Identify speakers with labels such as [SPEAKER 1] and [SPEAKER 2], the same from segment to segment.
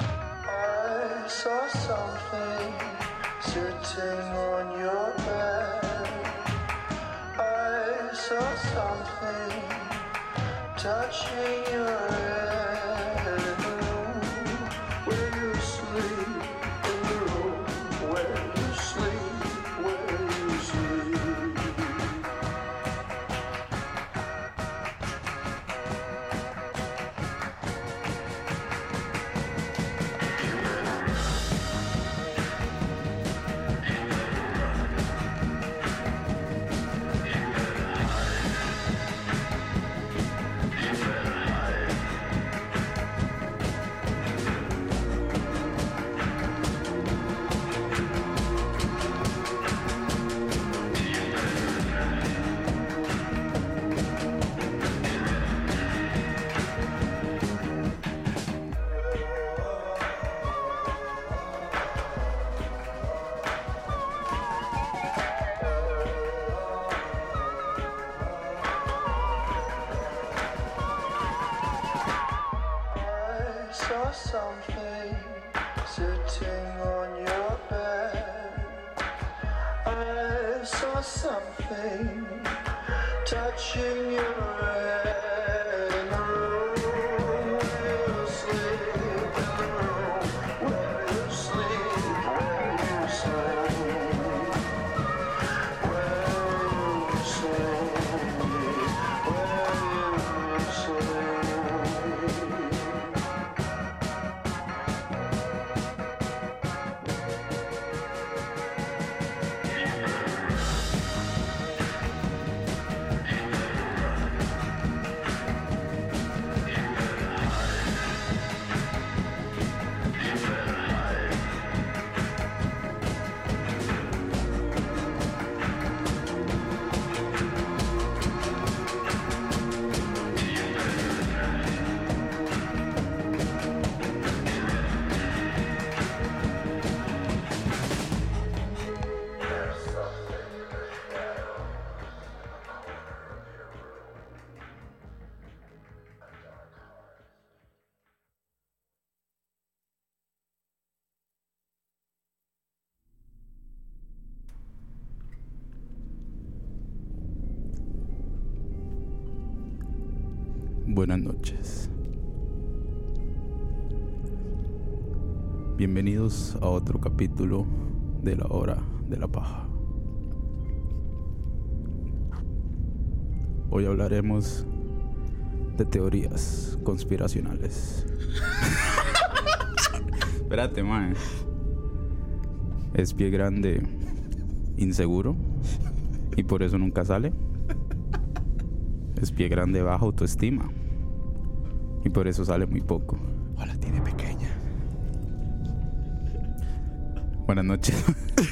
[SPEAKER 1] I saw something sitting on your bed. I saw something touching your head in the room where you sleep. In the room where you sleep. Where you sleep. I saw something sitting on your bed. I saw something touching your head in the room where you sleep. In the room where you sleep. Where you sleep. Where you sleep. Where you sleep.
[SPEAKER 2] Buenas noches. Bienvenidos a otro capítulo de la hora de la paja. Hoy hablaremos de teorías conspiracionales. Espérate, man. Es pie grande, inseguro y por eso nunca sale. Es pie grande, baja autoestima. Y por eso sale muy poco. O la tiene pequeña. Buenas noches.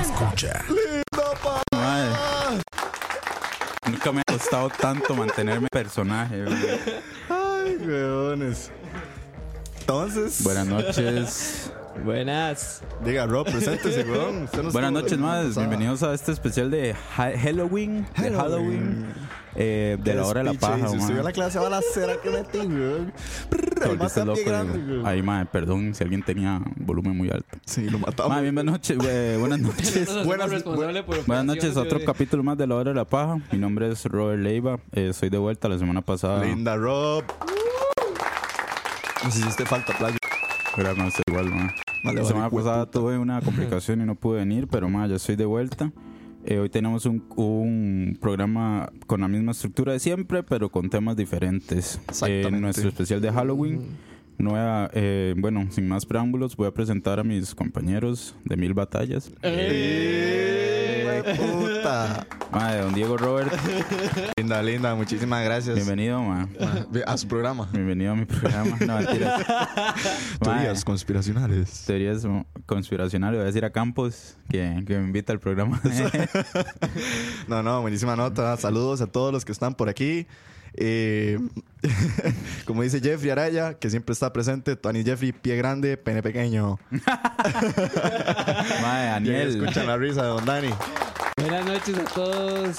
[SPEAKER 3] Escucha.
[SPEAKER 2] Madre. Nunca me ha costado tanto mantenerme personaje. güey.
[SPEAKER 4] Ay, huevones. Entonces,
[SPEAKER 2] Buenas noches.
[SPEAKER 5] Buenas.
[SPEAKER 4] diga Rob, preséntese, weón. Usted no
[SPEAKER 2] Buenas
[SPEAKER 4] estuvo
[SPEAKER 2] noches
[SPEAKER 4] la
[SPEAKER 2] más,
[SPEAKER 4] pasada.
[SPEAKER 2] bienvenidos a este especial de Ha- Halloween, de Halloween, eh, de la hora de la
[SPEAKER 4] Despiche,
[SPEAKER 2] paja,
[SPEAKER 4] Si
[SPEAKER 2] man.
[SPEAKER 4] usted vio la clase balacera que metí, weón. Prrr,
[SPEAKER 2] Te
[SPEAKER 4] el más
[SPEAKER 2] volviste
[SPEAKER 4] tan
[SPEAKER 2] loco,
[SPEAKER 4] pie grande,
[SPEAKER 2] güey.
[SPEAKER 4] weón.
[SPEAKER 2] Ahí, madre, perdón si alguien tenía volumen muy alto.
[SPEAKER 4] Sí, lo matamos.
[SPEAKER 2] Madre, bienvenidas noches, güey, buenas noches.
[SPEAKER 4] buenas-
[SPEAKER 2] Buenas noches, otro capítulo más de La Hora de la Paja. Mi nombre es Ah. Robert Leiva. eh, soy de vuelta la semana pasada.
[SPEAKER 4] Linda Rob.
[SPEAKER 6] Nos hiciste falta, playa.
[SPEAKER 2] Gracias, ma, está igual, ma.
[SPEAKER 6] Vale,
[SPEAKER 2] la
[SPEAKER 6] vale,
[SPEAKER 2] semana
[SPEAKER 6] hijo de
[SPEAKER 2] pasada tuve una complicación y no pude venir, pero ma, ya estoy de vuelta. Eh, hoy tenemos un, un programa con la misma estructura de siempre, pero con temas diferentes. Eh,
[SPEAKER 6] Exactamente.
[SPEAKER 2] En nuestro especial de Halloween, no voy a, eh, bueno, sin más preámbulos, voy a presentar a mis compañeros de Mil Batallas.
[SPEAKER 6] ¡Eh, puta!
[SPEAKER 2] Ma, de don Diego Robert,
[SPEAKER 6] Linda, linda, muchísimas gracias.
[SPEAKER 2] bienvenido, ma.
[SPEAKER 6] A su programa.
[SPEAKER 2] Bienvenido a mi programa. No, mentiras. Ma,
[SPEAKER 6] Teorías conspiracionales.
[SPEAKER 2] teorías mm, conspiracionales. Voy a decir a Campos que, que me invita al programa.
[SPEAKER 6] No, no, buenísima nota. Saludos a todos los que están por aquí. Eh, como dice Jeffrey Araya, que siempre está presente, Tony Jeffrey, pie grande, pene pequeño.
[SPEAKER 2] Mae, Daniel.
[SPEAKER 6] Escuchan la risa de Don Dani.
[SPEAKER 5] Buenas noches a todos.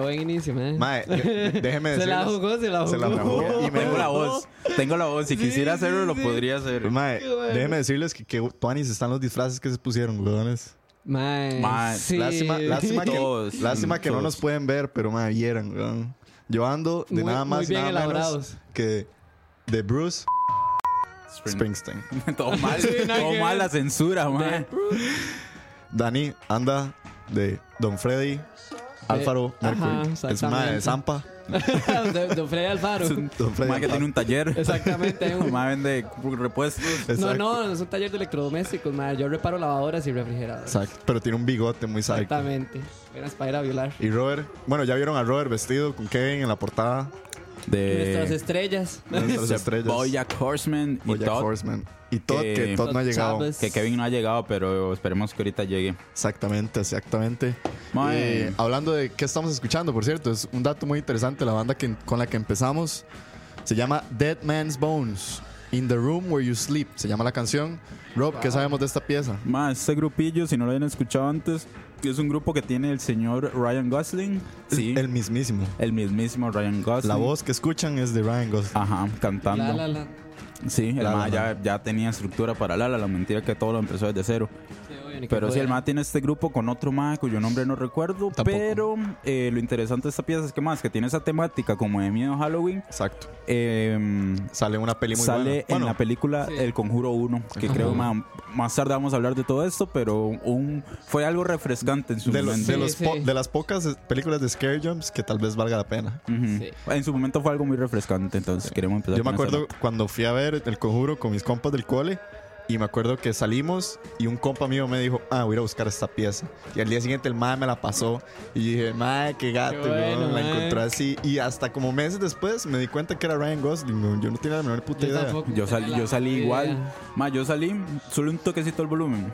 [SPEAKER 5] Buen inicio, man.
[SPEAKER 6] Mae, de- déjeme
[SPEAKER 5] se la
[SPEAKER 6] decirles-
[SPEAKER 5] jugó, se la jugó.
[SPEAKER 6] Se la jugó. Y me
[SPEAKER 2] Tengo la voz. Tengo la voz. Si quisiera
[SPEAKER 5] sí,
[SPEAKER 2] hacerlo, lo
[SPEAKER 5] sí.
[SPEAKER 2] podría hacer.
[SPEAKER 6] Mae, déjeme decirles que, que tuanis están los disfraces que se pusieron, weones.
[SPEAKER 5] Mae,
[SPEAKER 2] Mae,
[SPEAKER 5] sí.
[SPEAKER 6] Lástima, lástima
[SPEAKER 2] Todos,
[SPEAKER 6] que, lástima que no
[SPEAKER 2] todos.
[SPEAKER 6] nos pueden ver, pero mae, vieran, weón. Yo ando de
[SPEAKER 5] Muy-
[SPEAKER 6] nada
[SPEAKER 5] muy
[SPEAKER 6] más y
[SPEAKER 5] bien
[SPEAKER 6] nada menos
[SPEAKER 5] elaborados.
[SPEAKER 6] que de Bruce
[SPEAKER 2] Spring.
[SPEAKER 6] Springsteen.
[SPEAKER 2] todo mal.
[SPEAKER 5] Sí, nada
[SPEAKER 2] todo
[SPEAKER 5] que
[SPEAKER 2] mal
[SPEAKER 5] ver.
[SPEAKER 2] la censura, man.
[SPEAKER 6] Dani anda de Don Freddy Álvaro
[SPEAKER 5] ajá,
[SPEAKER 6] Mercury. Es mae de
[SPEAKER 5] exactamente.
[SPEAKER 6] Zampa.
[SPEAKER 5] Don- Don Freddy Alfaro.
[SPEAKER 6] Don Freddy
[SPEAKER 2] Más que
[SPEAKER 6] Alfaro.
[SPEAKER 2] tiene un taller.
[SPEAKER 5] Exactamente. hay un-
[SPEAKER 2] Más vende repuestos.
[SPEAKER 6] Exacto.
[SPEAKER 5] No, no, es un taller de electrodomésticos, mae. Yo reparo lavadoras y refrigeradores.
[SPEAKER 6] Exacto. Pero tiene un bigote muy psycho.
[SPEAKER 5] Exactamente. Eras para ir a violar.
[SPEAKER 6] Y Robert, bueno, ya vieron a Robert vestido con Kevin en la portada.
[SPEAKER 2] Eh,
[SPEAKER 5] Nuestras
[SPEAKER 2] De
[SPEAKER 5] estrellas.
[SPEAKER 6] Nuestras estrellas.
[SPEAKER 2] Boyack Horseman y
[SPEAKER 6] Bojack
[SPEAKER 2] Todd.
[SPEAKER 6] Horseman. Y Todd,
[SPEAKER 2] Que-
[SPEAKER 6] que Todd no ha llegado.
[SPEAKER 5] Chavez.
[SPEAKER 2] Que Kevin no ha llegado, pero esperemos que ahorita llegue.
[SPEAKER 6] Exactamente, exactamente.
[SPEAKER 2] Mae.
[SPEAKER 6] Eh, hablando de qué estamos escuchando, por cierto, es un dato muy interesante. La banda que, con la que empezamos se llama Dead Man's Bones. In the Room Where You Sleep, se llama la canción. Rob, ¿qué sabemos de esta pieza?
[SPEAKER 2] Más, este grupillo, si no lo habían escuchado antes, es un grupo que tiene el señor Ryan Gosling. Sí.
[SPEAKER 6] El
[SPEAKER 2] El,
[SPEAKER 6] mismísimo.
[SPEAKER 2] mismísimo Ryan Gosling.
[SPEAKER 6] La voz que escuchan es de Ryan Gosling.
[SPEAKER 2] Ajá, cantando.
[SPEAKER 5] La, la, la.
[SPEAKER 2] Sí, el
[SPEAKER 6] La,
[SPEAKER 2] ma
[SPEAKER 6] la,
[SPEAKER 2] ya, ya tenía estructura para Lala, la mentira que todo lo empezó desde cero.
[SPEAKER 5] Sí, obvio, ni que
[SPEAKER 2] Pero sí, el
[SPEAKER 5] fuera.
[SPEAKER 2] MA tiene este grupo con otro MA cuyo nombre no recuerdo.
[SPEAKER 6] Tampoco.
[SPEAKER 2] Pero eh, lo interesante de esta pieza es que más, que tiene esa temática como de miedo a Halloween.
[SPEAKER 6] Exacto.
[SPEAKER 2] eh,
[SPEAKER 6] Sale en una peli muy
[SPEAKER 2] sale
[SPEAKER 6] buena.
[SPEAKER 2] en
[SPEAKER 6] Bueno,
[SPEAKER 2] la película
[SPEAKER 5] Sí.
[SPEAKER 2] El Conjuro 1, que
[SPEAKER 6] Ajá.
[SPEAKER 2] creo ma, más tarde vamos a hablar de todo esto, pero un, fue algo refrescante en su
[SPEAKER 6] de, los-
[SPEAKER 2] momento.
[SPEAKER 6] de
[SPEAKER 5] Sí,
[SPEAKER 6] los
[SPEAKER 5] sí.
[SPEAKER 6] po- de las pocas eh, películas de Scare Jumps que tal vez valga la pena.
[SPEAKER 2] Ujú.
[SPEAKER 5] Sí.
[SPEAKER 2] En su momento fue algo muy refrescante, entonces queremos empezar.
[SPEAKER 6] Yo me
[SPEAKER 2] con esa
[SPEAKER 6] acuerdo cuando fui a ver El Conjuro con mis compas del cole y me acuerdo que salimos y un compa mío me dijo, ah, voy a ir a buscar esta pieza. Y al día siguiente el mae me la pasó y dije, mae, qué gato,
[SPEAKER 5] Qué bueno,
[SPEAKER 6] weón, la
[SPEAKER 5] mae.
[SPEAKER 6] encontré así. Y hasta como meses después me di cuenta que era Ryan Gosling, weón. yo no tenía la menor puta
[SPEAKER 5] Yo
[SPEAKER 6] idea.
[SPEAKER 5] tampoco
[SPEAKER 2] Yo
[SPEAKER 5] tenía
[SPEAKER 2] salí,
[SPEAKER 5] la
[SPEAKER 2] yo salí
[SPEAKER 5] menor
[SPEAKER 2] igual.
[SPEAKER 5] idea.
[SPEAKER 2] Ma, yo salí, solo un toquecito al volumen.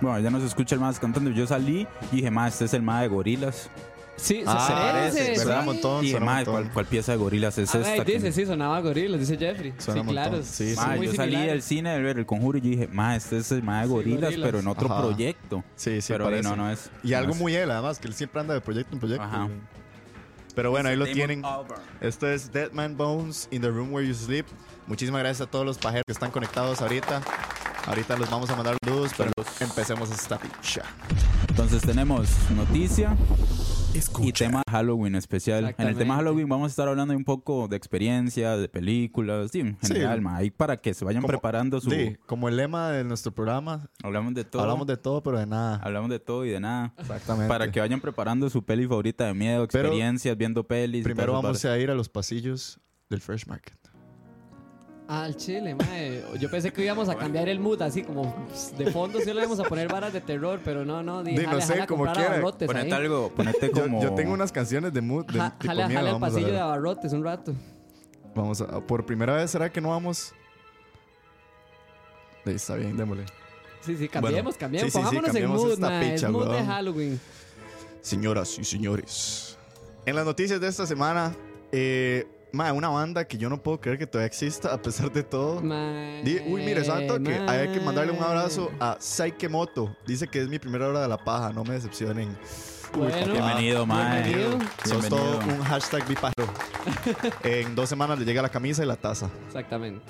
[SPEAKER 2] Bueno, ya no se escucha el más cantando. Yo salí y dije, ma, este es el ma de gorilas.
[SPEAKER 5] Sí, se
[SPEAKER 6] Ah,
[SPEAKER 5] parece.
[SPEAKER 6] parece,
[SPEAKER 5] sí.
[SPEAKER 6] suena un montón.
[SPEAKER 2] y dije,
[SPEAKER 6] suena
[SPEAKER 2] ma,
[SPEAKER 6] un montón.
[SPEAKER 2] ¿cuál, cuál pieza de gorilas es
[SPEAKER 5] Ah,
[SPEAKER 2] esta?
[SPEAKER 5] mae,
[SPEAKER 2] que
[SPEAKER 5] dice,
[SPEAKER 2] no-?"
[SPEAKER 5] sí, sonaba gorilas, dice Jeffrey.
[SPEAKER 6] Suena un
[SPEAKER 5] sí, claro.
[SPEAKER 6] montón. Sí,
[SPEAKER 5] son
[SPEAKER 2] Ma,
[SPEAKER 5] muy
[SPEAKER 2] yo salí
[SPEAKER 5] similares.
[SPEAKER 2] del cine de ver el conjuro y yo dije, ma, este es el ma de gorilas,
[SPEAKER 5] gorilas.
[SPEAKER 2] pero en otro
[SPEAKER 6] Ajá.
[SPEAKER 2] proyecto.
[SPEAKER 6] Sí, sí,
[SPEAKER 2] pero
[SPEAKER 6] parece.
[SPEAKER 2] no, no es.
[SPEAKER 6] Y
[SPEAKER 2] no
[SPEAKER 6] algo
[SPEAKER 2] es.
[SPEAKER 6] muy él, además, que él siempre anda de proyecto en proyecto.
[SPEAKER 2] Ajá.
[SPEAKER 6] weón. Pero bueno, ahí lo tienen.
[SPEAKER 2] Damon Albarn.
[SPEAKER 6] Esto es Dead Man Bones in the Room Where You Sleep. Muchísimas gracias a todos los pajeros que están conectados ahorita. Ahorita los vamos a mandar luz, pero
[SPEAKER 2] Saludos.
[SPEAKER 6] empecemos esta picha.
[SPEAKER 2] Entonces tenemos noticia y
[SPEAKER 7] Escucha.
[SPEAKER 2] tema Halloween especial. En el
[SPEAKER 5] Exactamente.
[SPEAKER 2] tema Halloween vamos a estar hablando un poco de experiencias, de películas, sí, en
[SPEAKER 6] Sí.
[SPEAKER 2] general, ma, ahí para que se vayan
[SPEAKER 6] Como-
[SPEAKER 2] preparando su...
[SPEAKER 6] Sí, como el lema de nuestro programa,
[SPEAKER 2] Hablamos de todo.
[SPEAKER 6] hablamos de todo, pero de nada.
[SPEAKER 2] hablamos de todo y de nada.
[SPEAKER 6] Exactamente.
[SPEAKER 2] Para que vayan preparando su peli favorita de miedo,
[SPEAKER 6] Pero
[SPEAKER 2] experiencias, viendo pelis. y
[SPEAKER 6] Primero
[SPEAKER 2] todo eso.
[SPEAKER 6] vamos a ir a los pasillos del Fresh Market.
[SPEAKER 5] Al chile, mae. Yo pensé que íbamos a cambiar el mood así como de fondo, sí le íbamos a poner varas de terror, pero no, no, di,
[SPEAKER 6] Di, no
[SPEAKER 5] jale,
[SPEAKER 6] sé,
[SPEAKER 5] jale a
[SPEAKER 6] como
[SPEAKER 5] comprar
[SPEAKER 6] quiera.
[SPEAKER 5] abarrotes ahí.
[SPEAKER 2] Ponete algo, ponete
[SPEAKER 6] Yo,
[SPEAKER 2] como...
[SPEAKER 6] yo tengo unas canciones de mood del
[SPEAKER 5] Ja-
[SPEAKER 6] tipo
[SPEAKER 5] jale,
[SPEAKER 6] miedo.
[SPEAKER 5] jale al
[SPEAKER 6] vamos,
[SPEAKER 5] pasillo de
[SPEAKER 6] a ver.
[SPEAKER 5] abarrotes un rato.
[SPEAKER 6] Vamos a- por primera vez, ¿será que no vamos? Ahí está bien, démosle.
[SPEAKER 5] Sí, sí, cambiemos,
[SPEAKER 6] Bueno,
[SPEAKER 5] cambiemos.
[SPEAKER 6] sí, sí, sí,
[SPEAKER 5] Pongámonos
[SPEAKER 6] cambiemos
[SPEAKER 5] en mood,
[SPEAKER 6] esta
[SPEAKER 5] mae.
[SPEAKER 6] picha,
[SPEAKER 5] es mood de
[SPEAKER 6] weón.
[SPEAKER 5] Halloween.
[SPEAKER 6] Señoras y señores. En las noticias de esta semana, eh, mae, una banda que yo no puedo creer que todavía exista a pesar de todo.
[SPEAKER 5] Mae,
[SPEAKER 6] Di- uy, mire, santo que
[SPEAKER 5] mae.
[SPEAKER 6] hay que mandarle un abrazo a Saikemoto. Dice que es mi primera hora de la paja, no me decepcionen. Uy,
[SPEAKER 5] Bueno.
[SPEAKER 6] papá.
[SPEAKER 2] Bienvenido, eh, mae.
[SPEAKER 5] Bienvenido.
[SPEAKER 6] Sos
[SPEAKER 2] Bienvenido.
[SPEAKER 6] todo un hashtag bipajero. en dos semanas le llega la camisa y la taza.
[SPEAKER 5] Exactamente.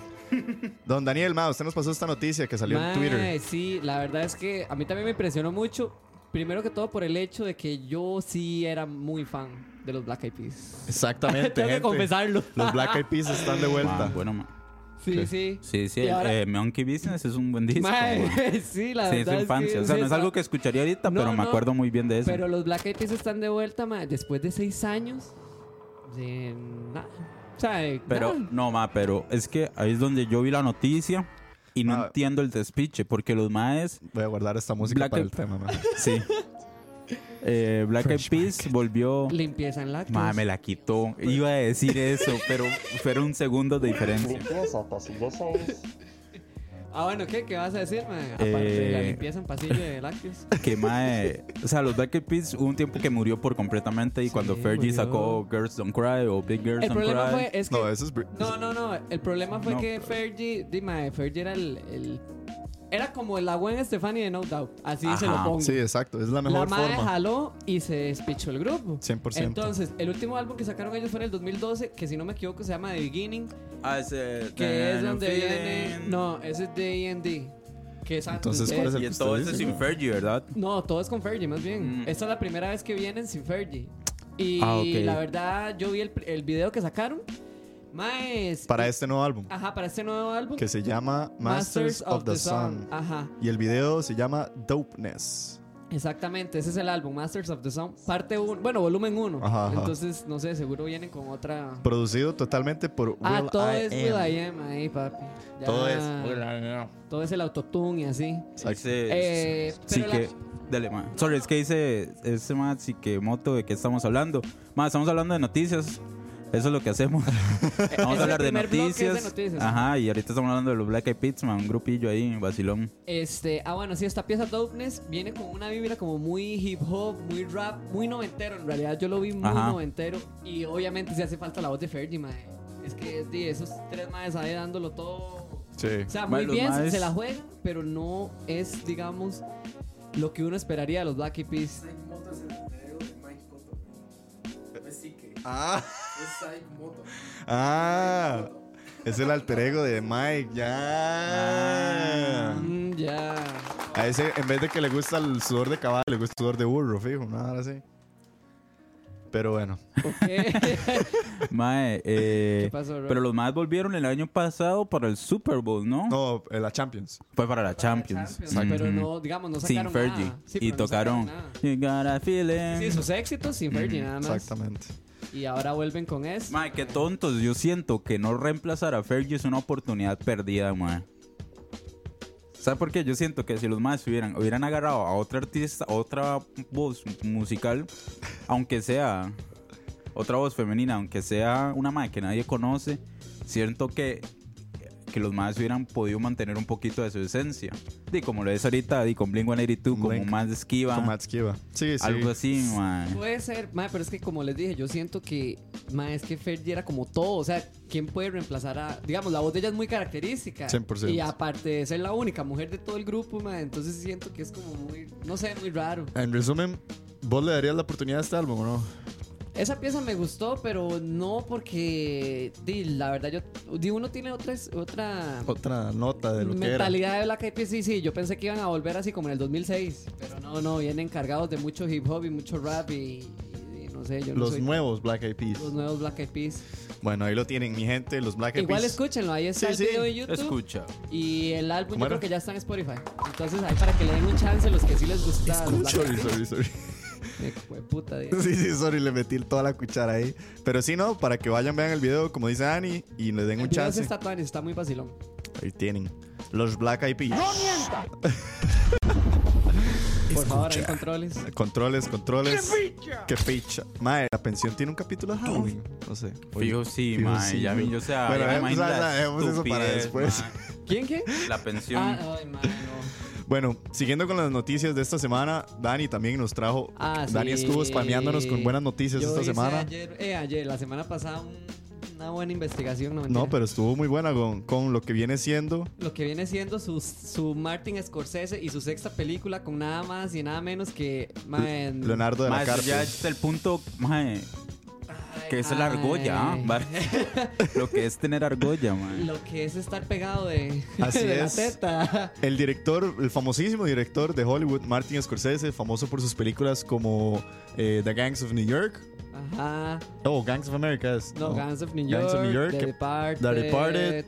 [SPEAKER 6] Don Daniel, ma, usted nos pasó esta noticia que salió
[SPEAKER 5] Mae,
[SPEAKER 6] en Twitter.
[SPEAKER 5] Sí, la verdad es que a mí también me impresionó mucho. Primero que todo por el hecho de que yo sí era muy fan de los Black Eyed Peas.
[SPEAKER 6] Exactamente,
[SPEAKER 5] Tengo que
[SPEAKER 6] gente.
[SPEAKER 5] confesarlo.
[SPEAKER 6] Los Black Eyed Peas están de
[SPEAKER 2] Ma,
[SPEAKER 6] vuelta.
[SPEAKER 2] bueno, ma.
[SPEAKER 5] Sí, sí.
[SPEAKER 2] Sí, sí,
[SPEAKER 5] Y ahora-
[SPEAKER 2] eh, Monkey Business es un buen disco. güey.
[SPEAKER 5] Mae, sí, la
[SPEAKER 2] Sí, es
[SPEAKER 5] verdad.
[SPEAKER 2] de infancia.
[SPEAKER 5] que
[SPEAKER 2] o sea,
[SPEAKER 5] sí
[SPEAKER 2] no es
[SPEAKER 5] está-
[SPEAKER 2] algo que escucharía ahorita,
[SPEAKER 5] No,
[SPEAKER 2] pero me
[SPEAKER 5] no.
[SPEAKER 2] acuerdo muy bien de eso.
[SPEAKER 5] Pero los Black Eyed Peas están de vuelta, mae, después de seis años de nada. O sea, de
[SPEAKER 2] Pero,
[SPEAKER 5] nada.
[SPEAKER 2] no, ma, pero es que ahí es donde yo vi la noticia y no
[SPEAKER 6] Ma.
[SPEAKER 2] entiendo el despiche, porque los maes,
[SPEAKER 6] Voy a guardar esta música
[SPEAKER 2] Black
[SPEAKER 6] para
[SPEAKER 2] Eyed-
[SPEAKER 6] el tema, man.
[SPEAKER 2] sí. Eh, Black Eyed Peas volvió.
[SPEAKER 5] limpieza en lácteos.
[SPEAKER 2] Ma, me la quitó. Iba a decir eso, pero fueron segundos de diferencia.
[SPEAKER 5] Ah, bueno, ¿qué? ¿Qué vas a decir, mae? Aparte de la
[SPEAKER 2] Eh.
[SPEAKER 5] limpieza en pasillo de lácteos.
[SPEAKER 2] Que mae, o sea, los Black Eyed Peas hubo un tiempo que murió por completamente y cuando Fergie
[SPEAKER 5] murió.
[SPEAKER 2] sacó Girls Don't Cry o Big Girls
[SPEAKER 5] El
[SPEAKER 2] Don't
[SPEAKER 5] problema
[SPEAKER 2] Cry.
[SPEAKER 5] fue es que
[SPEAKER 6] No, eso es. br-
[SPEAKER 5] No, no, no. El problema fue
[SPEAKER 2] No,
[SPEAKER 5] que Fergie, dime, Fergie era el, el- Era como la buena Stefani de No Doubt. Así se lo
[SPEAKER 2] Ajá.
[SPEAKER 5] pongo.
[SPEAKER 6] Sí, exacto. Es la
[SPEAKER 5] la
[SPEAKER 6] mejor
[SPEAKER 5] madre
[SPEAKER 6] forma.
[SPEAKER 5] jaló y se despichó el grupo.
[SPEAKER 6] 100%.
[SPEAKER 5] Entonces, el último álbum que sacaron ellos fue en el 2012, que si no me equivoco se llama The Beginning,
[SPEAKER 2] Ah, ese-
[SPEAKER 5] que es
[SPEAKER 2] I'm
[SPEAKER 5] donde viene.
[SPEAKER 2] feeling-
[SPEAKER 5] No, ese es de END. Que es antes
[SPEAKER 6] Entonces,
[SPEAKER 5] de-
[SPEAKER 6] ¿cuál es el
[SPEAKER 2] Y
[SPEAKER 6] que
[SPEAKER 2] todo
[SPEAKER 6] usted
[SPEAKER 2] eso
[SPEAKER 6] dice?
[SPEAKER 2] sin Fergie, ¿verdad?
[SPEAKER 5] No, todo es con Fergie, más
[SPEAKER 2] Mm.
[SPEAKER 5] bien. Esta es la primera vez que vienen sin Fergie. Y
[SPEAKER 2] Ah, ok.
[SPEAKER 5] la verdad, yo vi el, el video que sacaron. Más.
[SPEAKER 6] Para este nuevo álbum,
[SPEAKER 5] Ajá, para este nuevo álbum.
[SPEAKER 6] que se llama Masters of the Sun.
[SPEAKER 5] Ajá,
[SPEAKER 6] Y el video se llama Dopeness.
[SPEAKER 5] exactamente. Ese es el álbum, Masters of the Sun, parte 1. Bueno, volumen 1.
[SPEAKER 6] Ajá, ajá.
[SPEAKER 5] Entonces, no sé, seguro vienen con otra.
[SPEAKER 6] Producido totalmente por Will
[SPEAKER 5] ah, todo
[SPEAKER 6] I
[SPEAKER 5] es
[SPEAKER 6] Am.
[SPEAKER 5] Will I Am Ah. ahí, papi. Ya,
[SPEAKER 6] Todo es
[SPEAKER 5] Todo es el autotune y así.
[SPEAKER 6] Exacto.
[SPEAKER 2] Ese-
[SPEAKER 5] Eh,
[SPEAKER 2] sí
[SPEAKER 5] pero la-
[SPEAKER 2] que. Dale, ma. Sorry, es que dice ese ma, sí que moto, ¿de qué estamos hablando? Ma, estamos hablando de noticias. Eso es lo que hacemos. Vamos
[SPEAKER 5] es
[SPEAKER 2] a
[SPEAKER 5] el
[SPEAKER 2] hablar de
[SPEAKER 5] primer bloque, es de
[SPEAKER 2] noticias.
[SPEAKER 5] noticias.
[SPEAKER 2] Ajá, y ahorita estamos hablando de los Black Eyed Peas, ma, un grupillo ahí, vacilón.
[SPEAKER 5] Este, ah, bueno, sí, esta pieza Dopeness viene con una vibra como muy hip hop, muy rap, muy noventero. En realidad, yo lo vi muy
[SPEAKER 2] Ajá.
[SPEAKER 5] noventero. Y obviamente, si hace falta la voz de Fergie, mae. Es que es de esos tres maes ahí dándolo todo.
[SPEAKER 6] Sí.
[SPEAKER 5] O sea,
[SPEAKER 2] Mae,
[SPEAKER 5] muy
[SPEAKER 2] los
[SPEAKER 5] bien, se-
[SPEAKER 2] maes-
[SPEAKER 5] se la juega, pero no es, digamos, lo que uno esperaría de los Black Eyed Peas.
[SPEAKER 8] Psych Moto es el alter ego de Mike Cotto. güey. No es Psyche,
[SPEAKER 6] Ah,
[SPEAKER 8] es Psych Moto.
[SPEAKER 6] ah, es el alter ego de Mike. Ya.
[SPEAKER 5] Mm, ya.
[SPEAKER 6] A ese, en vez de que le gusta el sudor de caballo, le gusta el sudor de burro, fijo, nada así. Pero bueno,
[SPEAKER 5] Ok.
[SPEAKER 2] Mae, eh,
[SPEAKER 5] ¿Qué pasó, bro?
[SPEAKER 2] pero los más volvieron el año pasado para el Super Bowl, ¿no?
[SPEAKER 6] no, eh, la Champions.
[SPEAKER 2] Fue para la Champions. Ujú.
[SPEAKER 5] Pero no, digamos, no
[SPEAKER 2] sin
[SPEAKER 5] sacaron
[SPEAKER 2] Fergie.
[SPEAKER 5] nada. Sí,
[SPEAKER 2] y
[SPEAKER 5] pero no sacaron
[SPEAKER 2] tocaron.
[SPEAKER 5] nada.
[SPEAKER 2] You got a feeling.
[SPEAKER 5] Sí, sus éxitos sin Fergie, nada más.
[SPEAKER 6] Exactamente.
[SPEAKER 5] Y ahora vuelven con eso.
[SPEAKER 2] Mae, qué tontos. Yo siento que no reemplazar a Fergie es una oportunidad perdida, mae. ¿Sabes por qué? Yo siento que si los más hubieran, hubieran agarrado a otra artista, otra voz musical, aunque sea otra voz femenina, aunque sea una mae que nadie conoce, siento que, que los más hubieran podido mantener un poquito de su esencia. Y como lo es ahorita, di con Blink-182, como
[SPEAKER 6] Blink.
[SPEAKER 2] más esquiva,
[SPEAKER 6] Con Matt Skiba. Sí, sí.
[SPEAKER 2] algo así, mae.
[SPEAKER 5] Puede ser, mae, pero es que como les dije, yo siento que, mae, es que Fergie era como todo. O sea, ¿quién puede reemplazar a. Digamos, la voz de ella es muy característica.
[SPEAKER 6] 100%.
[SPEAKER 5] Y aparte de ser la única mujer de todo el grupo, mae, entonces siento que es como muy. No sé, muy raro.
[SPEAKER 6] En resumen, ¿vos le darías la oportunidad a este álbum o no?
[SPEAKER 5] Esa pieza me gustó, pero no porque. Di, la verdad, yo. Di, uno tiene otra. otra
[SPEAKER 6] Otra nota de lo que era.
[SPEAKER 5] mentalidad de Black Eyed Peas, sí, sí, yo pensé que iban a volver así como en el 2006, pero no, no, vienen cargados de mucho hip hop y mucho rap y, y- y no sé, yo no
[SPEAKER 6] Los
[SPEAKER 5] soy-
[SPEAKER 6] nuevos Black Eyed Peas.
[SPEAKER 5] los nuevos Black Eyed Peas.
[SPEAKER 6] Bueno, ahí lo tienen, mi gente, los Black Eyed
[SPEAKER 5] Igual
[SPEAKER 6] Peas.
[SPEAKER 5] escúchenlo, ahí está
[SPEAKER 6] Sí,
[SPEAKER 5] el
[SPEAKER 6] sí.
[SPEAKER 5] video de YouTube
[SPEAKER 2] Escucha.
[SPEAKER 5] y el álbum
[SPEAKER 6] ¿Cómo
[SPEAKER 5] yo
[SPEAKER 6] era?
[SPEAKER 5] creo que ya está en Spotify. Entonces ahí para que le den un chance los que sí les gusta. los Black
[SPEAKER 6] Sorry,
[SPEAKER 5] Eyed
[SPEAKER 6] sorry, sorry.
[SPEAKER 5] Peas. Eh, jue- puta, di.
[SPEAKER 6] Sí, sí, sorry, le metí toda la cuchara ahí. Pero sí, no, para que vayan, vean el video, como dice Ani, y le den
[SPEAKER 5] El
[SPEAKER 6] un
[SPEAKER 5] video sí
[SPEAKER 6] chance.
[SPEAKER 5] está tuanis, está muy vacilón.
[SPEAKER 6] Ahí tienen. Los Black Eyed Peas.
[SPEAKER 5] Por favor, hay controles.
[SPEAKER 6] Controles, controles. ¡Qué ficha! ¡Qué ficha! Mae, la pensión tiene un capítulo de Halloween. No sé.
[SPEAKER 2] Fijo sí,
[SPEAKER 6] Fijo
[SPEAKER 2] mae.
[SPEAKER 6] sí,
[SPEAKER 2] ya vi,
[SPEAKER 6] güey.
[SPEAKER 2] yo sé, ya
[SPEAKER 6] Bueno,
[SPEAKER 2] me
[SPEAKER 6] dejemos-
[SPEAKER 2] imagino
[SPEAKER 6] ah,
[SPEAKER 2] la
[SPEAKER 6] dejemos eso para
[SPEAKER 2] estupidez,
[SPEAKER 6] después.
[SPEAKER 2] mae.
[SPEAKER 5] ¿Quién quién?
[SPEAKER 2] La pensión.
[SPEAKER 5] Ah, ay, mano.
[SPEAKER 6] Bueno, siguiendo con las noticias de esta semana, Dani también nos trajo.
[SPEAKER 5] Ah,
[SPEAKER 6] Dani
[SPEAKER 5] sí.
[SPEAKER 6] estuvo spameándonos con buenas noticias
[SPEAKER 5] Yo
[SPEAKER 6] esta
[SPEAKER 5] hice
[SPEAKER 6] semana.
[SPEAKER 5] Ayer, eh, ayer, la semana pasada, un- una buena investigación. No,
[SPEAKER 6] No,
[SPEAKER 5] mentira.
[SPEAKER 6] pero estuvo muy buena con, con lo que viene siendo.
[SPEAKER 5] Lo que viene siendo su, su Martin Scorsese y su sexta película con nada más y nada menos que. mae,
[SPEAKER 6] Leonardo de
[SPEAKER 2] Mae,
[SPEAKER 6] la
[SPEAKER 2] eso ya
[SPEAKER 6] Carpia.
[SPEAKER 2] es el punto, mae,
[SPEAKER 5] ay,
[SPEAKER 2] que es el
[SPEAKER 5] ay.
[SPEAKER 2] argolla, ah, vale. Lo que es tener argolla, mae.
[SPEAKER 5] Lo que es estar pegado de,
[SPEAKER 6] Así
[SPEAKER 5] de la
[SPEAKER 6] es.
[SPEAKER 5] teta.
[SPEAKER 6] El director, el famosísimo director de Hollywood, Martin Scorsese, famoso por sus películas como eh, The Gangs of New York.
[SPEAKER 5] Ajá.
[SPEAKER 6] Oh, Gangs of America es.
[SPEAKER 5] No, Guns of New York.
[SPEAKER 6] Gangs of New York,
[SPEAKER 5] The
[SPEAKER 6] que-
[SPEAKER 5] Departed.
[SPEAKER 6] The Departed,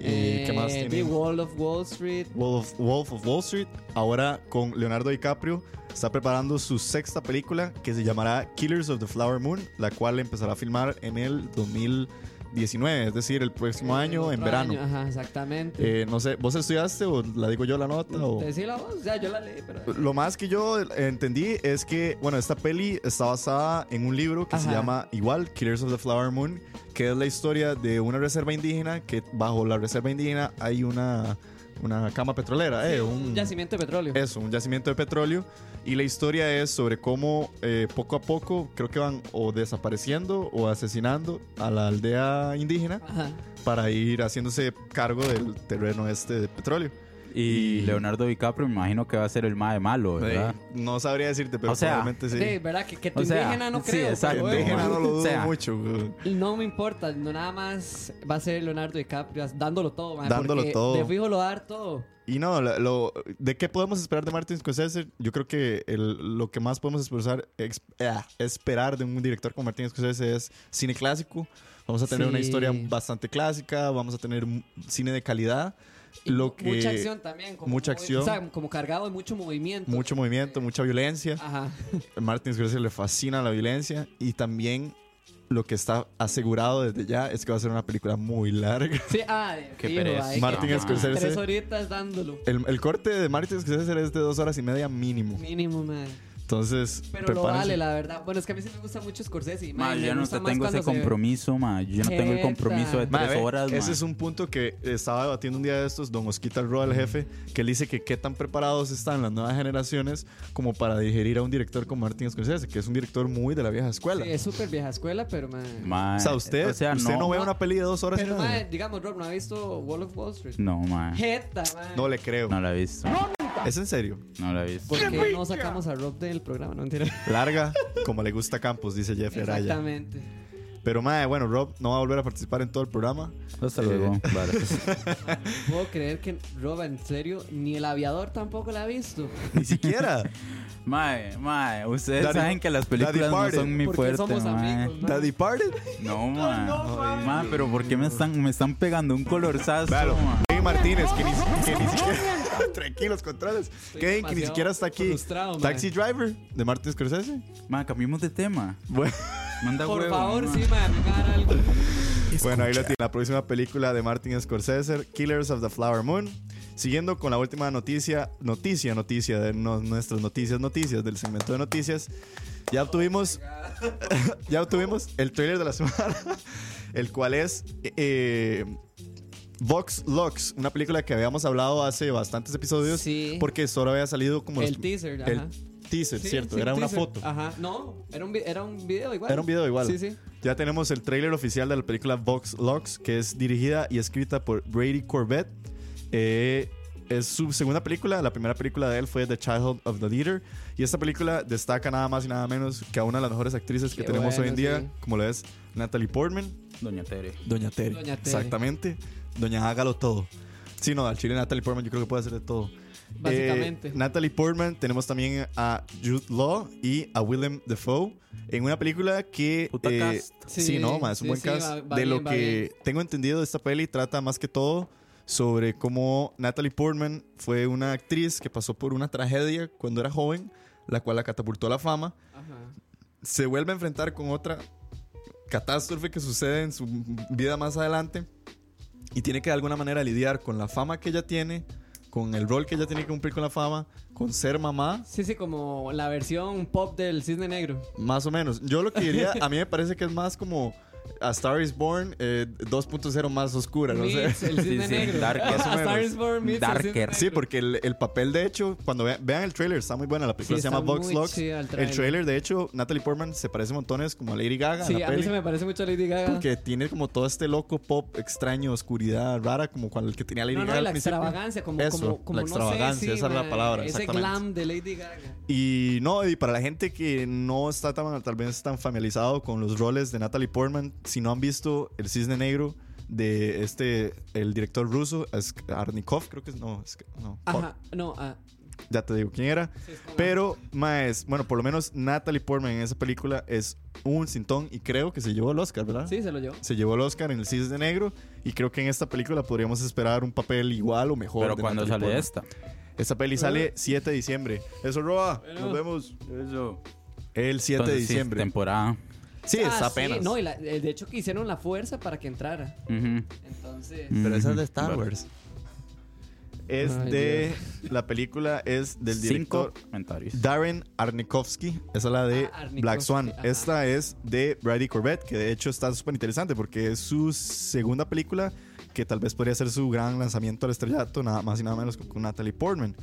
[SPEAKER 6] ¿Y qué más
[SPEAKER 5] Eh,
[SPEAKER 6] tiene?
[SPEAKER 5] The Wall of Wall Street.
[SPEAKER 6] Wolf of, Wolf of Wall Street, ahora con Leonardo DiCaprio, está preparando su sexta película que se llamará Killers of the Flower Moon, la cual empezará a filmar en el 2019, es decir, el próximo año, en
[SPEAKER 5] Eh, Otro
[SPEAKER 6] verano.
[SPEAKER 5] año, Ajá, exactamente.
[SPEAKER 6] Eh, oh. no sé, ¿vos estudiaste o la digo yo la nota? O?
[SPEAKER 5] Decí la voz, ya yo la leí, pero.
[SPEAKER 6] Lo más que yo entendí es que, bueno, esta peli está basada en un libro que se
[SPEAKER 5] Ajá.
[SPEAKER 6] llama igual, Killers of the Flower Moon, que es la historia de una reserva indígena, que bajo la reserva indígena hay una, una cama petrolera, eh,
[SPEAKER 5] Un
[SPEAKER 6] un,
[SPEAKER 5] yacimiento de petróleo.
[SPEAKER 6] eso, un yacimiento de petróleo. Y la historia es sobre cómo eh, poco a poco creo que van o desapareciendo o asesinando a la aldea indígena
[SPEAKER 5] Ajá.
[SPEAKER 6] para ir haciéndose cargo del terreno este de petróleo.
[SPEAKER 2] Y
[SPEAKER 6] Y-
[SPEAKER 2] Leonardo DiCaprio, me imagino que va a ser el más de malo, Pues, ¿verdad?
[SPEAKER 6] No sabría decirte, pero
[SPEAKER 2] O sea,
[SPEAKER 6] probablemente sí.
[SPEAKER 5] Sí, ¿verdad? Que, que tu
[SPEAKER 2] O sea,
[SPEAKER 5] indígena no
[SPEAKER 2] sí,
[SPEAKER 5] creo.
[SPEAKER 2] exacto.
[SPEAKER 5] pero,
[SPEAKER 6] Indígena no lo dudo
[SPEAKER 2] O sea,
[SPEAKER 6] mucho. güey.
[SPEAKER 5] No me importa, no nada más va a ser Leonardo DiCaprio dándolo todo, man,
[SPEAKER 6] Dándolo
[SPEAKER 5] porque
[SPEAKER 6] todo.
[SPEAKER 5] De fijo lo va a dar todo.
[SPEAKER 6] Y no, la- lo, ¿de qué podemos esperar de Martin Scorsese? Yo creo que el- lo que más podemos expresar- ex- ah, esperar de un director como Martin Scorsese es cine clásico. Vamos a tener una
[SPEAKER 5] Sí.
[SPEAKER 6] historia bastante clásica, vamos a tener un cine de calidad,
[SPEAKER 5] Y
[SPEAKER 6] Lo que-
[SPEAKER 5] mucha acción también. Como
[SPEAKER 6] mucha
[SPEAKER 5] movi-
[SPEAKER 6] acción.
[SPEAKER 5] O sea, como cargado de mucho movimiento.
[SPEAKER 6] mucho movimiento, mucha violencia.
[SPEAKER 5] Ajá.
[SPEAKER 6] A Martin Scorsese le fascina la violencia y también lo que está asegurado desde ya es que va a ser una película muy larga.
[SPEAKER 5] Sí, ah, de
[SPEAKER 2] Qué
[SPEAKER 5] fijo,
[SPEAKER 2] pereza.
[SPEAKER 5] ahí,
[SPEAKER 6] Martin
[SPEAKER 5] como
[SPEAKER 6] Scorsese.
[SPEAKER 5] Tres horitas dándolo.
[SPEAKER 6] El, el corte de Martin Scorsese es de dos horas y media mínimo.
[SPEAKER 5] Mínimo, man.
[SPEAKER 6] Entonces,
[SPEAKER 5] Pero lo
[SPEAKER 6] prepárense.
[SPEAKER 5] vale, la verdad. Bueno, es que a mí sí me gusta mucho Scorsese.
[SPEAKER 2] Ma,
[SPEAKER 5] man, me
[SPEAKER 2] yo no
[SPEAKER 5] gusta
[SPEAKER 2] te
[SPEAKER 5] más
[SPEAKER 2] tengo ese
[SPEAKER 5] cuando se ve-
[SPEAKER 2] compromiso, ma. Yo no tengo el
[SPEAKER 5] Jeta.
[SPEAKER 2] compromiso de
[SPEAKER 6] Ma,
[SPEAKER 2] tres
[SPEAKER 6] ve,
[SPEAKER 2] horas,
[SPEAKER 6] ese
[SPEAKER 2] ma.
[SPEAKER 6] es un punto que estaba debatiendo un día de estos Don Osquita Roa, el jefe, que él dice que qué tan preparados están las nuevas generaciones como para digerir a un director como Martin Scorsese, que es un director muy de la vieja escuela.
[SPEAKER 5] Sí, es súper vieja escuela, pero, man.
[SPEAKER 2] Ma,
[SPEAKER 6] o sea, usted,
[SPEAKER 2] o sea,
[SPEAKER 6] usted no,
[SPEAKER 2] no,
[SPEAKER 6] ve una peli de dos horas y
[SPEAKER 5] pero,
[SPEAKER 6] media.
[SPEAKER 5] man, digamos, Rob, ¿no ha visto Wall of Wall Street?
[SPEAKER 2] No, ma.
[SPEAKER 5] Jeta, man.
[SPEAKER 6] No le creo.
[SPEAKER 2] No la he visto.
[SPEAKER 6] Es en serio.
[SPEAKER 2] No la he visto.
[SPEAKER 5] ¿Por qué no sacamos a Rob del programa? No entiendo.
[SPEAKER 6] Larga, como le gusta a Campos, dice Jeffrey Araya.
[SPEAKER 5] Exactamente.
[SPEAKER 6] Pero mae, bueno, Rob no va a volver a participar en todo el programa.
[SPEAKER 2] Hasta luego. Vale.
[SPEAKER 5] No puedo creer que Rob, en serio, ni el aviador tampoco la ha visto.
[SPEAKER 6] Ni siquiera.
[SPEAKER 2] Mae, mae, ustedes
[SPEAKER 6] Daddy-
[SPEAKER 2] saben que las
[SPEAKER 6] Daddy
[SPEAKER 2] películas no
[SPEAKER 6] Party.
[SPEAKER 2] son mi
[SPEAKER 5] Porque
[SPEAKER 2] fuerte,
[SPEAKER 5] somos
[SPEAKER 2] mae.
[SPEAKER 5] amigos, ¿no?
[SPEAKER 6] The Departed.
[SPEAKER 2] No, mae. Mae, pero ¿por qué me están, me están pegando un colorzazo,
[SPEAKER 6] Claro.
[SPEAKER 2] mae?
[SPEAKER 6] Kevin Martínez, que ni, que ni siquiera. Tranquilos, controles. Kevin, que ni
[SPEAKER 5] demasiado
[SPEAKER 6] siquiera está aquí.
[SPEAKER 5] frustrado, mae.
[SPEAKER 6] Taxi Driver de Martin Scorsese.
[SPEAKER 2] Mae, cambiemos de tema.
[SPEAKER 6] Bueno,
[SPEAKER 2] Manda
[SPEAKER 5] Por
[SPEAKER 2] huevo,
[SPEAKER 5] favor,
[SPEAKER 2] mae.
[SPEAKER 5] sí, man, me va a dar algo.
[SPEAKER 6] bueno, ahí lo tiene. La próxima película de Martin Scorsese, Killers of the Flower Moon. Siguiendo con la última noticia, noticia, noticia de no- nuestras noticias, noticias del segmento de noticias. Ya obtuvimos, ya obtuvimos el trailer de la semana, el cual es eh, Vox Lux, una película que habíamos hablado hace bastantes episodios,
[SPEAKER 5] Sí.
[SPEAKER 6] porque solo había salido como
[SPEAKER 5] El
[SPEAKER 6] los-
[SPEAKER 5] teaser,
[SPEAKER 6] el
[SPEAKER 5] ajá.
[SPEAKER 6] teaser,
[SPEAKER 5] Sí,
[SPEAKER 6] cierto,
[SPEAKER 5] sí,
[SPEAKER 6] era una
[SPEAKER 5] teaser.
[SPEAKER 6] foto.
[SPEAKER 5] Ajá. No, era un, vi- era un video igual.
[SPEAKER 6] Era un video igual.
[SPEAKER 5] Sí, sí.
[SPEAKER 6] Ya tenemos el tráiler oficial de la película Vox Lux, que es dirigida y escrita por Brady Corbett. Eh, es su segunda película. La primera película de él fue The Childhood of the Leader. Y esta película destaca nada más y nada menos que a una de las mejores actrices que
[SPEAKER 5] Qué
[SPEAKER 6] tenemos hoy en
[SPEAKER 5] bueno,
[SPEAKER 6] día,
[SPEAKER 5] sí.
[SPEAKER 6] como lo es Natalie Portman.
[SPEAKER 2] Doña Tere.
[SPEAKER 6] Doña Tere.
[SPEAKER 5] Doña Tere.
[SPEAKER 6] Exactamente. Doña Hágalo Todo. Sí, no, al chile Natalie Portman yo creo que puede hacer de todo.
[SPEAKER 5] Básicamente.
[SPEAKER 6] Eh, Natalie Portman, tenemos también a Jude Law y a Willem Dafoe en una película que.
[SPEAKER 2] Puta
[SPEAKER 6] eh,
[SPEAKER 2] cast.
[SPEAKER 6] Sí,
[SPEAKER 5] Sí,
[SPEAKER 6] no, ma, es un
[SPEAKER 5] sí,
[SPEAKER 6] buen
[SPEAKER 5] sí,
[SPEAKER 6] cast.
[SPEAKER 5] va- va
[SPEAKER 6] de
[SPEAKER 5] bien,
[SPEAKER 6] lo
[SPEAKER 5] va
[SPEAKER 6] que tengo entendido de esta peli, trata más que todo sobre cómo Natalie Portman fue una actriz que pasó por una tragedia cuando era joven, la cual la catapultó a la fama
[SPEAKER 5] Ajá.
[SPEAKER 6] se vuelve a enfrentar con otra catástrofe que sucede en su vida más adelante y tiene que de alguna manera lidiar con la fama que ella tiene, con el rol que ella tiene que cumplir con la fama, con ser mamá,
[SPEAKER 5] Sí, sí, como la versión pop del Cisne Negro.
[SPEAKER 6] más o menos. Yo lo que diría, a mí me parece que es más como A Star is Born eh, 2.0 más oscura, no sé.
[SPEAKER 5] Meets el Cisne
[SPEAKER 2] Sí, sí,
[SPEAKER 5] Negro.
[SPEAKER 2] Darker.
[SPEAKER 5] A
[SPEAKER 6] Más o menos.
[SPEAKER 5] Star is Born meets el Cisne
[SPEAKER 2] Darker.
[SPEAKER 5] Negro.
[SPEAKER 6] Sí, porque el, el papel, de hecho, cuando vean, vean el trailer, está muy buena. La película
[SPEAKER 5] Sí,
[SPEAKER 6] se
[SPEAKER 5] está
[SPEAKER 6] llama Vox
[SPEAKER 5] muy
[SPEAKER 6] Lux.
[SPEAKER 5] chida el
[SPEAKER 6] El
[SPEAKER 5] tráiler.
[SPEAKER 6] trailer, de hecho, Natalie Portman se parece montones como a Lady Gaga. en
[SPEAKER 5] Sí,
[SPEAKER 6] Ah, la
[SPEAKER 5] a mí
[SPEAKER 6] peli.
[SPEAKER 5] se me parece mucho a Lady Gaga.
[SPEAKER 6] Porque tiene como todo este loco pop extraño, oscuridad rara, como cuando el que tenía Lady
[SPEAKER 5] no,
[SPEAKER 6] Gaga
[SPEAKER 5] no,
[SPEAKER 6] al
[SPEAKER 5] la
[SPEAKER 6] principio.
[SPEAKER 5] extravagancia, como,
[SPEAKER 6] Eso,
[SPEAKER 5] como, como
[SPEAKER 6] la
[SPEAKER 5] no sé,
[SPEAKER 6] extravagancia,
[SPEAKER 5] sí,
[SPEAKER 6] esa es la
[SPEAKER 5] ma,
[SPEAKER 6] palabra,
[SPEAKER 5] Ese
[SPEAKER 6] exactamente.
[SPEAKER 5] glam de Lady Gaga.
[SPEAKER 6] Y no, y para la gente que no está tan, tal vez tan familiarizado con los roles de Natalie Portman, si no han visto El Cisne Negro de este, el director ruso, es- Arnikov, creo que es, no, es que- no,
[SPEAKER 5] Ajá, no, ah,
[SPEAKER 6] ya te digo quién era. Pero, más, bueno, por lo menos Natalie Portman en esa película es un cintón y creo que se llevó el Oscar, ¿verdad?
[SPEAKER 5] Sí, se lo llevó.
[SPEAKER 6] Se llevó el Oscar en el Cis de Negro y creo que en esta película podríamos esperar un papel igual o mejor.
[SPEAKER 2] Pero
[SPEAKER 6] de
[SPEAKER 2] cuando sale
[SPEAKER 6] Natalie Portman.
[SPEAKER 2] esta.
[SPEAKER 6] Esta peli
[SPEAKER 5] Eh.
[SPEAKER 6] sale 7 de diciembre. Eso, Roa. Nos vemos
[SPEAKER 2] Eso.
[SPEAKER 6] el 7 de diciembre.
[SPEAKER 2] temporada.
[SPEAKER 6] Sí, es
[SPEAKER 5] Ah,
[SPEAKER 6] apenas.
[SPEAKER 5] Sí, no, y la- eh, de hecho que hicieron la fuerza para que entrara.
[SPEAKER 2] Ujú.
[SPEAKER 5] Entonces,
[SPEAKER 2] Mm.
[SPEAKER 6] Pero esa es de Star
[SPEAKER 2] Vale.
[SPEAKER 6] Wars. Es
[SPEAKER 5] Ay,
[SPEAKER 6] de. La película es del director
[SPEAKER 2] Cinco comentarios.
[SPEAKER 6] Darren Arnikovsky. Esa es la de
[SPEAKER 5] Ah, Aronofsky,
[SPEAKER 6] Black Swan.
[SPEAKER 5] ajá.
[SPEAKER 6] Esta es de Brady Corbett, que de hecho está súper interesante porque es su segunda película que tal vez podría ser su gran lanzamiento al estrellato, nada más y nada menos que con Natalie Portman.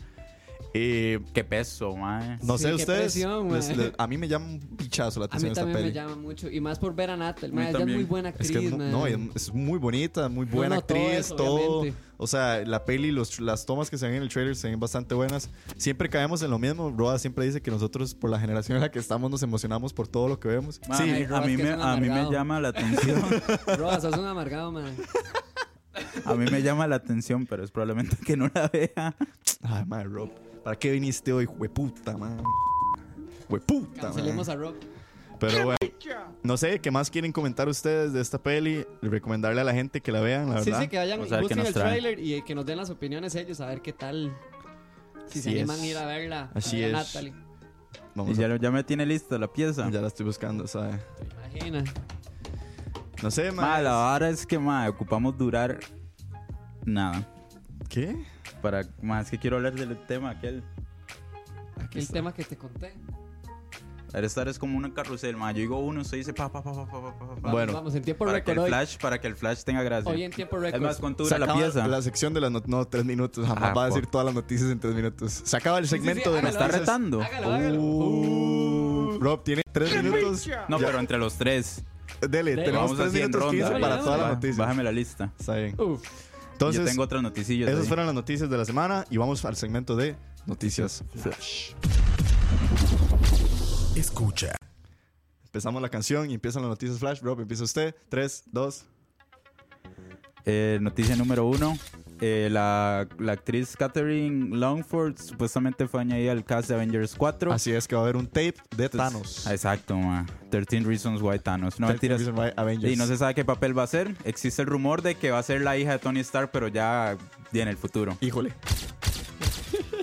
[SPEAKER 6] Eh,
[SPEAKER 2] Qué peso, mae.
[SPEAKER 6] no
[SPEAKER 5] Sí,
[SPEAKER 6] sé
[SPEAKER 5] qué
[SPEAKER 6] ustedes.
[SPEAKER 5] presión,
[SPEAKER 6] les-
[SPEAKER 5] man.
[SPEAKER 6] les- a mí me llama un pichazo la
[SPEAKER 5] a mí
[SPEAKER 6] atención esta
[SPEAKER 5] también me
[SPEAKER 6] peli.
[SPEAKER 5] llama mucho. Y más por ver a Natalie.
[SPEAKER 2] mí
[SPEAKER 5] ma, Ella es muy
[SPEAKER 2] también.
[SPEAKER 5] buena
[SPEAKER 6] Es
[SPEAKER 5] actriz,
[SPEAKER 6] que es, mu-
[SPEAKER 5] ma.
[SPEAKER 6] no, es muy bonita, muy buena
[SPEAKER 5] no, todo
[SPEAKER 6] actriz,
[SPEAKER 5] eso,
[SPEAKER 6] todo.
[SPEAKER 5] obviamente.
[SPEAKER 6] O sea, la peli, los, las tomas que se ven en el trailer se ven bastante buenas. Siempre caemos en lo mismo. Roa siempre dice que nosotros, por la generación en la que estamos, nos emocionamos por todo lo que vemos.
[SPEAKER 2] Mae,
[SPEAKER 5] Sí.
[SPEAKER 2] a mí, me, a mí me
[SPEAKER 5] Amargado.
[SPEAKER 2] llama la atención.
[SPEAKER 5] Roa, sos un amargado, man.
[SPEAKER 2] A mí me llama la atención, pero es probablemente que no la vea.
[SPEAKER 6] Ay, madre, Rob, ¿para qué viniste hoy, hueputa, man? Hueputa, man.
[SPEAKER 5] Cancelemos a Rock.
[SPEAKER 6] Pero bueno, no sé, ¿qué más quieren comentar ustedes de esta peli? Recomendarle a la gente que la vean, la
[SPEAKER 5] Sí,
[SPEAKER 6] verdad.
[SPEAKER 5] sí, que vayan,
[SPEAKER 2] Vamos a ver qué
[SPEAKER 5] busquen
[SPEAKER 2] nos
[SPEAKER 5] el
[SPEAKER 2] traen.
[SPEAKER 5] tráiler y que nos den las opiniones ellos, a ver qué tal. Si se
[SPEAKER 6] Así
[SPEAKER 5] animan
[SPEAKER 6] es.
[SPEAKER 5] a ir a verla. a
[SPEAKER 6] Así
[SPEAKER 5] ver a
[SPEAKER 6] es.
[SPEAKER 5] Natalie.
[SPEAKER 2] Y
[SPEAKER 6] Vamos a-
[SPEAKER 2] ya, lo- ya me tiene lista la pieza.
[SPEAKER 6] ya la estoy buscando, ¿sabes?
[SPEAKER 5] Imagina.
[SPEAKER 6] No sé,
[SPEAKER 2] Mae, la
[SPEAKER 6] man.
[SPEAKER 2] vara es que, mae, ocupamos durar nada.
[SPEAKER 6] ¿Qué?
[SPEAKER 2] Para, mae, es que quiero hablar del tema aquel.
[SPEAKER 5] Aquel
[SPEAKER 6] está.
[SPEAKER 5] tema que te conté.
[SPEAKER 2] El estar es como un carrusel, mae. Yo digo uno, usted dice pa, pa, pa, pa, pa, pa, pa, pa.
[SPEAKER 5] Vamos,
[SPEAKER 6] Bueno,
[SPEAKER 5] Vamos, en tiempo
[SPEAKER 2] Para que, el
[SPEAKER 5] récord hoy.
[SPEAKER 2] flash, para que el flash tenga gracia.
[SPEAKER 5] Hoy en tiempo récord.
[SPEAKER 2] Es más, ¿cuánto
[SPEAKER 6] Se
[SPEAKER 2] dura la
[SPEAKER 6] acaba
[SPEAKER 2] pieza?
[SPEAKER 6] La sección de las no, no, tres minutos. Jamás
[SPEAKER 2] Ah,
[SPEAKER 6] va a
[SPEAKER 2] fuck.
[SPEAKER 6] decir todas las noticias en tres minutos. Se acaba el
[SPEAKER 5] Sí, sí, sí, ah,
[SPEAKER 6] segmento de
[SPEAKER 5] hágalo,
[SPEAKER 2] Me está
[SPEAKER 6] noticias.
[SPEAKER 5] hágalo.
[SPEAKER 2] retando.
[SPEAKER 5] Hágalo, hágalo.
[SPEAKER 6] Uh, Rob tiene tres minutos.
[SPEAKER 2] No,
[SPEAKER 6] Ya,
[SPEAKER 2] pero entre los tres.
[SPEAKER 6] Dele,
[SPEAKER 5] Dale.
[SPEAKER 6] tenemos
[SPEAKER 2] Vamos
[SPEAKER 6] tres
[SPEAKER 2] así en
[SPEAKER 6] minutos
[SPEAKER 2] ronda.
[SPEAKER 6] 15 para
[SPEAKER 5] Dale,
[SPEAKER 6] todas las
[SPEAKER 2] Bá-
[SPEAKER 6] noticias.
[SPEAKER 2] Bájame la lista.
[SPEAKER 6] Está bien.
[SPEAKER 5] Uf.
[SPEAKER 6] Entonces,
[SPEAKER 2] Yo tengo otras noticillas.
[SPEAKER 6] esas
[SPEAKER 2] ahí.
[SPEAKER 6] fueron las noticias de la semana y vamos al segmento de noticias flash.
[SPEAKER 9] Escucha.
[SPEAKER 6] Empezamos la canción y empiezan las noticias flash. Rob, empieza usted. Tres, dos.
[SPEAKER 2] Eh, noticia número uno. eh, la, la actriz Catherine Longford supuestamente fue añadida al cast de Avengers 4.
[SPEAKER 6] Así es que va a haber un tape de Thanos.
[SPEAKER 2] Ah, Exacto, ma. 13 Reasons Why Thanos. No
[SPEAKER 6] Tape
[SPEAKER 2] mentiras.
[SPEAKER 6] Reason Why Avengers.
[SPEAKER 2] Y no se sabe qué papel va a ser. Existe el rumor de que va a ser la hija de Tony Stark, pero ya en el futuro.
[SPEAKER 6] Híjole.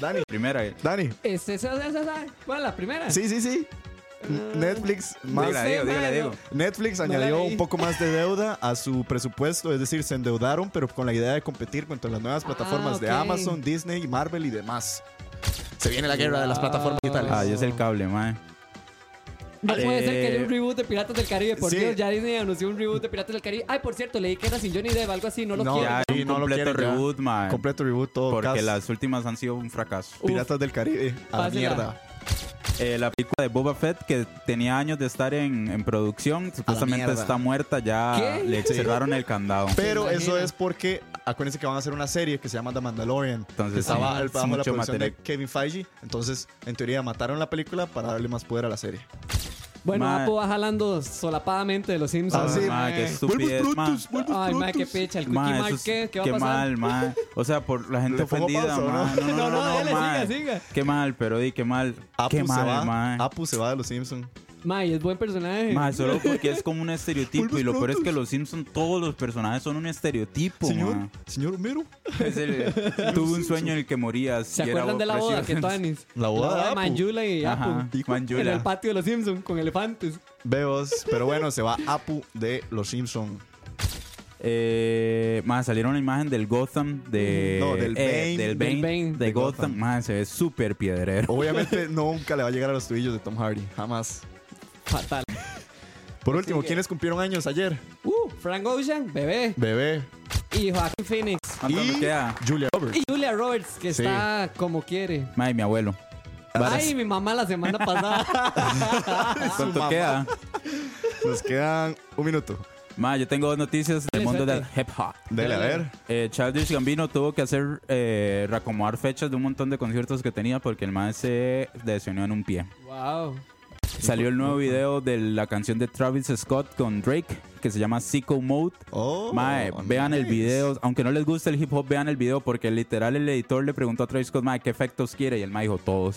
[SPEAKER 6] Dani,
[SPEAKER 2] Primera.
[SPEAKER 6] Dani.
[SPEAKER 5] Este, esa, esa, esa. ¿Cuál? La primera.
[SPEAKER 6] Sí, sí, sí.
[SPEAKER 2] Ah.
[SPEAKER 6] Netflix más
[SPEAKER 2] Dígala, Diego, dígala,
[SPEAKER 5] mano.
[SPEAKER 2] Diego.
[SPEAKER 6] Netflix
[SPEAKER 5] No la
[SPEAKER 6] añadió
[SPEAKER 5] leí.
[SPEAKER 6] un poco más de deuda a su presupuesto, es decir, se endeudaron, pero con la idea de competir contra las nuevas
[SPEAKER 2] Ah,
[SPEAKER 6] plataformas de
[SPEAKER 5] ok.
[SPEAKER 6] Amazon, Disney, Marvel y demás. Se viene la guerra de las
[SPEAKER 5] Wow.
[SPEAKER 6] plataformas digitales.
[SPEAKER 2] Ah, ya es el cable, mae.
[SPEAKER 5] No puede ser que haya
[SPEAKER 2] Eh,
[SPEAKER 5] un reboot de Piratas del Caribe. Por
[SPEAKER 6] sí.
[SPEAKER 5] Dios, ya Disney anunció un reboot de Piratas del Caribe. Ay, por cierto, leí que era sin Johnny Depp, algo así. No lo
[SPEAKER 6] No,
[SPEAKER 5] quiero.
[SPEAKER 2] Ya
[SPEAKER 6] sí,
[SPEAKER 2] un
[SPEAKER 6] no lo
[SPEAKER 2] completo
[SPEAKER 6] quieren ya.
[SPEAKER 2] reboot, mae.
[SPEAKER 6] Completo reboot, todo
[SPEAKER 2] Porque
[SPEAKER 6] cast.
[SPEAKER 2] las últimas han sido un fracaso.
[SPEAKER 6] Piratas del Caribe, a la
[SPEAKER 5] pásela.
[SPEAKER 6] mierda.
[SPEAKER 2] Eh, la película de Boba Fett, que tenía años de estar en, en producción, supuestamente
[SPEAKER 6] mierda.
[SPEAKER 2] está muerta, ya
[SPEAKER 5] ¿Qué?
[SPEAKER 2] le
[SPEAKER 6] Sí.
[SPEAKER 2] cerraron el candado.
[SPEAKER 6] Pero
[SPEAKER 5] imagino.
[SPEAKER 6] eso es porque acuérdense que van a hacer una serie que se llama The Mandalorian.
[SPEAKER 2] Entonces,
[SPEAKER 6] Estaba
[SPEAKER 2] sí,
[SPEAKER 6] al
[SPEAKER 2] es
[SPEAKER 6] bajo la
[SPEAKER 2] mucho
[SPEAKER 6] producción
[SPEAKER 2] material.
[SPEAKER 6] de Kevin Feige, entonces en teoría mataron la película para darle más poder a la serie.
[SPEAKER 5] Bueno,
[SPEAKER 2] Ma-
[SPEAKER 5] Apo va jalando solapadamente de los Simpsons.
[SPEAKER 6] Ah, sí,
[SPEAKER 2] ma, qué
[SPEAKER 5] Ay,
[SPEAKER 2] estupidez, ma.
[SPEAKER 5] Ay, ma, qué pecha. El Quickie
[SPEAKER 2] Ma, eso
[SPEAKER 5] Mart,
[SPEAKER 2] es-
[SPEAKER 5] ¿qué? ¿Qué va a pasar?
[SPEAKER 2] mal, ma. O sea, por la gente
[SPEAKER 6] ¿Le pongo
[SPEAKER 2] ofendida,
[SPEAKER 6] pausa o no?
[SPEAKER 2] ma.
[SPEAKER 5] No, no, dele,
[SPEAKER 2] ma.
[SPEAKER 5] siga, siga.
[SPEAKER 2] Qué mal, pero di, qué mal.
[SPEAKER 6] Apu
[SPEAKER 2] qué
[SPEAKER 6] se,
[SPEAKER 2] mal,
[SPEAKER 6] va,
[SPEAKER 2] ma.
[SPEAKER 6] Apu se va de los Simpsons.
[SPEAKER 5] Ma, y es buen personaje.
[SPEAKER 2] Ma, solo porque es como un estereotipo.
[SPEAKER 6] Pulpos
[SPEAKER 2] y lo peor es
[SPEAKER 6] prontos.
[SPEAKER 2] que los Simpsons, todos los personajes son un estereotipo,
[SPEAKER 6] Señor,
[SPEAKER 2] ma.
[SPEAKER 6] señor Homero.
[SPEAKER 2] Es el- tuve un sueño en el que morías.
[SPEAKER 5] ¿Se
[SPEAKER 2] y era
[SPEAKER 5] acuerdan de la boda que
[SPEAKER 2] precioso.
[SPEAKER 5] Toanis?
[SPEAKER 6] La boda de Apu.
[SPEAKER 5] Manjula y
[SPEAKER 2] Ajá,
[SPEAKER 5] Apu. En
[SPEAKER 2] Manjula.
[SPEAKER 5] el patio de los Simpsons con elefantes.
[SPEAKER 6] Veos, pero bueno, se va Apu de Los Simpson.
[SPEAKER 2] Eh, más salieron una imagen del Gotham de
[SPEAKER 6] No, del
[SPEAKER 2] eh, del
[SPEAKER 6] Bane.
[SPEAKER 5] Del
[SPEAKER 2] Bane,
[SPEAKER 5] Bane.
[SPEAKER 2] de
[SPEAKER 6] De
[SPEAKER 2] Gotham,
[SPEAKER 6] Gotham.
[SPEAKER 2] más se ve súper piedrero.
[SPEAKER 6] Obviamente nunca le va a llegar a los tubillos de Tom Hardy, jamás.
[SPEAKER 5] Fatal.
[SPEAKER 6] Por último, ¿quiénes cumplieron años ayer?
[SPEAKER 5] Uh, Frank Ocean, bebé.
[SPEAKER 6] Bebé
[SPEAKER 5] Y Joaquín Phoenix.
[SPEAKER 2] ¿Cuánto me
[SPEAKER 6] y
[SPEAKER 2] queda?
[SPEAKER 6] Julia Roberts.
[SPEAKER 5] Y Julia Roberts, que
[SPEAKER 6] Sí.
[SPEAKER 5] está como quiere.
[SPEAKER 2] Madre, mi abuelo. Varas.
[SPEAKER 5] Ay, mi mamá la semana pasada.
[SPEAKER 2] ¿Cuánto queda?
[SPEAKER 6] Nos quedan un minuto.
[SPEAKER 2] Madre, yo tengo dos noticias del
[SPEAKER 5] Dale,
[SPEAKER 2] mundo del
[SPEAKER 5] suerte.
[SPEAKER 2] hip hop.
[SPEAKER 6] Dele, a ver.
[SPEAKER 2] Eh, Childish Gambino tuvo que hacer eh, reacomodar fechas de un montón de conciertos que tenía porque el mae se lesionó en un pie.
[SPEAKER 5] wow.
[SPEAKER 2] Salió el nuevo video de la canción de Travis Scott con Drake que se llama Psycho Mode.
[SPEAKER 6] Oh,
[SPEAKER 2] Mae, vean el
[SPEAKER 6] nice.
[SPEAKER 2] video. Aunque no les guste el hip hop, vean el video porque literal el editor le preguntó a Travis Scott, Mae, ¿qué efectos quiere? Y el Mae dijo, todos.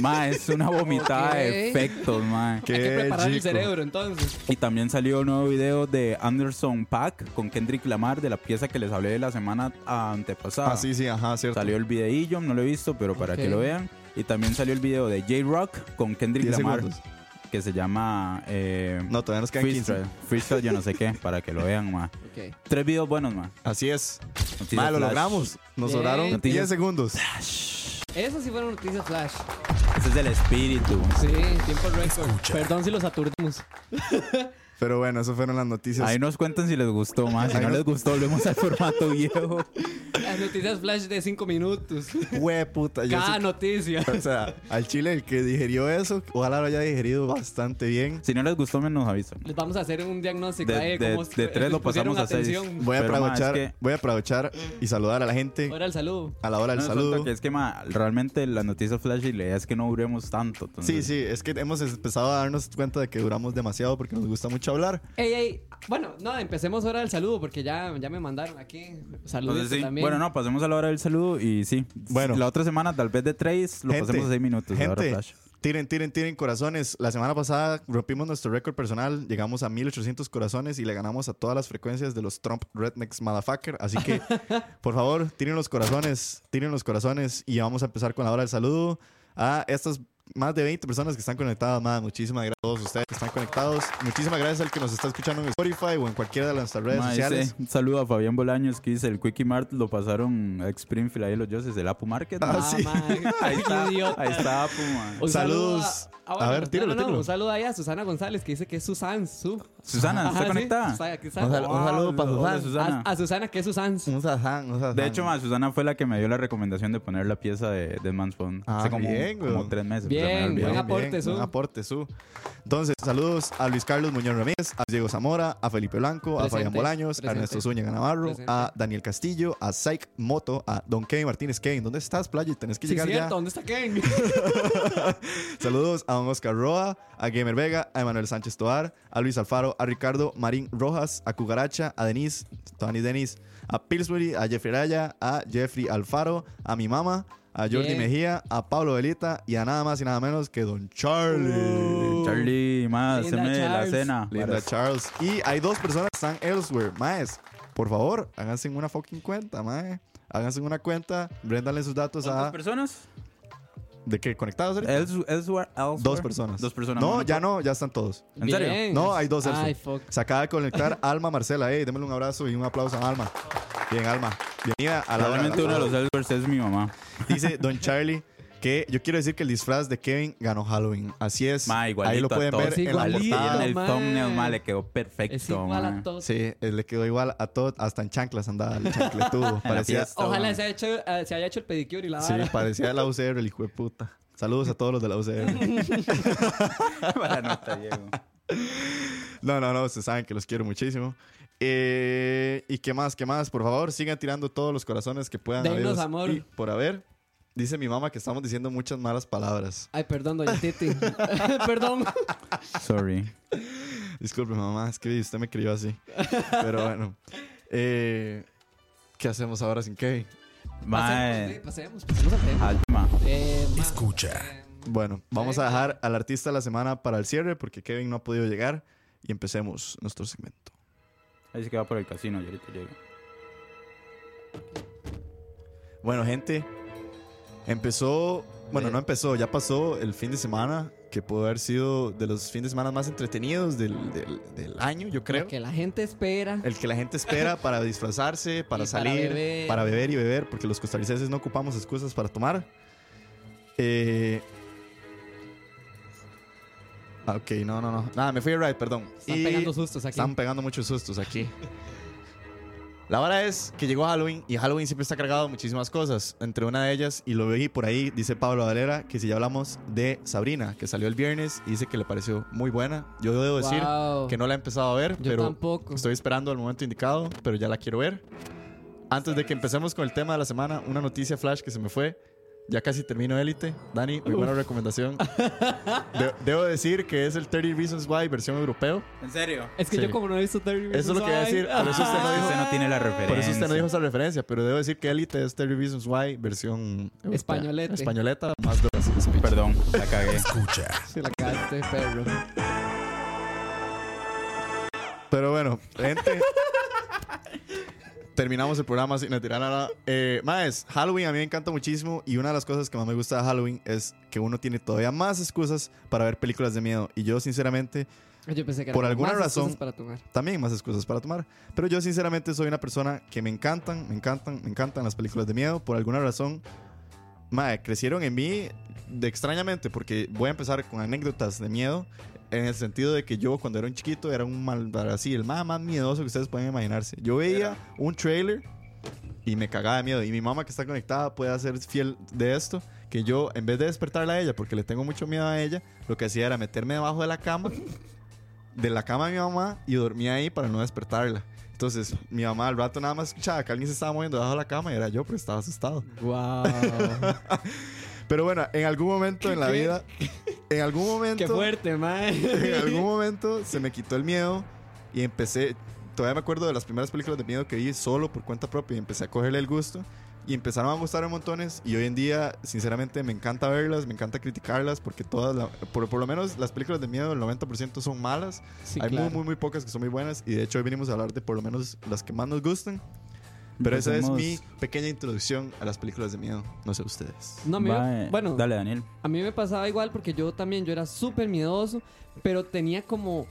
[SPEAKER 2] Mae, es una vomitada de
[SPEAKER 5] Ok.
[SPEAKER 2] efectos, Mae.
[SPEAKER 6] Qué
[SPEAKER 5] Hay que preparar el
[SPEAKER 6] chico.
[SPEAKER 5] cerebro entonces.
[SPEAKER 2] Y también salió un nuevo video de Anderson Pack con Kendrick Lamar de la pieza que les hablé de la semana antepasada.
[SPEAKER 6] Ah, sí, sí, ajá, cierto.
[SPEAKER 2] Salió el videillo, no lo he visto, pero para
[SPEAKER 5] Ok.
[SPEAKER 2] que lo vean. Y también salió el video de J-Rock con Kendrick
[SPEAKER 6] 10
[SPEAKER 2] Lamar,
[SPEAKER 6] segundos.
[SPEAKER 2] que se llama eh,
[SPEAKER 6] No, todavía nos quedan 15.
[SPEAKER 2] Freestyle. Freestyle, yo no sé qué, para que lo vean, ma.
[SPEAKER 5] Ok.
[SPEAKER 2] Tres videos buenos, ma.
[SPEAKER 6] Así es.
[SPEAKER 2] Noticias
[SPEAKER 6] Mae, lo
[SPEAKER 2] Flash.
[SPEAKER 6] logramos. Nos
[SPEAKER 5] Bien.
[SPEAKER 6] sobraron
[SPEAKER 2] Noticias.
[SPEAKER 6] 10 segundos.
[SPEAKER 5] Esas sí fueron noticias flash.
[SPEAKER 2] Ese es el espíritu.
[SPEAKER 5] Sí, tiempo récord. Perdón si los aturdimos.
[SPEAKER 6] Pero bueno, esas fueron las noticias.
[SPEAKER 2] Ahí nos cuentan si les gustó, ma. Si
[SPEAKER 6] Ahí
[SPEAKER 2] no
[SPEAKER 6] nos-
[SPEAKER 2] les gustó, volvemos al formato viejo.
[SPEAKER 5] Las noticias flash de 5 minutos.
[SPEAKER 6] Hue puta. yo
[SPEAKER 5] Cada
[SPEAKER 6] sí-
[SPEAKER 5] noticia.
[SPEAKER 6] O sea, al chile, el que digerió eso, ojalá lo haya digerido bastante bien.
[SPEAKER 2] Si no les gustó, me nos avisan.
[SPEAKER 5] Les vamos a hacer un diagnóstico
[SPEAKER 2] De-
[SPEAKER 5] ahí
[SPEAKER 2] de-
[SPEAKER 5] cómo
[SPEAKER 2] de tres lo
[SPEAKER 5] pusieron
[SPEAKER 2] pasamos a seis.
[SPEAKER 5] atención.
[SPEAKER 6] Voy a,
[SPEAKER 2] Pero, ma, es
[SPEAKER 6] aprovechar,
[SPEAKER 2] que-
[SPEAKER 6] voy a aprovechar y saludar a la gente
[SPEAKER 5] Ahora el saludo.
[SPEAKER 6] a la hora del
[SPEAKER 2] No,
[SPEAKER 6] saludo.
[SPEAKER 2] resulta que es que, ma, realmente las noticias flash y la idea es que no duremos tanto. entonces-
[SPEAKER 6] Sí, sí, es que hemos empezado a darnos cuenta de que duramos demasiado porque nos gusta mucho hablar.
[SPEAKER 5] Ey, ey. Bueno, no, empecemos ahora el saludo porque ya, ya me mandaron aquí. Saludos
[SPEAKER 2] Entonces, Pues sí.
[SPEAKER 5] también.
[SPEAKER 2] Bueno, no, pasemos a la hora del saludo y sí.
[SPEAKER 6] Bueno.
[SPEAKER 2] La otra semana, tal vez de tres, lo
[SPEAKER 6] Gente,
[SPEAKER 2] pasemos a seis minutos. la hora
[SPEAKER 6] Gente,
[SPEAKER 2] flash.
[SPEAKER 6] tiren, tiren, tiren corazones. La semana pasada rompimos nuestro récord personal, llegamos a 1800 corazones y le ganamos a todas las frecuencias de los Trump Rednecks Motherfucker. Así que, por favor, tiren los corazones, tiren los corazones y vamos a empezar con la hora del saludo a estas más de 20 personas que están conectadas. Más, muchísimas gracias a todos ustedes que están conectados. Muchísimas gracias al que nos está escuchando en Spotify o en cualquiera de nuestras redes
[SPEAKER 2] Ma,
[SPEAKER 6] sociales.
[SPEAKER 2] dice, un saludo a Fabián Bolaños que dice: el Quickie Mart lo pasaron a Springfield ahí en los Joses, el Apu Market. ma.
[SPEAKER 5] Ah,
[SPEAKER 6] sí.
[SPEAKER 5] madre,
[SPEAKER 2] ahí, está,
[SPEAKER 5] idiota.
[SPEAKER 2] ahí está Apu, ma.
[SPEAKER 5] Un
[SPEAKER 6] Saludos.
[SPEAKER 5] saludo ah,
[SPEAKER 6] A ver,
[SPEAKER 5] no,
[SPEAKER 6] tíralo,
[SPEAKER 5] no, no,
[SPEAKER 6] tíralo.
[SPEAKER 5] Un saludo ahí a Susana González que dice que es Susan. Su.
[SPEAKER 2] Susana,
[SPEAKER 5] Ajá,
[SPEAKER 2] ¿está
[SPEAKER 5] sí,
[SPEAKER 2] conectada?
[SPEAKER 5] está- aquí está.
[SPEAKER 6] Un sal- un saludo
[SPEAKER 2] Wow,
[SPEAKER 6] para
[SPEAKER 2] hola,
[SPEAKER 6] Susana.
[SPEAKER 2] Susana.
[SPEAKER 5] A, a Susana que es Susan.
[SPEAKER 6] Un sazán, un sazán.
[SPEAKER 2] de hecho, ma, Susana fue la que me dio la recomendación de poner la pieza de, de Man's Phone.
[SPEAKER 6] Ah,
[SPEAKER 2] Hace como,
[SPEAKER 6] bien,
[SPEAKER 2] como
[SPEAKER 6] weón.
[SPEAKER 2] tres meses.
[SPEAKER 5] Bien,
[SPEAKER 2] ya me había olvidado.
[SPEAKER 5] buen aporte,
[SPEAKER 6] bien,
[SPEAKER 5] Su.
[SPEAKER 6] buen aporte, Su. Entonces, saludos a Luis Carlos Muñoz Ramírez, a Diego Zamora, a Felipe Blanco, a
[SPEAKER 5] Presente,
[SPEAKER 6] Fabián Bolaños, a
[SPEAKER 5] presente.
[SPEAKER 6] Ernesto Zúñiga Navarro,
[SPEAKER 5] Presente.
[SPEAKER 6] a Daniel Castillo, a Saik Moto, a Don Kevin Martínez. Kevin, ¿dónde estás, Playa? Tenés que
[SPEAKER 5] Sí,
[SPEAKER 6] llegar
[SPEAKER 5] cierto. ¿Dónde está Ken?
[SPEAKER 6] ya. Saludos a Don Oscar Roa, a Gamer Vega, a Emanuel Sánchez Toar, a Luis Alfaro, a Ricardo Marín Rojas, a Cugaracha, a Denise, Tony Denis, a Pillsbury, a Jeffrey Raya, a Jeffrey Alfaro, a mi mamá, a Jordi
[SPEAKER 5] Bien.
[SPEAKER 6] Mejía, a Pablo Velita y a nada más y nada menos que Don Charlie.
[SPEAKER 5] Uh.
[SPEAKER 2] Charlie, más, se
[SPEAKER 5] Linda
[SPEAKER 2] me la
[SPEAKER 5] Charles.
[SPEAKER 2] cena.
[SPEAKER 6] Linda
[SPEAKER 2] Para-
[SPEAKER 6] Charles. Y hay dos personas que están elsewhere. Maes, por favor, háganse una fucking cuenta, mae. Háganse una cuenta, bréndale sus datos
[SPEAKER 2] ¿Cuántas
[SPEAKER 6] a...
[SPEAKER 2] personas?
[SPEAKER 6] ¿De qué? ¿Conectados ahorita?
[SPEAKER 2] Else- Elsewhere, elsewhere.
[SPEAKER 6] Dos personas.
[SPEAKER 2] Dos personas.
[SPEAKER 6] No,
[SPEAKER 2] ma,
[SPEAKER 6] ya no, ya están todos.
[SPEAKER 2] ¿En serio?
[SPEAKER 5] Bien.
[SPEAKER 6] No, hay dos
[SPEAKER 5] Ay,
[SPEAKER 6] Elfo.
[SPEAKER 5] fuck.
[SPEAKER 6] Se acaba de conectar Alma Marcela. Ey, démosle un abrazo y un aplauso a Alma. Bien, Alma. Bienvenida a la...
[SPEAKER 2] Probablemente uno de los Elsewheres es mi mamá.
[SPEAKER 6] Dice Don Charlie que yo quiero decir que el disfraz de Kevin ganó Halloween. Así es.
[SPEAKER 2] Ma, igualito
[SPEAKER 6] Ahí lo
[SPEAKER 2] a
[SPEAKER 6] pueden
[SPEAKER 2] todos.
[SPEAKER 6] ver en la
[SPEAKER 5] Igualito.
[SPEAKER 2] Y
[SPEAKER 6] portada.
[SPEAKER 2] en el
[SPEAKER 5] ma.
[SPEAKER 2] thumbnail, ma, le quedó perfecto.
[SPEAKER 5] Es igual
[SPEAKER 2] ma.
[SPEAKER 5] a todos.
[SPEAKER 6] Sí, eh, le quedó igual a todo, hasta en chanclas andaba el chancletudo. parecía,
[SPEAKER 2] fiesta.
[SPEAKER 5] Ojalá se, haya hecho, eh, se haya hecho el pedicure y la
[SPEAKER 6] sí,
[SPEAKER 5] vara.
[SPEAKER 6] parecía de la UCR, el hijo de puta. Saludos a todos los de la UCR.
[SPEAKER 2] Para la nota, Diego.
[SPEAKER 6] No, no, no, ustedes saben que los quiero muchísimo. Eh, y qué más, qué más, por favor, sigan tirando todos los corazones que puedan.
[SPEAKER 5] Denos
[SPEAKER 6] habidos
[SPEAKER 5] amor.
[SPEAKER 6] y por haber, dice mi mamá que estamos diciendo muchas malas palabras.
[SPEAKER 5] Ay, perdón, doña Titi. perdón.
[SPEAKER 2] Sorry.
[SPEAKER 6] Disculpe, mamá, es que usted me crió así. Pero bueno, Eh, ¿qué hacemos ahora sin Kevin?
[SPEAKER 2] Mae.
[SPEAKER 5] Pasemos, pasemos, pasemos al tema.
[SPEAKER 2] Al tema.
[SPEAKER 5] Eh, ma,
[SPEAKER 3] Escucha.
[SPEAKER 5] eh,
[SPEAKER 6] Ah, Bueno, vamos a
[SPEAKER 5] Venga.
[SPEAKER 6] dejar al artista de la semana para el cierre porque Kevin no ha podido llegar y empecemos nuestro segmento.
[SPEAKER 2] Ahí se queda por el casino, yo ahorita llego.
[SPEAKER 6] Bueno, gente, empezó, bueno, no empezó, ya pasó el fin de semana, que pudo haber sido de los fines de semana más entretenidos del, del- del año, yo creo.
[SPEAKER 5] lo que la gente espera.
[SPEAKER 6] El que la gente espera para disfrazarse, para
[SPEAKER 5] Y para
[SPEAKER 6] salir, para beber.
[SPEAKER 5] beber.
[SPEAKER 6] y beber, porque los costarricenses no ocupamos excusas para tomar. Eh, ah, ok, no, no, no. Nada, me fui a ride, perdón.
[SPEAKER 5] Están
[SPEAKER 6] Y-
[SPEAKER 5] pegando sustos aquí.
[SPEAKER 6] están pegando muchos sustos aquí. La verdad es que llegó Halloween y Halloween siempre está cargado de muchísimas cosas. Entre una de ellas, y lo vi por ahí, dice Pablo Valera, que si ya hablamos de Sabrina, que salió el viernes y dice que le pareció muy buena. Yo debo decir
[SPEAKER 5] Wow.
[SPEAKER 6] que no la he empezado a ver,
[SPEAKER 5] Yo
[SPEAKER 6] pero
[SPEAKER 5] tampoco.
[SPEAKER 6] estoy esperando el momento indicado, pero ya la quiero ver. Antes de que empecemos con el tema de la semana, una noticia flash que se me fue. Ya casi termino Élite. Dani, muy buena recomendación. De- debo decir que es el 30 Reasons Why versión europeo.
[SPEAKER 10] ¿En serio?
[SPEAKER 5] Es que
[SPEAKER 6] Sí.
[SPEAKER 5] yo como no he visto Terry
[SPEAKER 6] Eso es lo que voy a decir, por eso usted no
[SPEAKER 5] Ah.
[SPEAKER 6] dijo-
[SPEAKER 2] Usted no tiene la referencia.
[SPEAKER 6] Por eso usted no dijo esa referencia, pero debo decir que Élite es 30 Reasons Why versión europea.
[SPEAKER 5] Españolete.
[SPEAKER 6] Españoleta, más duras. Speech.
[SPEAKER 2] Perdón, la cagué.
[SPEAKER 5] Se la cagaste, perro.
[SPEAKER 6] Pero bueno, gente. terminamos el programa sin tirar nada. Eh, más, Halloween a mí me encanta muchísimo y una de las cosas que más me gusta de Halloween es que uno tiene todavía más excusas para ver películas de miedo. Y yo sinceramente,
[SPEAKER 5] Yo pensé que
[SPEAKER 6] Por
[SPEAKER 5] eran
[SPEAKER 6] alguna
[SPEAKER 5] más
[SPEAKER 6] razón-
[SPEAKER 5] cosas para tomar.
[SPEAKER 6] también más excusas para tomar. Pero yo sinceramente soy una persona que me encantan, me encantan, me encantan las películas de miedo. Por alguna razón, mae, crecieron en mí de extrañamente, porque voy a empezar con anécdotas de miedo. En el sentido de que yo cuando era un chiquito era un mal, así, el más, más miedoso que ustedes pueden imaginarse. Yo veía un trailer y me cagaba de miedo. Y mi mamá que está conectada puede hacer fiel de esto. Que yo, en vez de despertarla a ella, porque le tengo mucho miedo a ella, lo que hacía era meterme debajo de la cama, de la cama de mi mamá, y dormía ahí para no despertarla. Entonces, mi mamá al rato nada más escuchaba que alguien se estaba moviendo debajo de la cama y era yo, pero estaba asustado.
[SPEAKER 5] Wow.
[SPEAKER 6] Pero bueno, en algún momento en la
[SPEAKER 5] ¿Qué?
[SPEAKER 6] vida, en algún momento,
[SPEAKER 5] Qué fuerte, mae.
[SPEAKER 6] en algún momento se me quitó el miedo y empecé, todavía me acuerdo de las primeras películas de miedo que vi solo por cuenta propia y empecé a cogerle el gusto y empezaron a gustarme montones y hoy en día sinceramente me encanta verlas, me encanta criticarlas porque todas, la- por, por lo menos las películas de miedo el 90% son malas
[SPEAKER 5] Sí,
[SPEAKER 6] hay
[SPEAKER 5] claro.
[SPEAKER 6] muy, muy, muy pocas que son muy buenas. Y de hecho, hoy venimos a hablar de por lo menos las que más nos gustan. Pero esa es
[SPEAKER 2] Empecemos.
[SPEAKER 6] mi pequeña introducción a las películas de miedo. No sé ustedes.
[SPEAKER 5] No, a mí me-
[SPEAKER 2] Va, eh,
[SPEAKER 5] bueno,
[SPEAKER 2] Dale, Daniel.
[SPEAKER 5] a mí me pasaba igual porque yo también, yo era súper miedoso, pero tenía como...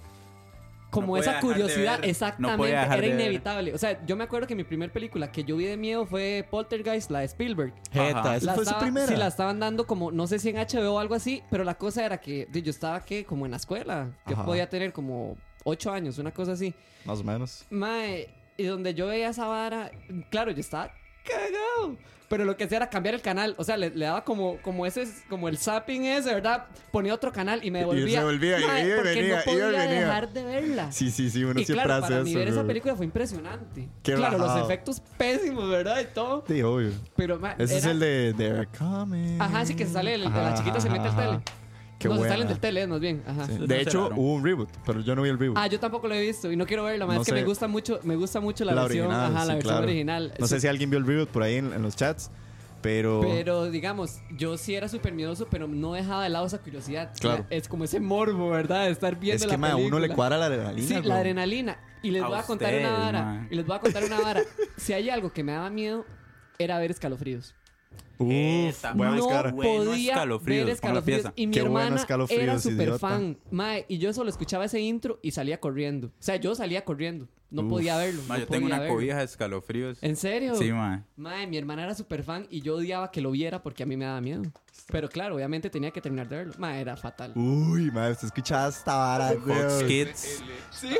[SPEAKER 5] Como
[SPEAKER 10] podía
[SPEAKER 5] esa
[SPEAKER 10] dejar de
[SPEAKER 5] curiosidad,
[SPEAKER 10] ver. No
[SPEAKER 5] exactamente,
[SPEAKER 2] podía dejar
[SPEAKER 5] era
[SPEAKER 2] de ver.
[SPEAKER 5] inevitable. O sea, yo me acuerdo que mi primer película que yo vi de miedo fue Poltergeist, la de Spielberg.
[SPEAKER 2] Jeta,
[SPEAKER 5] La
[SPEAKER 6] Esa fue su
[SPEAKER 5] estaba-
[SPEAKER 6] primera.
[SPEAKER 5] Sí, la estaban dando como, no sé si en HBO o algo así, pero la cosa era que di, yo estaba que como en la escuela, que
[SPEAKER 6] Ajá.
[SPEAKER 5] podía tener como ocho años, una cosa así.
[SPEAKER 6] Más o menos.
[SPEAKER 5] Mae, y donde yo veía esa vara, claro, yo estaba cagado. Pero lo que hacía era cambiar el canal. O sea, le, le daba como, como ese, como el zapping ese, ¿verdad? Ponía otro canal y me
[SPEAKER 6] Y se
[SPEAKER 5] devolvía.
[SPEAKER 6] volvía, y
[SPEAKER 5] Mae,
[SPEAKER 6] iba y
[SPEAKER 5] porque
[SPEAKER 6] venía,
[SPEAKER 5] no
[SPEAKER 6] iba y
[SPEAKER 5] podía
[SPEAKER 6] venía.
[SPEAKER 5] dejar de verla.
[SPEAKER 6] Sí, sí, sí. Uno
[SPEAKER 5] y
[SPEAKER 6] siempre
[SPEAKER 5] claro,
[SPEAKER 6] hace
[SPEAKER 5] para mí
[SPEAKER 6] eso.
[SPEAKER 5] ver esa
[SPEAKER 6] bro.
[SPEAKER 5] película fue impresionante.
[SPEAKER 6] Qué
[SPEAKER 5] claro,
[SPEAKER 6] bajado.
[SPEAKER 5] los efectos pésimos, ¿verdad? Y todo.
[SPEAKER 6] Sí, obvio.
[SPEAKER 5] Pero, mae,
[SPEAKER 6] Ese es
[SPEAKER 5] era-
[SPEAKER 6] el de They're Coming.
[SPEAKER 5] Ajá, sí que se sale el- de
[SPEAKER 6] Ajá,
[SPEAKER 5] la chiquita se mete al
[SPEAKER 6] ajá,
[SPEAKER 5] tele.
[SPEAKER 6] ajá. Qué
[SPEAKER 5] no,
[SPEAKER 6] buena.
[SPEAKER 5] se salen del tele, más bien. Ajá.
[SPEAKER 6] Sí.
[SPEAKER 2] Eso
[SPEAKER 6] De
[SPEAKER 2] no
[SPEAKER 6] hecho,
[SPEAKER 2] será, ¿no?
[SPEAKER 6] hubo un reboot, pero yo no vi el reboot.
[SPEAKER 5] Ah, yo tampoco lo he visto y no quiero verlo, más
[SPEAKER 6] No
[SPEAKER 5] es que
[SPEAKER 6] sé.
[SPEAKER 5] me gusta mucho, me gusta mucho la, versión, ajá, la
[SPEAKER 6] sí,
[SPEAKER 5] versión
[SPEAKER 6] claro.
[SPEAKER 5] original.
[SPEAKER 6] No sé
[SPEAKER 5] Sí,
[SPEAKER 6] si alguien vio el reboot por ahí en, en los chats, pero.
[SPEAKER 5] Pero digamos, yo sí era súper miedoso, pero no dejaba de lado esa curiosidad.
[SPEAKER 6] Claro.
[SPEAKER 5] Es como ese morbo, ¿verdad? De estar viendo
[SPEAKER 6] es
[SPEAKER 5] la
[SPEAKER 6] que mae, a uno
[SPEAKER 5] película.
[SPEAKER 6] le cuadra la adrenalina.
[SPEAKER 5] Sí,
[SPEAKER 6] bro.
[SPEAKER 5] la adrenalina. Y les
[SPEAKER 2] A
[SPEAKER 5] voy a contar
[SPEAKER 2] ustedes,
[SPEAKER 5] una vara.
[SPEAKER 2] mae.
[SPEAKER 5] Y les voy a contar una vara. si hay algo que me daba miedo, era ver escalofríos.
[SPEAKER 6] Uf,
[SPEAKER 10] Esta,
[SPEAKER 6] voy a
[SPEAKER 5] no
[SPEAKER 6] buscar.
[SPEAKER 2] Ah, Bueno,
[SPEAKER 5] podía
[SPEAKER 2] Escalofríos,
[SPEAKER 5] ver
[SPEAKER 2] ponga
[SPEAKER 5] escalofríos
[SPEAKER 2] pieza.
[SPEAKER 5] y mi
[SPEAKER 6] Qué bueno
[SPEAKER 5] hermana
[SPEAKER 6] Escalofríos,
[SPEAKER 5] era súper
[SPEAKER 6] idiota.
[SPEAKER 5] fan mae y yo solo escuchaba ese intro y salía corriendo o sea yo salía corriendo no podía verlo
[SPEAKER 2] Ma,
[SPEAKER 5] no
[SPEAKER 2] yo tengo
[SPEAKER 5] podía
[SPEAKER 2] una
[SPEAKER 5] verlo.
[SPEAKER 2] cobija de escalofríos.
[SPEAKER 5] en serio
[SPEAKER 2] Sí, ma.
[SPEAKER 5] Mae, mi hermana era súper fan y yo odiaba que lo viera porque a mí me daba miedo pero claro obviamente tenía que terminar de verlo mae era fatal
[SPEAKER 6] Uy, madre, usted escuchaba esta vara,
[SPEAKER 2] Fox
[SPEAKER 6] weón.
[SPEAKER 2] Kids.
[SPEAKER 5] sí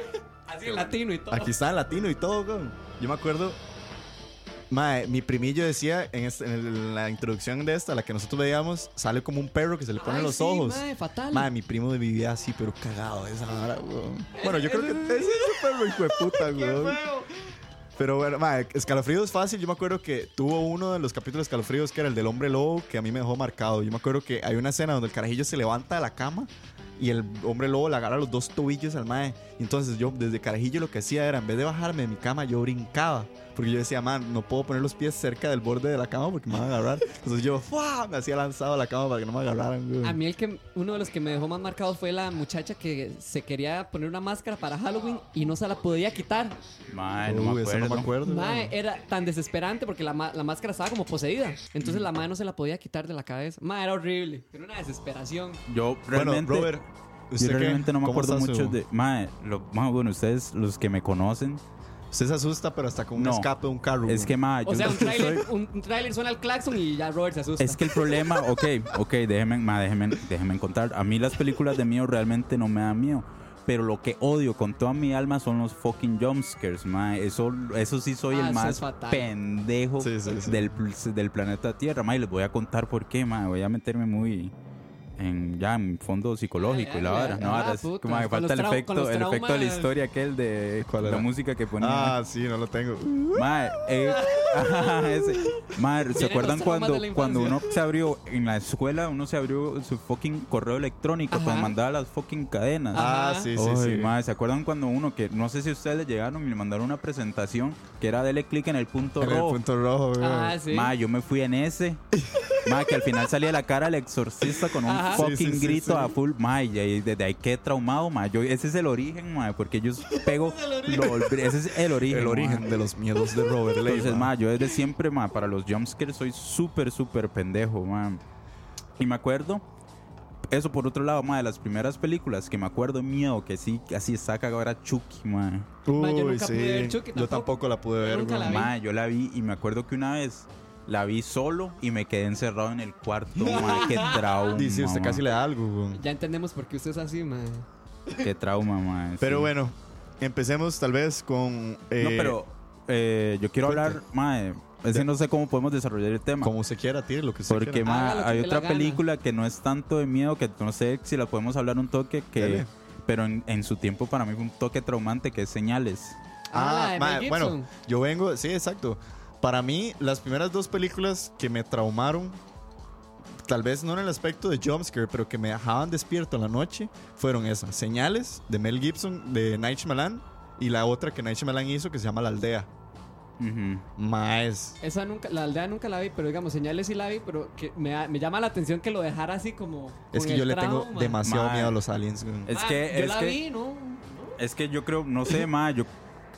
[SPEAKER 5] así en latino y todo
[SPEAKER 6] Aquí está en latino y todo, weón. Yo me acuerdo. Mae, mi primillo decía en, este- en el- la introducción de esta, la que nosotros veíamos, sale como un perro que se le ponen
[SPEAKER 5] Ay,
[SPEAKER 6] los
[SPEAKER 5] sí,
[SPEAKER 6] ojos.
[SPEAKER 5] mae, fatal
[SPEAKER 6] Mae, mi primo vivía así, pero cagado de esa vara, weón. Bueno, yo creo que ese es un perro hijo de puta, weón. Pero bueno, mae, escalofríos fácil. Yo me acuerdo que tuvo uno de los capítulos de escalofríos que era el del hombre lobo, que a mí me dejó marcado. Yo me acuerdo que hay una escena donde el carajillo se levanta de la cama y el hombre lobo le agarra los dos tobillos al mae. Y Entonces yo desde carajillo lo que hacía era, en vez de bajarme de mi cama, yo brincaba. Porque yo decía, man, no puedo poner los pies cerca del borde de la cama porque me van a agarrar. Entonces yo, ¡fua! Me hacía lanzado a la cama para que no me agarraran, güey.
[SPEAKER 5] A mí el que uno de los que me dejó más marcado fue la muchacha que se quería poner una máscara para Halloween y no se la podía quitar.
[SPEAKER 2] Ma, no
[SPEAKER 6] Uy,
[SPEAKER 2] me
[SPEAKER 6] eso no
[SPEAKER 2] acuerdo.
[SPEAKER 6] me acuerdo.
[SPEAKER 5] Mae, era tan desesperante porque la, ma- la máscara estaba como poseída. Entonces la madre no se la podía quitar de la cabeza. Mae, era horrible. Era una desesperación.
[SPEAKER 2] Yo
[SPEAKER 6] bueno,
[SPEAKER 2] realmente...
[SPEAKER 6] Robert,
[SPEAKER 2] yo
[SPEAKER 6] ¿usted qué?
[SPEAKER 2] realmente no me
[SPEAKER 6] ¿Cómo
[SPEAKER 2] acuerdo
[SPEAKER 6] está su-
[SPEAKER 2] mucho de... Ma, lo, ma, bueno, ustedes, los que me conocen,
[SPEAKER 6] Usted se asusta, pero hasta con un
[SPEAKER 2] No.
[SPEAKER 6] escape de un carro.
[SPEAKER 2] es
[SPEAKER 6] güey.
[SPEAKER 2] que, ma, yo
[SPEAKER 5] O sea, un
[SPEAKER 2] soy-
[SPEAKER 5] tráiler un, un tráiler suena al claxon y ya Robert se asusta.
[SPEAKER 2] Es que el problema, ok, ok, déjenme, ma, déjenme, déjenme contar. A mí las películas de miedo realmente no me dan miedo. Pero lo que odio con toda mi alma son los fucking jumpscares, ma. Eso, eso sí soy
[SPEAKER 5] Ah, eso
[SPEAKER 2] el
[SPEAKER 5] es
[SPEAKER 2] más
[SPEAKER 5] fatal.
[SPEAKER 2] pendejo
[SPEAKER 6] Sí, sí, sí.
[SPEAKER 2] Del, del planeta Tierra, ma. Y les voy a contar por qué, ma. Voy a meterme muy en, ya en fondo psicológico y la
[SPEAKER 5] Ah,
[SPEAKER 2] vara. No,
[SPEAKER 5] ah,
[SPEAKER 2] ahora es
[SPEAKER 5] puta,
[SPEAKER 2] como me
[SPEAKER 5] con
[SPEAKER 2] falta
[SPEAKER 5] los
[SPEAKER 2] el
[SPEAKER 5] trau- con
[SPEAKER 2] efecto, el
[SPEAKER 5] los
[SPEAKER 2] efecto de la
[SPEAKER 5] traumas.
[SPEAKER 2] historia aquel de
[SPEAKER 6] ¿Cuál
[SPEAKER 2] la
[SPEAKER 6] era?
[SPEAKER 2] música que ponía.
[SPEAKER 6] Ah, sí, no lo tengo.
[SPEAKER 2] Mae, eh, ajá, ese. Mae, ¿se
[SPEAKER 5] Vienen
[SPEAKER 2] acuerdan
[SPEAKER 5] los traumas
[SPEAKER 2] cuando,
[SPEAKER 5] de la
[SPEAKER 2] cuando uno
[SPEAKER 5] infancia.
[SPEAKER 2] se abrió en la escuela, uno se abrió su fucking correo electrónico
[SPEAKER 5] Ajá.
[SPEAKER 2] para mandar las fucking cadenas?
[SPEAKER 6] Ah,
[SPEAKER 5] Ajá.
[SPEAKER 6] sí, sí,
[SPEAKER 2] Ay,
[SPEAKER 6] sí.
[SPEAKER 2] mae, ¿se acuerdan cuando uno que no sé si ustedes le llegaron y le mandaron una presentación que era dele clic en el punto
[SPEAKER 6] En el
[SPEAKER 2] rojo?
[SPEAKER 6] punto rojo, güey.
[SPEAKER 5] Ah, sí.
[SPEAKER 2] Mae, yo me fui en ese. Mae, que al final salía la cara del exorcista con un
[SPEAKER 5] Ajá.
[SPEAKER 2] fucking
[SPEAKER 6] Sí, sí, sí,
[SPEAKER 2] grito
[SPEAKER 6] sí.
[SPEAKER 2] a full. Mae, y ahí- desde ahí quedé traumado, mae. Yo, ese es el origen, mae, porque yo pego. lo- ese es el origen.
[SPEAKER 6] El origen
[SPEAKER 2] mae.
[SPEAKER 6] de los miedos de Robert Ley.
[SPEAKER 2] Entonces, ma, yo desde siempre, ma, para los jumpscares soy súper, súper pendejo, ma. Y me acuerdo, eso por otro lado, ma, de las primeras películas que me acuerdo de miedo, que sí, que así saca ahora Chucky, ma.
[SPEAKER 6] Uy,
[SPEAKER 5] Ma, yo nunca
[SPEAKER 6] sí.
[SPEAKER 5] pude ver Chucky
[SPEAKER 6] Yo
[SPEAKER 5] tampoco.
[SPEAKER 6] tampoco la pude ver,
[SPEAKER 5] nunca la
[SPEAKER 6] güey.
[SPEAKER 5] vi.
[SPEAKER 2] Ma, yo la vi y me acuerdo que una vez la vi solo y me quedé encerrado en el cuarto, ma. Qué trauma.
[SPEAKER 6] Dice, usted
[SPEAKER 2] ma.
[SPEAKER 6] casi le da algo, güey.
[SPEAKER 5] Ya entendemos por qué usted es así, man.
[SPEAKER 2] Qué trauma, ma.
[SPEAKER 6] Pero
[SPEAKER 2] sí.
[SPEAKER 6] bueno, empecemos tal vez con. eh,
[SPEAKER 2] No, pero eh, yo quiero
[SPEAKER 6] cuente.
[SPEAKER 2] hablar, ma, eh, es que no sé cómo podemos desarrollar el tema.
[SPEAKER 6] Como se quiera, tire lo que usted
[SPEAKER 2] Porque
[SPEAKER 6] quiera.
[SPEAKER 2] ma,
[SPEAKER 5] Haga lo que
[SPEAKER 2] hay
[SPEAKER 5] te la
[SPEAKER 2] otra
[SPEAKER 5] gana.
[SPEAKER 2] película que no es tanto de miedo, que no sé si la podemos hablar un toque, que
[SPEAKER 6] Dale.
[SPEAKER 2] pero en, en su tiempo para mí fue un toque traumante que es señales.
[SPEAKER 5] Ah, la de
[SPEAKER 6] ma,
[SPEAKER 5] Mel
[SPEAKER 6] bueno,
[SPEAKER 5] Gibson.
[SPEAKER 6] yo vengo. Sí, exacto. Para mí, las primeras dos películas que me traumaron, tal vez no en el aspecto de jumpscare, pero que me dejaban despierto en la noche, fueron esas: Señales de Mel Gibson, de Night Shyamalan, y la otra que Night Shyamalan hizo que se llama La Aldea.
[SPEAKER 2] Ujú.
[SPEAKER 6] Más.
[SPEAKER 5] Esa nunca, la aldea nunca la vi, pero digamos, señales sí la vi, pero que me, da- me llama la atención que lo dejara así como.
[SPEAKER 6] Es
[SPEAKER 5] con
[SPEAKER 6] que
[SPEAKER 5] el
[SPEAKER 6] yo le tengo
[SPEAKER 5] trauma.
[SPEAKER 6] demasiado
[SPEAKER 2] Ma.
[SPEAKER 6] miedo a los aliens. güey.
[SPEAKER 2] Es
[SPEAKER 5] Ma,
[SPEAKER 2] que
[SPEAKER 5] yo
[SPEAKER 2] es
[SPEAKER 5] la
[SPEAKER 2] que
[SPEAKER 5] vi, ¿no?
[SPEAKER 2] es que yo creo, no sé, ma, yo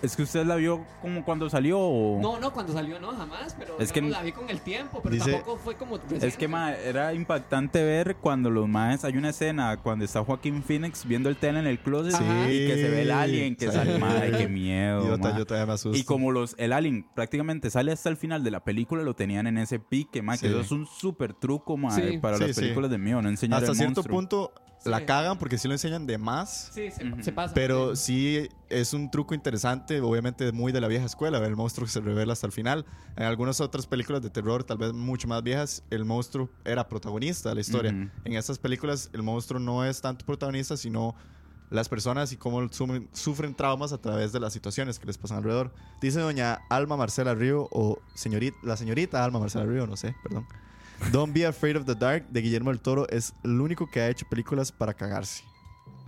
[SPEAKER 2] es que usted la vio como cuando salió
[SPEAKER 6] Uh.
[SPEAKER 2] o
[SPEAKER 5] No, no, cuando salió no, jamás, pero
[SPEAKER 2] Es que-
[SPEAKER 5] digamos, la vi con el tiempo, pero
[SPEAKER 6] Dice-
[SPEAKER 5] tampoco fue como.
[SPEAKER 2] Es que
[SPEAKER 5] reciente.
[SPEAKER 2] ma, era impactante ver cuando los maes hay una escena cuando está Joaquín Phoenix viendo el tele en el closet
[SPEAKER 6] Ajá.
[SPEAKER 2] y que se ve el alien que
[SPEAKER 6] Sí.
[SPEAKER 2] sale, madre, qué miedo.
[SPEAKER 6] Idiota,
[SPEAKER 2] ma.
[SPEAKER 6] yo todavía me asusto.
[SPEAKER 2] Y como los el alien prácticamente sale hasta el final de la película, lo tenían en ese pique, ma,
[SPEAKER 6] Sí.
[SPEAKER 2] que eso es un súper truco, ma,
[SPEAKER 5] Sí.
[SPEAKER 2] para
[SPEAKER 6] Sí,
[SPEAKER 2] las
[SPEAKER 6] sí.
[SPEAKER 2] películas de miedo, no enseñar
[SPEAKER 6] Hasta
[SPEAKER 2] el
[SPEAKER 6] cierto
[SPEAKER 2] monstruo.
[SPEAKER 6] punto
[SPEAKER 5] Sí.
[SPEAKER 6] la cagan porque sí lo enseñan de más.
[SPEAKER 5] Sí, se,
[SPEAKER 2] Ujú.
[SPEAKER 5] se pasa.
[SPEAKER 6] Pero sí es un truco interesante, obviamente muy de la vieja escuela, ver el monstruo que se revela hasta el final. En algunas otras películas de terror, tal vez mucho más viejas, el monstruo era protagonista de la historia.
[SPEAKER 2] Ujú.
[SPEAKER 6] En estas películas el monstruo no es tanto protagonista, sino las personas y cómo sumen- sufren traumas a través de las situaciones que les pasan alrededor. Dice doña Alma Marcela Río o señorita, la señorita Alma Marcela Río, no sé, perdón. Don't Be Afraid of the Dark de Guillermo del Toro es el único que ha hecho películas para cagarse.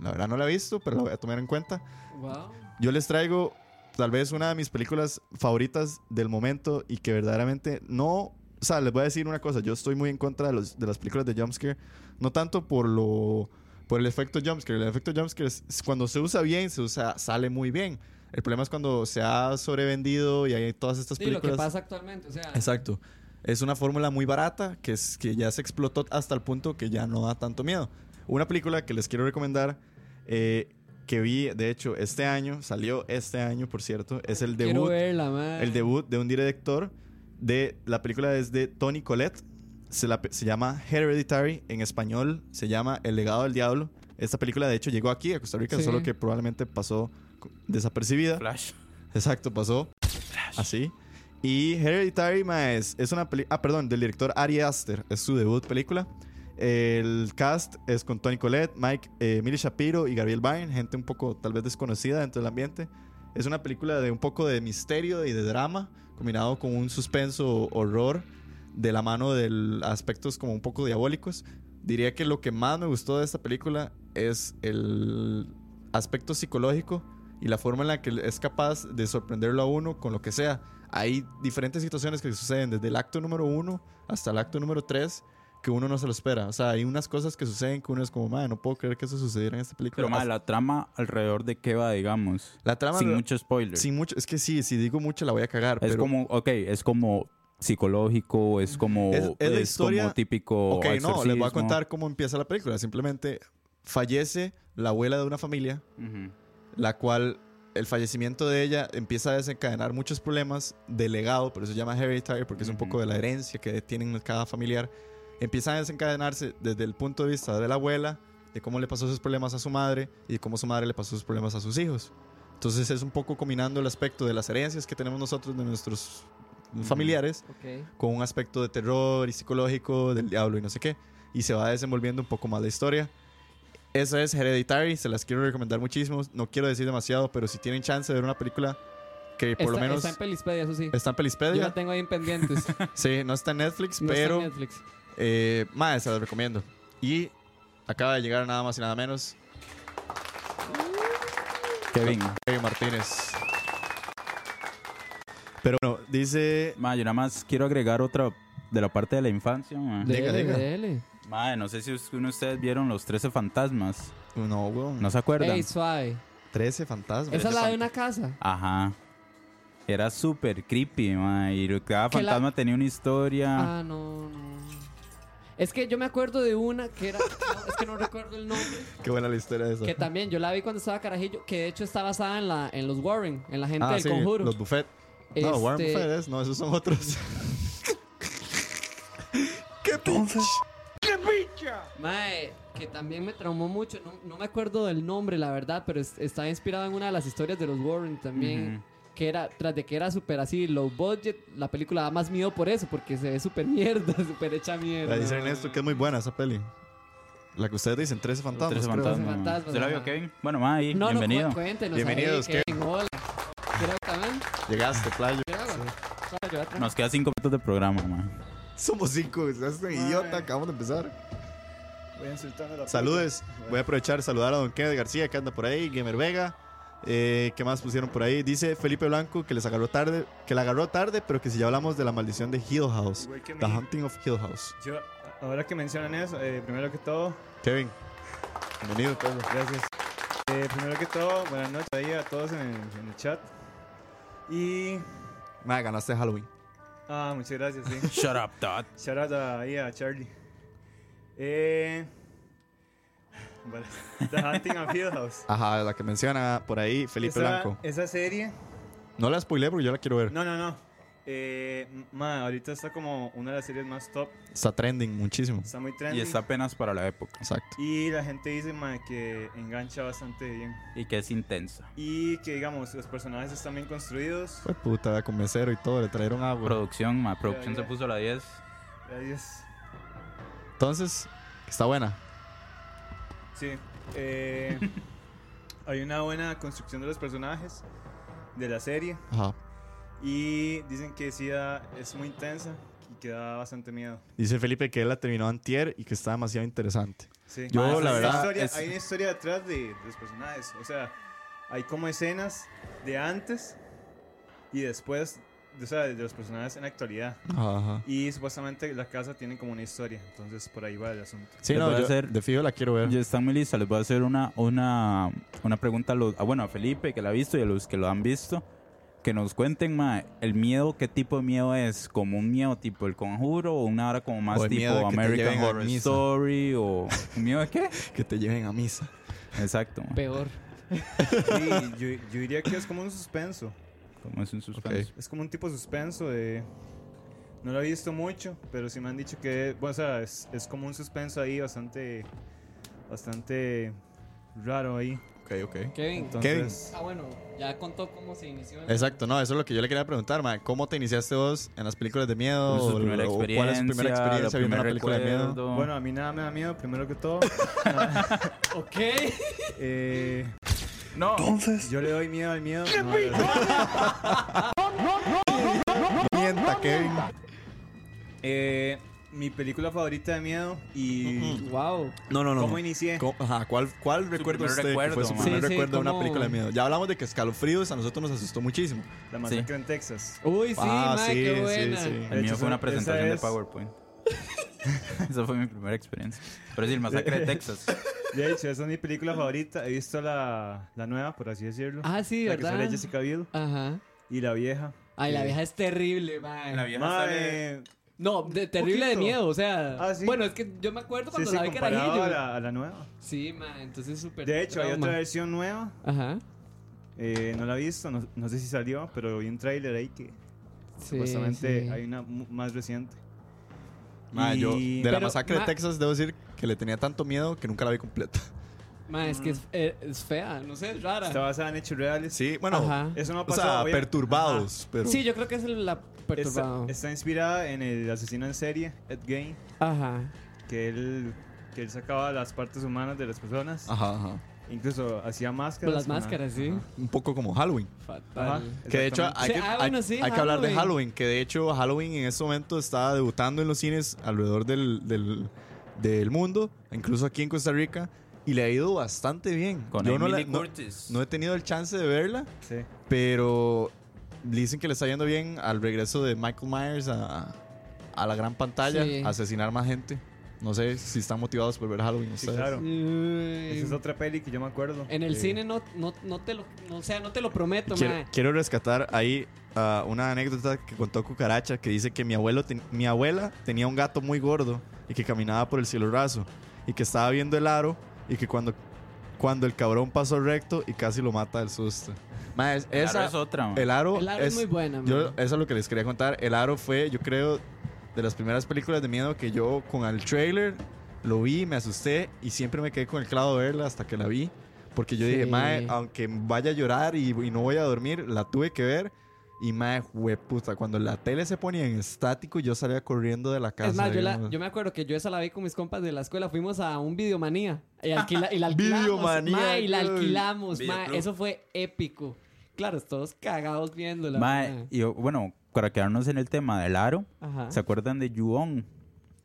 [SPEAKER 6] La verdad no la he visto, pero la voy a tomar en cuenta.
[SPEAKER 5] Wow.
[SPEAKER 6] Yo les traigo tal vez una de mis películas favoritas del momento y que verdaderamente no... O sea, les voy a decir una cosa, yo estoy muy en contra de, los- de las películas de jumpscare, no tanto por lo... Por el efecto jumpscare. El efecto jumpscare es, es cuando se usa bien, se usa, sale muy bien. El problema es cuando se ha sobrevendido y hay todas estas
[SPEAKER 5] Sí, lo que
[SPEAKER 6] películas.
[SPEAKER 5] pasa actualmente, o sea.
[SPEAKER 6] Exacto. Es una fórmula muy barata que, es, que ya se explotó hasta el punto que ya no da tanto miedo. Una película que les quiero recomendar, eh, que vi de hecho este año, salió este año por cierto, es el
[SPEAKER 5] Quiero
[SPEAKER 6] debut,
[SPEAKER 5] verla, man.
[SPEAKER 6] el debut de un director de la película es de Tony Collette, se, la pe- se llama Hereditary, en español se llama El legado del diablo. Esta película de hecho llegó aquí a Costa Rica,
[SPEAKER 5] Sí.
[SPEAKER 6] solo que probablemente pasó desapercibida.
[SPEAKER 2] Flash.
[SPEAKER 6] Exacto, pasó así. Y Hereditary ma, es, es una película. Ah, perdón, del director Ari Aster. Es su debut película. El cast es con Tony Collette, Mike, eh, Millie Shapiro y Gabriel Byrne, gente un poco tal vez desconocida dentro del ambiente. Es una película de un poco de misterio y de drama, combinado con un suspenso horror de la mano de aspectos como un poco diabólicos. Diría que lo que más me gustó de esta película es el aspecto psicológico y la forma en la que es capaz de sorprenderlo a uno con lo que sea. Hay diferentes situaciones que suceden desde el acto número uno hasta el acto número tres que uno no se lo espera. O sea, hay unas cosas que suceden que uno es como, madre, no puedo creer que eso sucediera en esta película.
[SPEAKER 2] Pero ma,
[SPEAKER 6] Hasta-
[SPEAKER 2] la trama alrededor de qué va, digamos.
[SPEAKER 6] la trama...
[SPEAKER 2] sin mucho spoiler.
[SPEAKER 6] sin mucho- es que sí, si digo mucho la voy a cagar.
[SPEAKER 2] es
[SPEAKER 6] pero-
[SPEAKER 2] como, ok, es como psicológico, es como
[SPEAKER 6] Es- es la historia-
[SPEAKER 2] como típico
[SPEAKER 6] Ok, no, les voy a
[SPEAKER 2] exorcismo.
[SPEAKER 6] contar cómo empieza la película. Simplemente fallece la abuela de una familia,
[SPEAKER 2] Ujú.
[SPEAKER 6] la cual el fallecimiento de ella empieza a desencadenar muchos problemas de legado, por eso se llama hereditary, porque es un
[SPEAKER 2] Ujú.
[SPEAKER 6] poco de la herencia que tienen cada familiar. Empieza a desencadenarse desde el punto de vista de la abuela, de cómo le pasó sus problemas a su madre y de cómo su madre le pasó sus problemas a sus hijos. Entonces es un poco combinando el aspecto de las herencias que tenemos nosotros de nuestros familiares
[SPEAKER 5] Ok.
[SPEAKER 6] con un aspecto de terror y psicológico del diablo y no sé qué. y se va desenvolviendo un poco más la historia. Esa es Hereditary, se las quiero recomendar muchísimo. No quiero decir demasiado, pero si tienen chance de ver una película que por
[SPEAKER 5] está,
[SPEAKER 6] lo menos
[SPEAKER 5] está en Pelispedia, eso sí.
[SPEAKER 6] está en Pelispedia,
[SPEAKER 5] Yo la tengo ahí en pendientes.
[SPEAKER 6] sí, no está en Netflix,
[SPEAKER 5] No está en
[SPEAKER 6] pero
[SPEAKER 5] Netflix.
[SPEAKER 6] eh, mae, se las recomiendo. Y acaba de llegar nada más y nada menos
[SPEAKER 2] Kevin.
[SPEAKER 6] Kevin Martínez. Pero bueno, dice
[SPEAKER 2] Ma, yo nada más quiero agregar otra de la parte de la infancia. Ma,
[SPEAKER 5] Dele,
[SPEAKER 6] diga.
[SPEAKER 5] dele.
[SPEAKER 2] Ma, no sé si us- uno de ustedes vieron Los 13 Fantasmas.
[SPEAKER 6] No, weón.
[SPEAKER 2] ¿No se acuerdan?
[SPEAKER 5] Ey, suave.
[SPEAKER 6] 13 fantasmas.
[SPEAKER 5] Esa es la de una casa.
[SPEAKER 2] Ajá. Era súper creepy, ma. Y lo- cada
[SPEAKER 5] Que la-
[SPEAKER 2] fantasma tenía una historia.
[SPEAKER 5] Ah, no, no. Es que yo me acuerdo de una que era. no, es que no recuerdo el nombre.
[SPEAKER 6] Qué buena la historia de esa.
[SPEAKER 5] Que también yo la vi cuando estaba carajillo. Que de hecho está basada en, la, en los Warren, en la gente
[SPEAKER 6] Ah,
[SPEAKER 5] del
[SPEAKER 6] sí,
[SPEAKER 5] conjuro.
[SPEAKER 6] los Buffet. No,
[SPEAKER 5] Este-
[SPEAKER 6] Warren Buffett es, no, esos son otros. ¿Qué pinche?
[SPEAKER 5] Mae, que también me traumó mucho. No, no me acuerdo del nombre, la verdad, pero es- está inspirada en una de las historias de los Warren también. Que era, tras de que era súper así, low budget, la película da más miedo por eso, porque se ve súper mierda, súper hecha mierda.
[SPEAKER 6] La dice Ernesto que es muy buena esa peli. La que ustedes dicen, 13
[SPEAKER 2] Los
[SPEAKER 6] fantasmas.
[SPEAKER 2] 13
[SPEAKER 6] creo.
[SPEAKER 2] fantasmas.
[SPEAKER 5] Los fantasmas,
[SPEAKER 2] ¿Se la vio
[SPEAKER 5] ajá.
[SPEAKER 2] Kevin? Bueno, ma, ahí,
[SPEAKER 5] No,
[SPEAKER 2] bienvenido.
[SPEAKER 5] No, cu- cuéntenos.
[SPEAKER 6] Bienvenidos,
[SPEAKER 5] ahí, Kevin. Hola. Creo que también.
[SPEAKER 6] Llegaste, playo.
[SPEAKER 5] creo. Para llevar tra-
[SPEAKER 2] Nos quedan 5 minutos de programa, ma.
[SPEAKER 6] Somos cinco, estás un idiota, acabamos de empezar.
[SPEAKER 10] Voy insultando la
[SPEAKER 6] Saludes, voy a aprovechar saludar a Don Kenneth García que anda por ahí, Gamer Vega. Eh, ¿Qué más pusieron por ahí? Dice Felipe Blanco que les agarró tarde, que la agarró tarde, pero que si ya hablamos de la maldición de Hill House,
[SPEAKER 10] Igual que
[SPEAKER 6] The
[SPEAKER 10] mi-
[SPEAKER 6] Hunting of Hill House.
[SPEAKER 10] Yo, ahora que mencionan eso, eh, primero que todo,
[SPEAKER 6] Kevin, bienvenido, Pablo.
[SPEAKER 10] gracias. Eh, primero que todo, buenas noches ahí a todos en el, en el chat. Y.
[SPEAKER 6] Me ganaste Halloween.
[SPEAKER 10] Ah, muchas gracias, sí.
[SPEAKER 2] Shut up, Todd.
[SPEAKER 10] Shout out a, ahí a Charlie. Eh. Bueno, The Hunting of Hill House.
[SPEAKER 6] Ajá, la que menciona por ahí Felipe
[SPEAKER 10] esa,
[SPEAKER 6] Blanco.
[SPEAKER 10] Esa serie.
[SPEAKER 6] No la spoilé porque yo la quiero ver.
[SPEAKER 10] No, no, no. Eh, ma, ahorita está como una de las series más top.
[SPEAKER 6] Está trending muchísimo.
[SPEAKER 10] Está muy
[SPEAKER 2] Y
[SPEAKER 10] trendy.
[SPEAKER 2] está apenas para la época.
[SPEAKER 6] Exacto.
[SPEAKER 10] Y la gente dice ma, que engancha bastante bien.
[SPEAKER 2] Y que es intensa.
[SPEAKER 10] Y que, digamos, los personajes están bien construidos.
[SPEAKER 6] Fue puta, con mesero y todo, le trajeron agua.
[SPEAKER 2] Producción, ma. Producción
[SPEAKER 10] Ya, ya.
[SPEAKER 2] se puso a la 10.
[SPEAKER 10] Adiós.
[SPEAKER 6] Entonces, está buena.
[SPEAKER 10] Sí. eh, hay una buena construcción de los personajes de la serie.
[SPEAKER 6] Ajá.
[SPEAKER 10] Y dicen que sí da- es muy intensa y que da bastante miedo.
[SPEAKER 6] Dice Felipe que él la terminó antier y que está demasiado interesante.
[SPEAKER 10] Sí.
[SPEAKER 6] Yo,
[SPEAKER 10] Más,
[SPEAKER 6] la
[SPEAKER 10] hay una
[SPEAKER 6] verdad,
[SPEAKER 10] historia-
[SPEAKER 2] es-
[SPEAKER 10] Hay una historia detrás de, de los personajes. O sea, hay como escenas de antes y después. de- O sea, de los personajes en la actualidad.
[SPEAKER 6] Ajá, ajá.
[SPEAKER 10] Y supuestamente la casa tiene como una historia. Entonces por ahí va el asunto.
[SPEAKER 6] Sí,
[SPEAKER 2] Les
[SPEAKER 6] no,
[SPEAKER 2] voy a
[SPEAKER 6] yo
[SPEAKER 2] hacer-
[SPEAKER 6] de fijo la quiero ver.
[SPEAKER 2] Ya están muy listas. Les voy a hacer una, una, una pregunta a los, ah, bueno, a Felipe que la ha visto y a los que lo han visto. Que nos cuenten, ma, el miedo, qué tipo de miedo es, como un miedo tipo el conjuro o una hora como más
[SPEAKER 6] O el
[SPEAKER 2] tipo
[SPEAKER 6] miedo de que te
[SPEAKER 2] American
[SPEAKER 6] lleven a
[SPEAKER 2] Horror
[SPEAKER 6] misa.
[SPEAKER 2] Story o ¿Un miedo de qué?
[SPEAKER 6] Que te lleven a misa.
[SPEAKER 2] Exacto, ma.
[SPEAKER 5] Peor.
[SPEAKER 10] Sí, yo, yo diría que es como un suspenso.
[SPEAKER 2] como es un suspenso.
[SPEAKER 10] Es como un tipo de suspenso de... No lo he visto mucho, pero sí me han dicho que... Bueno, o sea, es, es como un suspenso ahí bastante... Bastante raro ahí.
[SPEAKER 6] Ok, ok.
[SPEAKER 5] Kevin.
[SPEAKER 10] Entonces...
[SPEAKER 5] Ah, bueno, ya contó cómo se inició. en-
[SPEAKER 6] Exacto, no, eso es lo que yo le quería preguntar, ma. ¿Cómo te iniciaste vos en las películas de miedo?
[SPEAKER 2] ¿Cuál es
[SPEAKER 6] O-
[SPEAKER 2] su primera
[SPEAKER 6] o
[SPEAKER 2] experiencia?
[SPEAKER 6] ¿Cuál es tu primera
[SPEAKER 2] lo
[SPEAKER 6] experiencia viendo una
[SPEAKER 2] primer
[SPEAKER 6] película de miedo?
[SPEAKER 2] recuerdo?
[SPEAKER 10] Bueno, a mí nada me da miedo, primero que todo.
[SPEAKER 5] Ok.
[SPEAKER 10] Eh,
[SPEAKER 2] no,
[SPEAKER 10] yo le doy miedo al miedo. No, la verdad.
[SPEAKER 6] Mienta, Kevin.
[SPEAKER 10] Eh, mi película favorita de miedo y...
[SPEAKER 5] Wow.
[SPEAKER 6] No, no, no.
[SPEAKER 10] ¿Cómo inicié?
[SPEAKER 6] Co- Ajá, ¿cuál, cuál recuerda
[SPEAKER 2] primer
[SPEAKER 6] usted que fue
[SPEAKER 2] recuerdo,
[SPEAKER 6] su
[SPEAKER 2] ma.
[SPEAKER 6] primer
[SPEAKER 5] Sí, sí,
[SPEAKER 6] recuerdo de una
[SPEAKER 5] ¿cómo?
[SPEAKER 6] película de miedo? Ya hablamos de que escalofríos a nosotros nos asustó muchísimo.
[SPEAKER 10] La masacre en Texas.
[SPEAKER 5] Uy, sí,
[SPEAKER 6] Ah,
[SPEAKER 5] mae,
[SPEAKER 6] sí, sí,
[SPEAKER 5] qué buena.
[SPEAKER 6] sí.
[SPEAKER 10] De
[SPEAKER 2] el mío
[SPEAKER 10] hecho,
[SPEAKER 2] fue una
[SPEAKER 10] esa
[SPEAKER 2] presentación de
[SPEAKER 10] es-
[SPEAKER 2] PowerPoint. Esa fue mi primera experiencia. Pero sí, el masacre de Texas.
[SPEAKER 10] De hecho, esa es mi película favorita. He visto la, la nueva, por así decirlo.
[SPEAKER 5] Ah, sí,
[SPEAKER 10] la que
[SPEAKER 5] ¿verdad?
[SPEAKER 10] sale Jessica Biel
[SPEAKER 5] Ajá.
[SPEAKER 10] y la vieja.
[SPEAKER 5] Ay, la
[SPEAKER 10] Eh,
[SPEAKER 5] vieja es terrible, mae.
[SPEAKER 2] La vieja sale-
[SPEAKER 10] Mae,
[SPEAKER 5] No, de- terrible de
[SPEAKER 10] Poquito.
[SPEAKER 5] miedo, o sea.
[SPEAKER 10] Ah, sí.
[SPEAKER 5] Bueno, es que yo me acuerdo
[SPEAKER 10] sí,
[SPEAKER 5] cuando
[SPEAKER 10] sí,
[SPEAKER 5] la vi que
[SPEAKER 10] comparado a
[SPEAKER 5] era
[SPEAKER 10] la, a la nueva.
[SPEAKER 5] Sí, mae, entonces súper.
[SPEAKER 10] De hecho, hay
[SPEAKER 5] trauma.
[SPEAKER 10] otra versión nueva.
[SPEAKER 5] Ajá.
[SPEAKER 10] eh, no la he visto, no, no sé si salió, pero vi un tráiler ahí que
[SPEAKER 5] Sí,
[SPEAKER 10] supuestamente
[SPEAKER 5] sí.
[SPEAKER 10] hay una mu- más reciente.
[SPEAKER 6] Ma, yo de
[SPEAKER 10] Y-
[SPEAKER 6] la
[SPEAKER 5] Pero,
[SPEAKER 6] masacre
[SPEAKER 5] ma-
[SPEAKER 6] de Texas debo decir que le tenía tanto miedo que nunca la vi completa.
[SPEAKER 5] Mae, es que es, eh, es fea, no sé, es rara.
[SPEAKER 10] Está basada en hechos reales.
[SPEAKER 6] Sí, bueno,
[SPEAKER 5] Ajá.
[SPEAKER 10] Eso no ha
[SPEAKER 6] o sea,
[SPEAKER 10] pasado. obvia-
[SPEAKER 6] perturbados, pero
[SPEAKER 5] Sí, yo creo que es el- la
[SPEAKER 10] Ajá. Está,
[SPEAKER 5] perturbado.
[SPEAKER 10] está inspirada en el asesino en serie, Ed Gein.
[SPEAKER 5] Ajá.
[SPEAKER 10] que él, que él sacaba las partes humanas de las personas.
[SPEAKER 6] Ajá, ajá.
[SPEAKER 10] Incluso hacía
[SPEAKER 5] Con
[SPEAKER 10] máscaras.
[SPEAKER 5] las
[SPEAKER 10] con la-
[SPEAKER 5] máscaras, sí.
[SPEAKER 6] Un poco como Halloween.
[SPEAKER 10] Ajá,
[SPEAKER 5] Fatal.
[SPEAKER 6] Que de hecho
[SPEAKER 10] exactamente.
[SPEAKER 6] hay,
[SPEAKER 5] Sí,
[SPEAKER 6] que,
[SPEAKER 5] ah,
[SPEAKER 6] hay-
[SPEAKER 5] bueno, sí,
[SPEAKER 6] hay que hablar de
[SPEAKER 5] Halloween.
[SPEAKER 6] Halloween, que de hecho Halloween en este momento está debutando en los cines alrededor del, del, del mundo, incluso aquí en Costa Rica, y le ha ido bastante bien.
[SPEAKER 2] Con
[SPEAKER 6] Yo no, la-
[SPEAKER 11] Emily
[SPEAKER 6] no-
[SPEAKER 11] Curtis.
[SPEAKER 6] no he tenido el chance de verla,
[SPEAKER 10] Sí.
[SPEAKER 6] pero dicen que le está yendo bien al regreso de Michael Myers a, a la gran pantalla,
[SPEAKER 5] Sí.
[SPEAKER 6] a asesinar más gente. No sé si están motivados por ver Halloween
[SPEAKER 10] Sí,
[SPEAKER 6] ustedes.
[SPEAKER 10] claro.
[SPEAKER 5] Uy.
[SPEAKER 10] Esa es otra peli que yo me acuerdo.
[SPEAKER 5] En el
[SPEAKER 10] que-
[SPEAKER 5] cine no, no, no te lo, no, o sea, no te lo prometo,
[SPEAKER 6] Quiero,
[SPEAKER 5] mae.
[SPEAKER 6] quiero rescatar ahí ah, una anécdota que contó Cucaracha que dice que mi, abuelo ten- mi abuela tenía un gato muy gordo y que caminaba por el cielo raso y que estaba viendo el aro y que cuando, cuando el cabrón pasó recto y casi lo mata del susto. Mae, es-
[SPEAKER 2] Esa
[SPEAKER 6] esa-
[SPEAKER 2] es otra. man.
[SPEAKER 6] el aro,
[SPEAKER 5] El aro es, muy buena, mae.
[SPEAKER 6] yo- eso es lo que les quería contar. El aro fue, yo creo, de las primeras películas de miedo que yo con el trailer lo vi, me asusté y siempre me quedé con el clavo de verla hasta que la vi. Porque yo dije,
[SPEAKER 5] Sí.
[SPEAKER 6] mae, aunque vaya a llorar y, y no voy a dormir, la tuve que ver. Y mae, puta, cuando la tele se ponía en estático, yo salía corriendo de la casa.
[SPEAKER 5] Es más, yo, la-
[SPEAKER 6] digamos.
[SPEAKER 5] yo me acuerdo que yo esa la vi con mis compas de la escuela. Fuimos a un videomanía. Y, alquila- y la alquilamos.
[SPEAKER 6] Videomanía,
[SPEAKER 5] ma, y la
[SPEAKER 6] güey.
[SPEAKER 5] alquilamos, ma.
[SPEAKER 11] Videoclub.
[SPEAKER 5] Eso fue épico. Claro, todos cagados viéndola.
[SPEAKER 2] Mae,
[SPEAKER 5] ma.
[SPEAKER 2] y yo- bueno, para quedarnos en el tema del aro,
[SPEAKER 5] Ajá.
[SPEAKER 2] ¿se acuerdan de Yuon?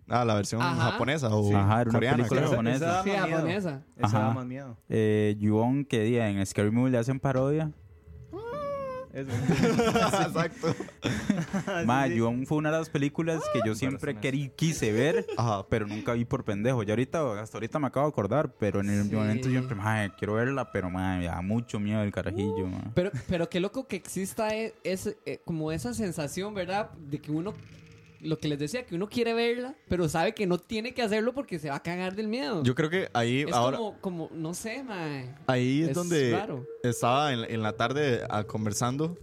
[SPEAKER 6] Ah, la versión
[SPEAKER 5] Ajá.
[SPEAKER 6] japonesa o
[SPEAKER 2] Ajá, era una
[SPEAKER 6] coreana.
[SPEAKER 2] película
[SPEAKER 6] creo.
[SPEAKER 10] Esa-
[SPEAKER 2] japonesa.
[SPEAKER 10] esa daba
[SPEAKER 5] Sí,
[SPEAKER 10] más miedo.
[SPEAKER 5] japonesa.
[SPEAKER 10] Esa
[SPEAKER 2] Ajá.
[SPEAKER 10] daba más miedo.
[SPEAKER 2] Eh, Yuon, que día en Scary Movie le hacen parodia.
[SPEAKER 10] Es-
[SPEAKER 6] Exacto.
[SPEAKER 5] Ah,
[SPEAKER 2] Ma,
[SPEAKER 10] Sí, sí.
[SPEAKER 2] Yuon fue una de las películas que yo siempre querí- quise ver,
[SPEAKER 6] Ajá.
[SPEAKER 2] pero nunca vi por pendejo. Ya ahorita, hasta ahorita me acabo de acordar, pero en el
[SPEAKER 5] Sí.
[SPEAKER 2] momento yo siempre, "Mae, quiero verla, pero mae, me da mucho miedo el
[SPEAKER 5] Uh.
[SPEAKER 2] carajillo, mae".
[SPEAKER 5] Pero, pero qué loco que exista e- es, eh, como esa sensación, ¿verdad? De que uno, lo que les decía, que uno quiere verla, pero sabe que no tiene que hacerlo porque se va a cagar del miedo.
[SPEAKER 6] Yo creo que ahí
[SPEAKER 5] es
[SPEAKER 6] ahora...
[SPEAKER 5] como, como, no sé, mae.
[SPEAKER 6] Ahí es,
[SPEAKER 5] Es
[SPEAKER 6] donde
[SPEAKER 5] raro.
[SPEAKER 6] estaba en, en la tarde ah, conversando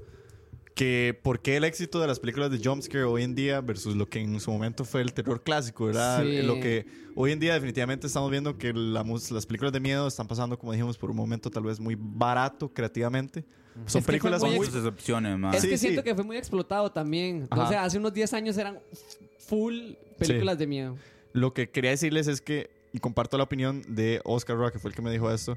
[SPEAKER 6] que por qué el éxito de las películas de jumpscare hoy en día versus lo que en su momento fue el terror clásico, ¿verdad?
[SPEAKER 5] Sí.
[SPEAKER 6] Lo que hoy en día definitivamente estamos viendo que la mus- las películas de miedo están pasando, como dijimos, por un momento tal vez muy barato creativamente. Son
[SPEAKER 5] Es que fue
[SPEAKER 6] películas
[SPEAKER 5] muy
[SPEAKER 2] Son
[SPEAKER 6] muy...
[SPEAKER 2] sus excepciones, mae.
[SPEAKER 5] Es
[SPEAKER 6] Ah. Sí,
[SPEAKER 5] que
[SPEAKER 6] sí.
[SPEAKER 5] siento que fue muy explotado también.
[SPEAKER 6] Ajá.
[SPEAKER 5] O sea, hace unos 10 años eran full películas de miedo.
[SPEAKER 6] Lo que quería decirles es que, y comparto la opinión de Oscar Rock, que fue el que me dijo esto,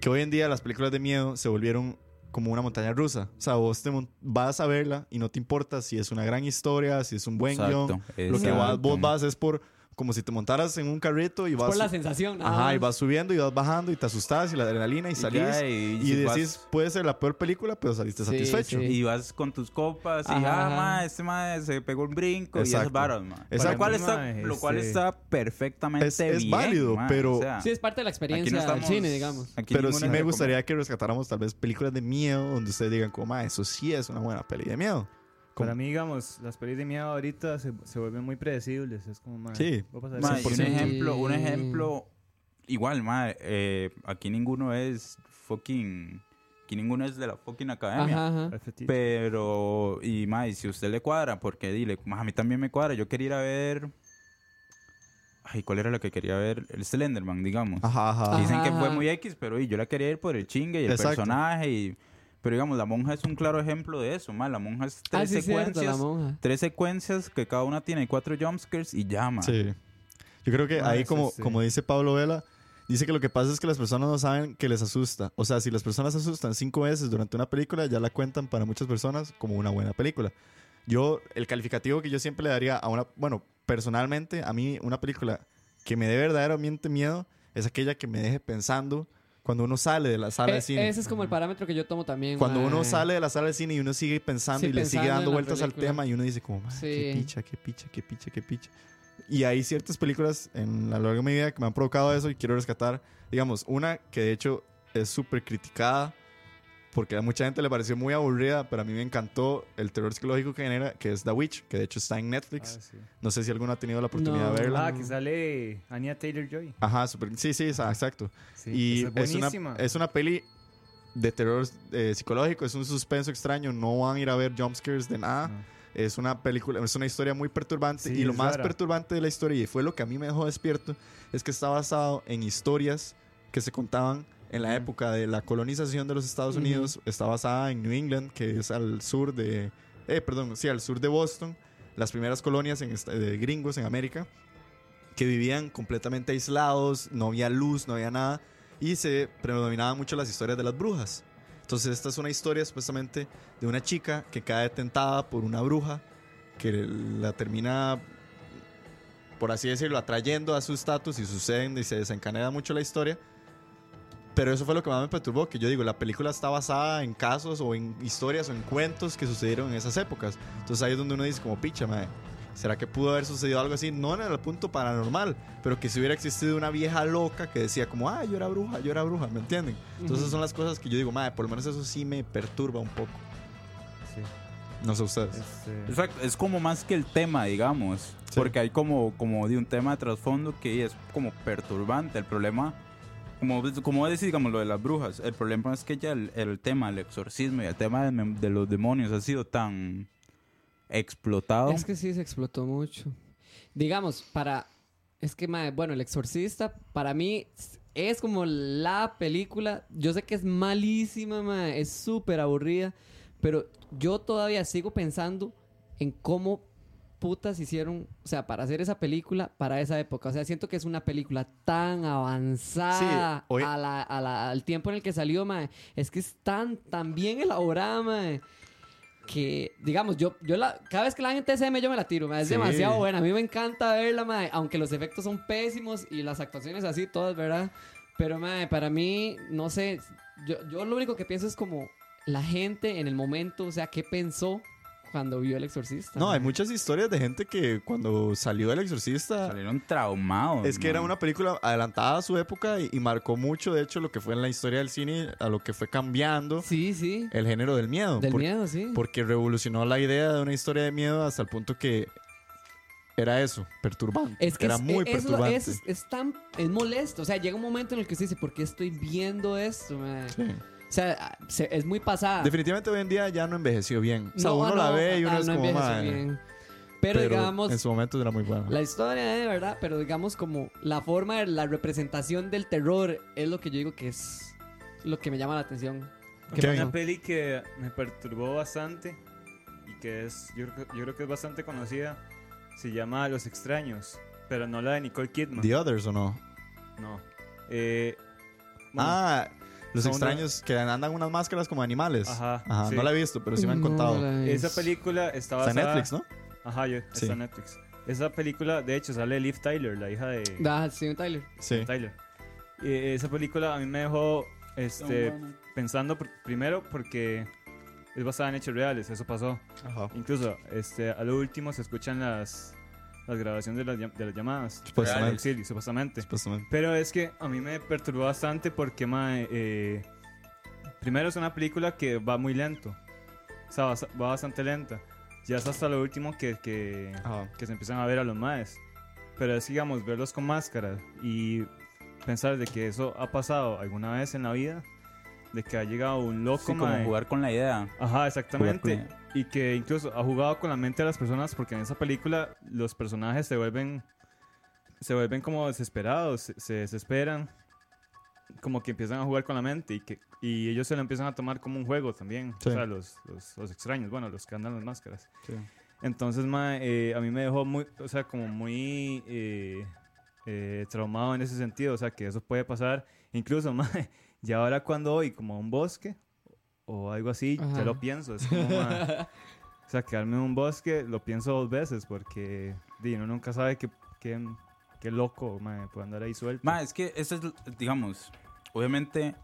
[SPEAKER 6] que hoy en día las películas de miedo se volvieron como una montaña rusa. O sea, vos te mon- vas a verla y no te importa si es una gran historia, si es un buen
[SPEAKER 2] Exacto,
[SPEAKER 6] guión. Lo que vas- vos
[SPEAKER 2] exacto.
[SPEAKER 6] vas es por como si te montaras en un carrito y vas...
[SPEAKER 5] Por la sensación. nada
[SPEAKER 6] Ajá, y
[SPEAKER 5] más.
[SPEAKER 6] vas subiendo y vas bajando y te asustás y la adrenalina y
[SPEAKER 2] Y
[SPEAKER 6] salís.
[SPEAKER 2] ya,
[SPEAKER 6] y
[SPEAKER 2] y si vas-
[SPEAKER 6] decís, puede ser la peor película, pero saliste
[SPEAKER 5] Sí,
[SPEAKER 6] satisfecho.
[SPEAKER 5] sí.
[SPEAKER 2] Y vas con tus copas y
[SPEAKER 5] Ajá,
[SPEAKER 2] ah,
[SPEAKER 5] ajá.
[SPEAKER 2] ma, este ma se pegó un brinco y
[SPEAKER 6] Exacto.
[SPEAKER 2] esas varas, ma.
[SPEAKER 6] Exacto.
[SPEAKER 2] Lo cual
[SPEAKER 10] Para
[SPEAKER 2] está,
[SPEAKER 10] mí, ma,
[SPEAKER 2] lo cual
[SPEAKER 10] este-
[SPEAKER 2] está perfectamente
[SPEAKER 6] Es- es
[SPEAKER 2] bien,
[SPEAKER 6] válido,
[SPEAKER 2] ma,
[SPEAKER 6] pero-
[SPEAKER 2] o sea,
[SPEAKER 5] Sí, es parte de la
[SPEAKER 2] aquí
[SPEAKER 5] experiencia
[SPEAKER 2] no
[SPEAKER 5] del
[SPEAKER 2] estamos-
[SPEAKER 5] cine, digamos.
[SPEAKER 2] aquí
[SPEAKER 6] Pero
[SPEAKER 2] ninguno
[SPEAKER 6] sí
[SPEAKER 2] se
[SPEAKER 6] me
[SPEAKER 2] recom-
[SPEAKER 6] gustaría que rescatáramos tal vez películas de miedo donde ustedes digan, como, "Ma, eso sí es una buena peli de miedo. Como-
[SPEAKER 10] Para mí, digamos, las pelis de miedo ahorita se, se vuelven muy predecibles. Es como, madre,
[SPEAKER 6] Sí.
[SPEAKER 10] va a pasar
[SPEAKER 2] Ma, y
[SPEAKER 10] esto.
[SPEAKER 2] un
[SPEAKER 5] 100%.
[SPEAKER 2] ejemplo, un
[SPEAKER 5] Sí.
[SPEAKER 2] ejemplo igual, ma, eh, aquí ninguno es fucking aquí ninguno es de la fucking academia.
[SPEAKER 5] Ajá, ajá.
[SPEAKER 10] Efectivo.
[SPEAKER 2] Pero y ma, y si usted le cuadra, porque dile, ma, a mí también me cuadra, yo quería ir a ver Ay, ¿cuál era la que quería ver? El Slenderman, digamos.
[SPEAKER 6] Ajá, ajá.
[SPEAKER 2] Que Dicen que
[SPEAKER 5] Ajá,
[SPEAKER 2] fue
[SPEAKER 5] ajá.
[SPEAKER 2] muy X, pero y yo la quería ir por el chingue y el
[SPEAKER 6] Exacto.
[SPEAKER 2] personaje. Y, pero digamos, la monja es un claro ejemplo de eso, ma. La monja es tres
[SPEAKER 5] Ah, sí,
[SPEAKER 2] secuencias.
[SPEAKER 5] cierto, la monja.
[SPEAKER 2] tres secuencias que cada una tiene cuatro jumpscares y llama.
[SPEAKER 6] Sí. Yo creo que
[SPEAKER 10] Ah,
[SPEAKER 6] ahí,
[SPEAKER 10] eso
[SPEAKER 6] como,
[SPEAKER 10] Ah. sí.
[SPEAKER 6] como dice Pablo Vela, dice que lo que pasa es que las personas no saben que les asusta. O sea, si las personas se asustan cinco veces durante una película, ya la cuentan para muchas personas como una buena película. Yo, el calificativo que yo siempre le daría a una, bueno, personalmente, a mí una película que me dé verdaderamente miedo es aquella que me deje pensando cuando uno sale de la sala
[SPEAKER 5] E-
[SPEAKER 6] de cine.
[SPEAKER 5] ese es como el parámetro que yo tomo también.
[SPEAKER 6] Cuando
[SPEAKER 5] mae.
[SPEAKER 6] uno sale de la sala de cine y uno sigue pensando
[SPEAKER 5] Sí,
[SPEAKER 6] y le sigue
[SPEAKER 5] pensando
[SPEAKER 6] dando
[SPEAKER 5] en la
[SPEAKER 6] vueltas al
[SPEAKER 5] película.
[SPEAKER 6] tema y uno dice como, "Ma, qué
[SPEAKER 5] Sí.
[SPEAKER 6] picha, qué picha, qué picha, qué picha. Y hay ciertas películas en la larga medida que me han provocado eso y quiero rescatar, digamos, una que de hecho es súper criticada porque a mucha gente le pareció muy aburrida, pero a mí me encantó el terror psicológico que genera, que es The Witch, que de hecho está en
[SPEAKER 10] Ah,
[SPEAKER 6] Netflix.
[SPEAKER 10] sí.
[SPEAKER 6] No sé si alguno ha tenido la oportunidad
[SPEAKER 5] No.
[SPEAKER 6] de verla.
[SPEAKER 10] Ah, que sale Anya Taylor Joy.
[SPEAKER 6] Ajá, súper- sí, sí, esa- exacto. Y es, una, es una peli de terror eh, psicológico, es un suspenso extraño, no van a ir a ver jumpscares de nada.
[SPEAKER 10] No.
[SPEAKER 6] Es una película, es una historia muy perturbante.
[SPEAKER 10] Sí,
[SPEAKER 6] y lo
[SPEAKER 10] es
[SPEAKER 6] más
[SPEAKER 10] rara.
[SPEAKER 6] perturbante de la historia, y fue lo que a mí me dejó despierto, es que está basado en historias que se contaban en la época de la colonización de los Estados
[SPEAKER 5] Ujú.
[SPEAKER 6] Unidos. Está basada en New England, que es al sur de. Eh, perdón, sí, al sur de Boston. Las primeras colonias en esta- de gringos en América. que vivían completamente aislados, no había luz, no había nada, y se predominaban mucho las historias de las brujas. Entonces esta es una historia supuestamente de una chica que cae tentada por una bruja que la termina, por así decirlo, atrayendo a su estatus y suceden y se desencanea mucho la historia. Pero eso fue lo que más me perturbó, que yo digo, la película está basada en casos o en historias o en cuentos que sucedieron en esas épocas. Entonces ahí es donde uno dice como, picha, madre, ¿será que pudo haber sucedido algo así? No en el punto paranormal, pero que si hubiera existido una vieja loca que decía como, ah, yo era bruja, yo era bruja, ¿me entienden? Entonces son las cosas que yo digo, madre, por lo menos eso sí me perturba un poco.
[SPEAKER 10] Ah, Sí.
[SPEAKER 6] No sé ustedes.
[SPEAKER 10] Este,
[SPEAKER 2] Exacto, es como más que el tema, digamos.
[SPEAKER 6] Sí.
[SPEAKER 2] Porque hay como, como de un tema de trasfondo que es como perturbante. El problema, como, como vos decís, digamos, lo de las brujas, el problema es que ya el, el tema del exorcismo y el tema de, mem- de los demonios ha sido tan explotado.
[SPEAKER 5] Es que sí, se explotó mucho. Digamos, para. Es que, mae, bueno, El Exorcista, para mí, es como la película. Yo sé que es malísima, mae, es súper aburrida. Pero yo todavía sigo pensando en cómo putas hicieron, o sea, para hacer esa película para esa época. O sea, siento que es una película tan avanzada
[SPEAKER 6] Sí, hoy-
[SPEAKER 5] a la- a la- al tiempo en el que salió, mae. Es que es tan, tan bien elaborada, mae que, digamos, yo, yo la, cada vez que la dan en TCM yo me la tiro, ma, es
[SPEAKER 6] Sí.
[SPEAKER 5] demasiado buena. A mí me encanta verla, ma, aunque los efectos son pésimos y las actuaciones así, todas, ¿verdad? Pero, ma, para mí, no sé, yo, yo lo único que pienso es como la gente en el momento, o sea, ¿qué pensó cuando vio El Exorcista?
[SPEAKER 6] No,
[SPEAKER 5] ma?
[SPEAKER 6] hay muchas historias de gente que cuando salió El Exorcista...
[SPEAKER 2] Salieron traumados.
[SPEAKER 6] Es que era
[SPEAKER 2] man.
[SPEAKER 6] una película adelantada a su época y, y marcó mucho, de hecho, lo que fue en la historia del cine, a lo que fue cambiando
[SPEAKER 5] Sí, sí.
[SPEAKER 6] el género del miedo.
[SPEAKER 5] Del
[SPEAKER 6] por-
[SPEAKER 5] miedo, sí.
[SPEAKER 6] Porque revolucionó la idea de una historia de miedo hasta el punto que era eso, perturbante.
[SPEAKER 5] Es que
[SPEAKER 6] era
[SPEAKER 5] es,
[SPEAKER 6] muy
[SPEAKER 5] es- es lo-
[SPEAKER 6] perturbante.
[SPEAKER 5] es- es tan es molesto. O sea, llega un momento en el que usted dice, ¿por qué estoy viendo esto? ma?"
[SPEAKER 6] Sí.
[SPEAKER 5] O sea, ah, se- es muy pasada.
[SPEAKER 6] Definitivamente hoy en día ya no envejeció bien. O sea,
[SPEAKER 5] Ah. No,
[SPEAKER 6] uno
[SPEAKER 5] no,
[SPEAKER 6] la ve y uno
[SPEAKER 5] ah,
[SPEAKER 6] es
[SPEAKER 5] no
[SPEAKER 6] como,
[SPEAKER 5] envejeció
[SPEAKER 6] "Madre".
[SPEAKER 5] bien. Pero, digamos,
[SPEAKER 6] en su momento era muy buena.
[SPEAKER 5] la historia es verdad, pero digamos como la forma, de la representación del terror es lo que yo digo que es lo que me llama la atención. ¿Qué
[SPEAKER 6] Kevin.
[SPEAKER 5] pasó?
[SPEAKER 10] Una peli que me perturbó bastante y que es, yo, creo que- yo creo que es bastante conocida, se llama Los Extraños, pero no la de Nicole Kidman.
[SPEAKER 6] ¿The Others o no?
[SPEAKER 10] No. Eh, bueno,
[SPEAKER 6] ah, los
[SPEAKER 10] no, no.
[SPEAKER 6] extraños que andan unas máscaras como animales.
[SPEAKER 10] Ajá, sí.
[SPEAKER 6] No la he visto, pero sí me han
[SPEAKER 5] No,
[SPEAKER 6] contado.
[SPEAKER 5] la
[SPEAKER 10] esa
[SPEAKER 5] es-
[SPEAKER 10] película está
[SPEAKER 6] Está
[SPEAKER 10] basada...
[SPEAKER 6] en Netflix, ¿no?
[SPEAKER 10] Ajá, yo,
[SPEAKER 6] Sí.
[SPEAKER 10] está en Netflix. Esa película, de hecho, sale Liv Tyler, la hija de
[SPEAKER 5] Ah, sí, Tyler.
[SPEAKER 6] Sí.
[SPEAKER 10] Tyler. Eh, esa película a mí me dejó este, pensando por- primero porque es basada en hechos reales, eso pasó.
[SPEAKER 6] Ajá.
[SPEAKER 10] Incluso este, a lo último se escuchan las, las grabaciones de las, llam- de las llamadas.
[SPEAKER 6] Supuestamente.
[SPEAKER 10] Reales. Sí, supuestamente.
[SPEAKER 6] Supuestamente.
[SPEAKER 10] Pero es que a mí me perturbó bastante porque, mae, eh, primero es una película que va muy lento. O sea, va, va bastante lenta. Ya es hasta lo último que, que,
[SPEAKER 6] Ajá.
[SPEAKER 10] que se empiezan a ver a los maes. Pero es, digamos, verlos con máscaras y pensar de que eso ha pasado alguna vez en la vida. De que ha llegado un loco,
[SPEAKER 2] Sí, como
[SPEAKER 10] mae.
[SPEAKER 2] jugar con la idea.
[SPEAKER 10] Ajá,
[SPEAKER 2] Jugar
[SPEAKER 10] exactamente.
[SPEAKER 2] con
[SPEAKER 10] Y que incluso ha jugado con la mente de las personas porque en esa película los personajes se vuelven se vuelven como desesperados, se, se desesperan, como que empiezan a jugar con la mente y que y ellos se lo empiezan a tomar como un juego también,
[SPEAKER 6] Sí.
[SPEAKER 10] o sea, los, los, los extraños, bueno, los que andan las máscaras.
[SPEAKER 2] Sí.
[SPEAKER 10] Entonces, mae, eh, a mí me dejó muy, o sea, como muy eh, eh, traumado en ese sentido, o sea, que eso puede pasar, incluso, mae, ya ahora cuando voy como a un bosque o algo así,
[SPEAKER 5] Ajá.
[SPEAKER 10] ya lo pienso, es como, mae,
[SPEAKER 6] Ah,
[SPEAKER 10] o sea, quedarme en un bosque lo pienso dos veces porque di, uno nunca sabe qué, qué, qué loco mae, puede andar ahí suelto.
[SPEAKER 2] Ma, es que ese es, digamos, obviamente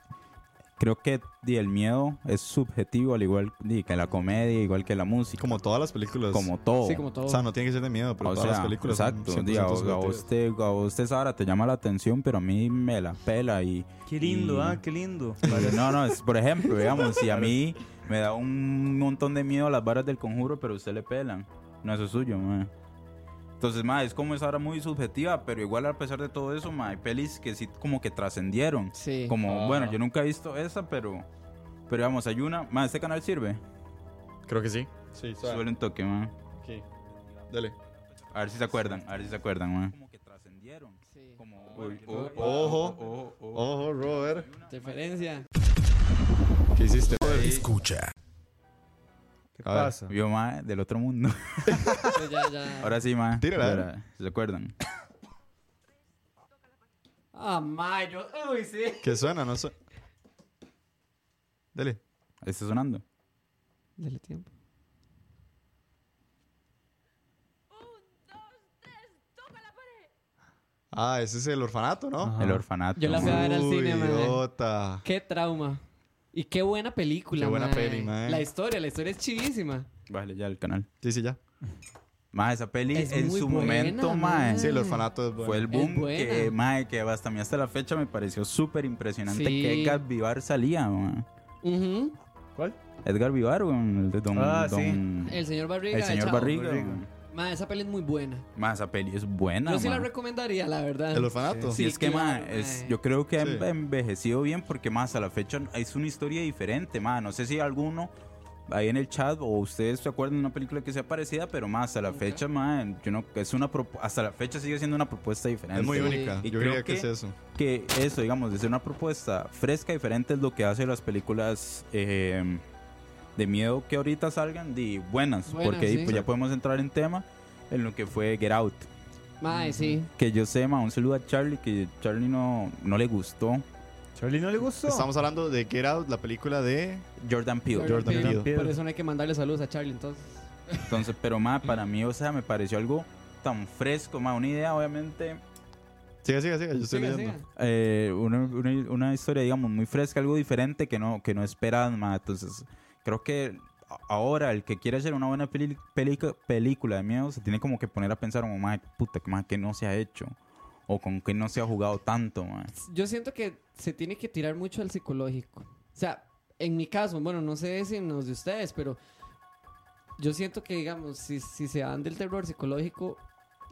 [SPEAKER 2] creo que di, el miedo es subjetivo, al igual di, que la comedia, igual que la música,
[SPEAKER 6] Como todas las películas.
[SPEAKER 2] como todo.
[SPEAKER 5] Sí, como todo.
[SPEAKER 6] oh, O sea, no tiene que ser de miedo, pero
[SPEAKER 2] O
[SPEAKER 6] Pues, todas
[SPEAKER 2] sea,
[SPEAKER 6] las películas. son
[SPEAKER 2] exacto. di, a,
[SPEAKER 6] 100%
[SPEAKER 2] a
[SPEAKER 6] subjetivas.
[SPEAKER 2] usted, a usted Sara, te llama la atención, pero a mí me la pela y
[SPEAKER 10] qué lindo,
[SPEAKER 2] y-
[SPEAKER 10] ah, qué lindo.
[SPEAKER 2] Vale, No, no, es, por ejemplo, digamos, si a mí me da un montón de miedo las varas del conjuro, pero a usted le pelan. No, eso es suyo, mae. Entonces, mae, es como esa vara muy subjetiva, pero igual a pesar de todo eso, mae, hay pelis que sí como que trascendieron.
[SPEAKER 5] Sí.
[SPEAKER 2] Como, bueno, yo nunca he visto esa, pero... Pero vamos, hay una... Mae, ¿este canal sirve?
[SPEAKER 6] Creo que sí. Sí,
[SPEAKER 2] Suele un toque, mae.
[SPEAKER 6] Dale.
[SPEAKER 2] A ver si se acuerdan, a ver si se acuerdan, mae. Como que trascendieron.
[SPEAKER 5] Sí.
[SPEAKER 6] Ojo. Ojo, Robert.
[SPEAKER 5] Referencia.
[SPEAKER 6] ¿Qué hiciste?
[SPEAKER 3] Escucha.
[SPEAKER 10] ¿Qué
[SPEAKER 6] A ver.
[SPEAKER 10] pasa?
[SPEAKER 2] Vio, mae, del otro mundo.
[SPEAKER 5] Sí, ya, ya.
[SPEAKER 2] Ahora sí, mae.
[SPEAKER 6] Tírala.
[SPEAKER 2] Ahora, ¿Se acuerdan?
[SPEAKER 5] Ah, mayo. Uy, sí.
[SPEAKER 6] ¿Qué suena? No suena. Dale.
[SPEAKER 2] Ahí está sonando.
[SPEAKER 5] Dale tiempo.
[SPEAKER 6] Ah, ese es el orfanato, ¿no?
[SPEAKER 2] El orfanato.
[SPEAKER 5] Yo la fui a ver al cine, madre.
[SPEAKER 6] Idiota.
[SPEAKER 5] Qué trauma. Y qué buena película,
[SPEAKER 6] Qué buena
[SPEAKER 5] mae.
[SPEAKER 6] peli, mae.
[SPEAKER 5] La historia, la historia es chidísima.
[SPEAKER 2] Vale, ya el canal.
[SPEAKER 6] Sí, sí, ya.
[SPEAKER 2] Mae, esa peli
[SPEAKER 5] Es
[SPEAKER 2] en
[SPEAKER 5] muy
[SPEAKER 2] su
[SPEAKER 5] buena,
[SPEAKER 2] momento,
[SPEAKER 5] mae.
[SPEAKER 2] mae.
[SPEAKER 6] Sí, el orfanato es bueno.
[SPEAKER 2] Fue el
[SPEAKER 5] Es
[SPEAKER 2] boom
[SPEAKER 5] buena.
[SPEAKER 2] que, mae, que hasta a mí hasta la fecha me pareció súper impresionante
[SPEAKER 5] Sí.
[SPEAKER 2] que Edgar Vivar salía, mae.
[SPEAKER 5] Ujú.
[SPEAKER 10] ¿Cuál?
[SPEAKER 2] Edgar Vivar, weón, el de Don...
[SPEAKER 10] Ah, sí.
[SPEAKER 2] Don-
[SPEAKER 5] El señor Barriga.
[SPEAKER 2] el señor
[SPEAKER 5] chao.
[SPEAKER 2] Barriga.
[SPEAKER 10] Barriga.
[SPEAKER 2] weón.
[SPEAKER 5] Mae, esa peli es muy buena.
[SPEAKER 2] Mae, esa peli es buena,
[SPEAKER 5] Yo sí la
[SPEAKER 2] mae.
[SPEAKER 5] recomendaría, la verdad.
[SPEAKER 6] El orfanato.
[SPEAKER 5] Sí.
[SPEAKER 2] y es que,
[SPEAKER 5] claro,
[SPEAKER 2] ma, es-
[SPEAKER 5] mae.
[SPEAKER 2] yo creo que ha
[SPEAKER 6] Sí.
[SPEAKER 2] envejecido bien porque, más a la fecha es una historia diferente, ma. No sé si alguno ahí en el chat o ustedes se acuerdan de una película que sea parecida, pero, más a la fecha, ma, yo no, es una propu- hasta la fecha sigue siendo una propuesta diferente.
[SPEAKER 6] Es muy
[SPEAKER 5] Sí.
[SPEAKER 6] única.
[SPEAKER 2] Y
[SPEAKER 6] Yo
[SPEAKER 2] creo
[SPEAKER 6] diría que
[SPEAKER 2] que-
[SPEAKER 6] es eso.
[SPEAKER 2] Que eso, digamos, de ser una propuesta fresca, diferente, es lo que hace las películas eh, de miedo que ahorita salgan de buenas,
[SPEAKER 5] Buenas,
[SPEAKER 2] porque ahí,
[SPEAKER 5] sí.
[SPEAKER 2] pues, ya podemos entrar en tema en lo que fue Get Out.
[SPEAKER 5] Mae, sí.
[SPEAKER 2] Que yo sé, ma, un saludo a Charlie, que Charlie no, no le gustó.
[SPEAKER 10] Charlie no le gustó.
[SPEAKER 6] Estamos hablando de Get Out, la película de.
[SPEAKER 2] Jordan Peele.
[SPEAKER 6] Jordan Peele.
[SPEAKER 5] Por eso no hay que mandarle saludos a Charlie, entonces.
[SPEAKER 2] Entonces, pero más para mí, o sea, me pareció algo tan fresco, más una idea, obviamente,
[SPEAKER 6] Siga, siga, siga. Yo estoy
[SPEAKER 5] Siga,
[SPEAKER 6] leyendo.
[SPEAKER 5] siga.
[SPEAKER 2] eh, una, una- una historia, digamos, muy fresca, algo diferente que no, que no esperas más. Entonces, creo que a- ahora el que quiere hacer una buena peli- pelica- película de miedo se tiene como que poner a pensar, como, más puta, que más que no se ha hecho. O con que no se ha jugado tanto, mae.
[SPEAKER 5] Yo siento que se tiene que tirar mucho al psicológico. O sea, en mi caso, bueno, no sé si en los de ustedes, pero yo siento que, digamos, si, si se van del terror psicológico,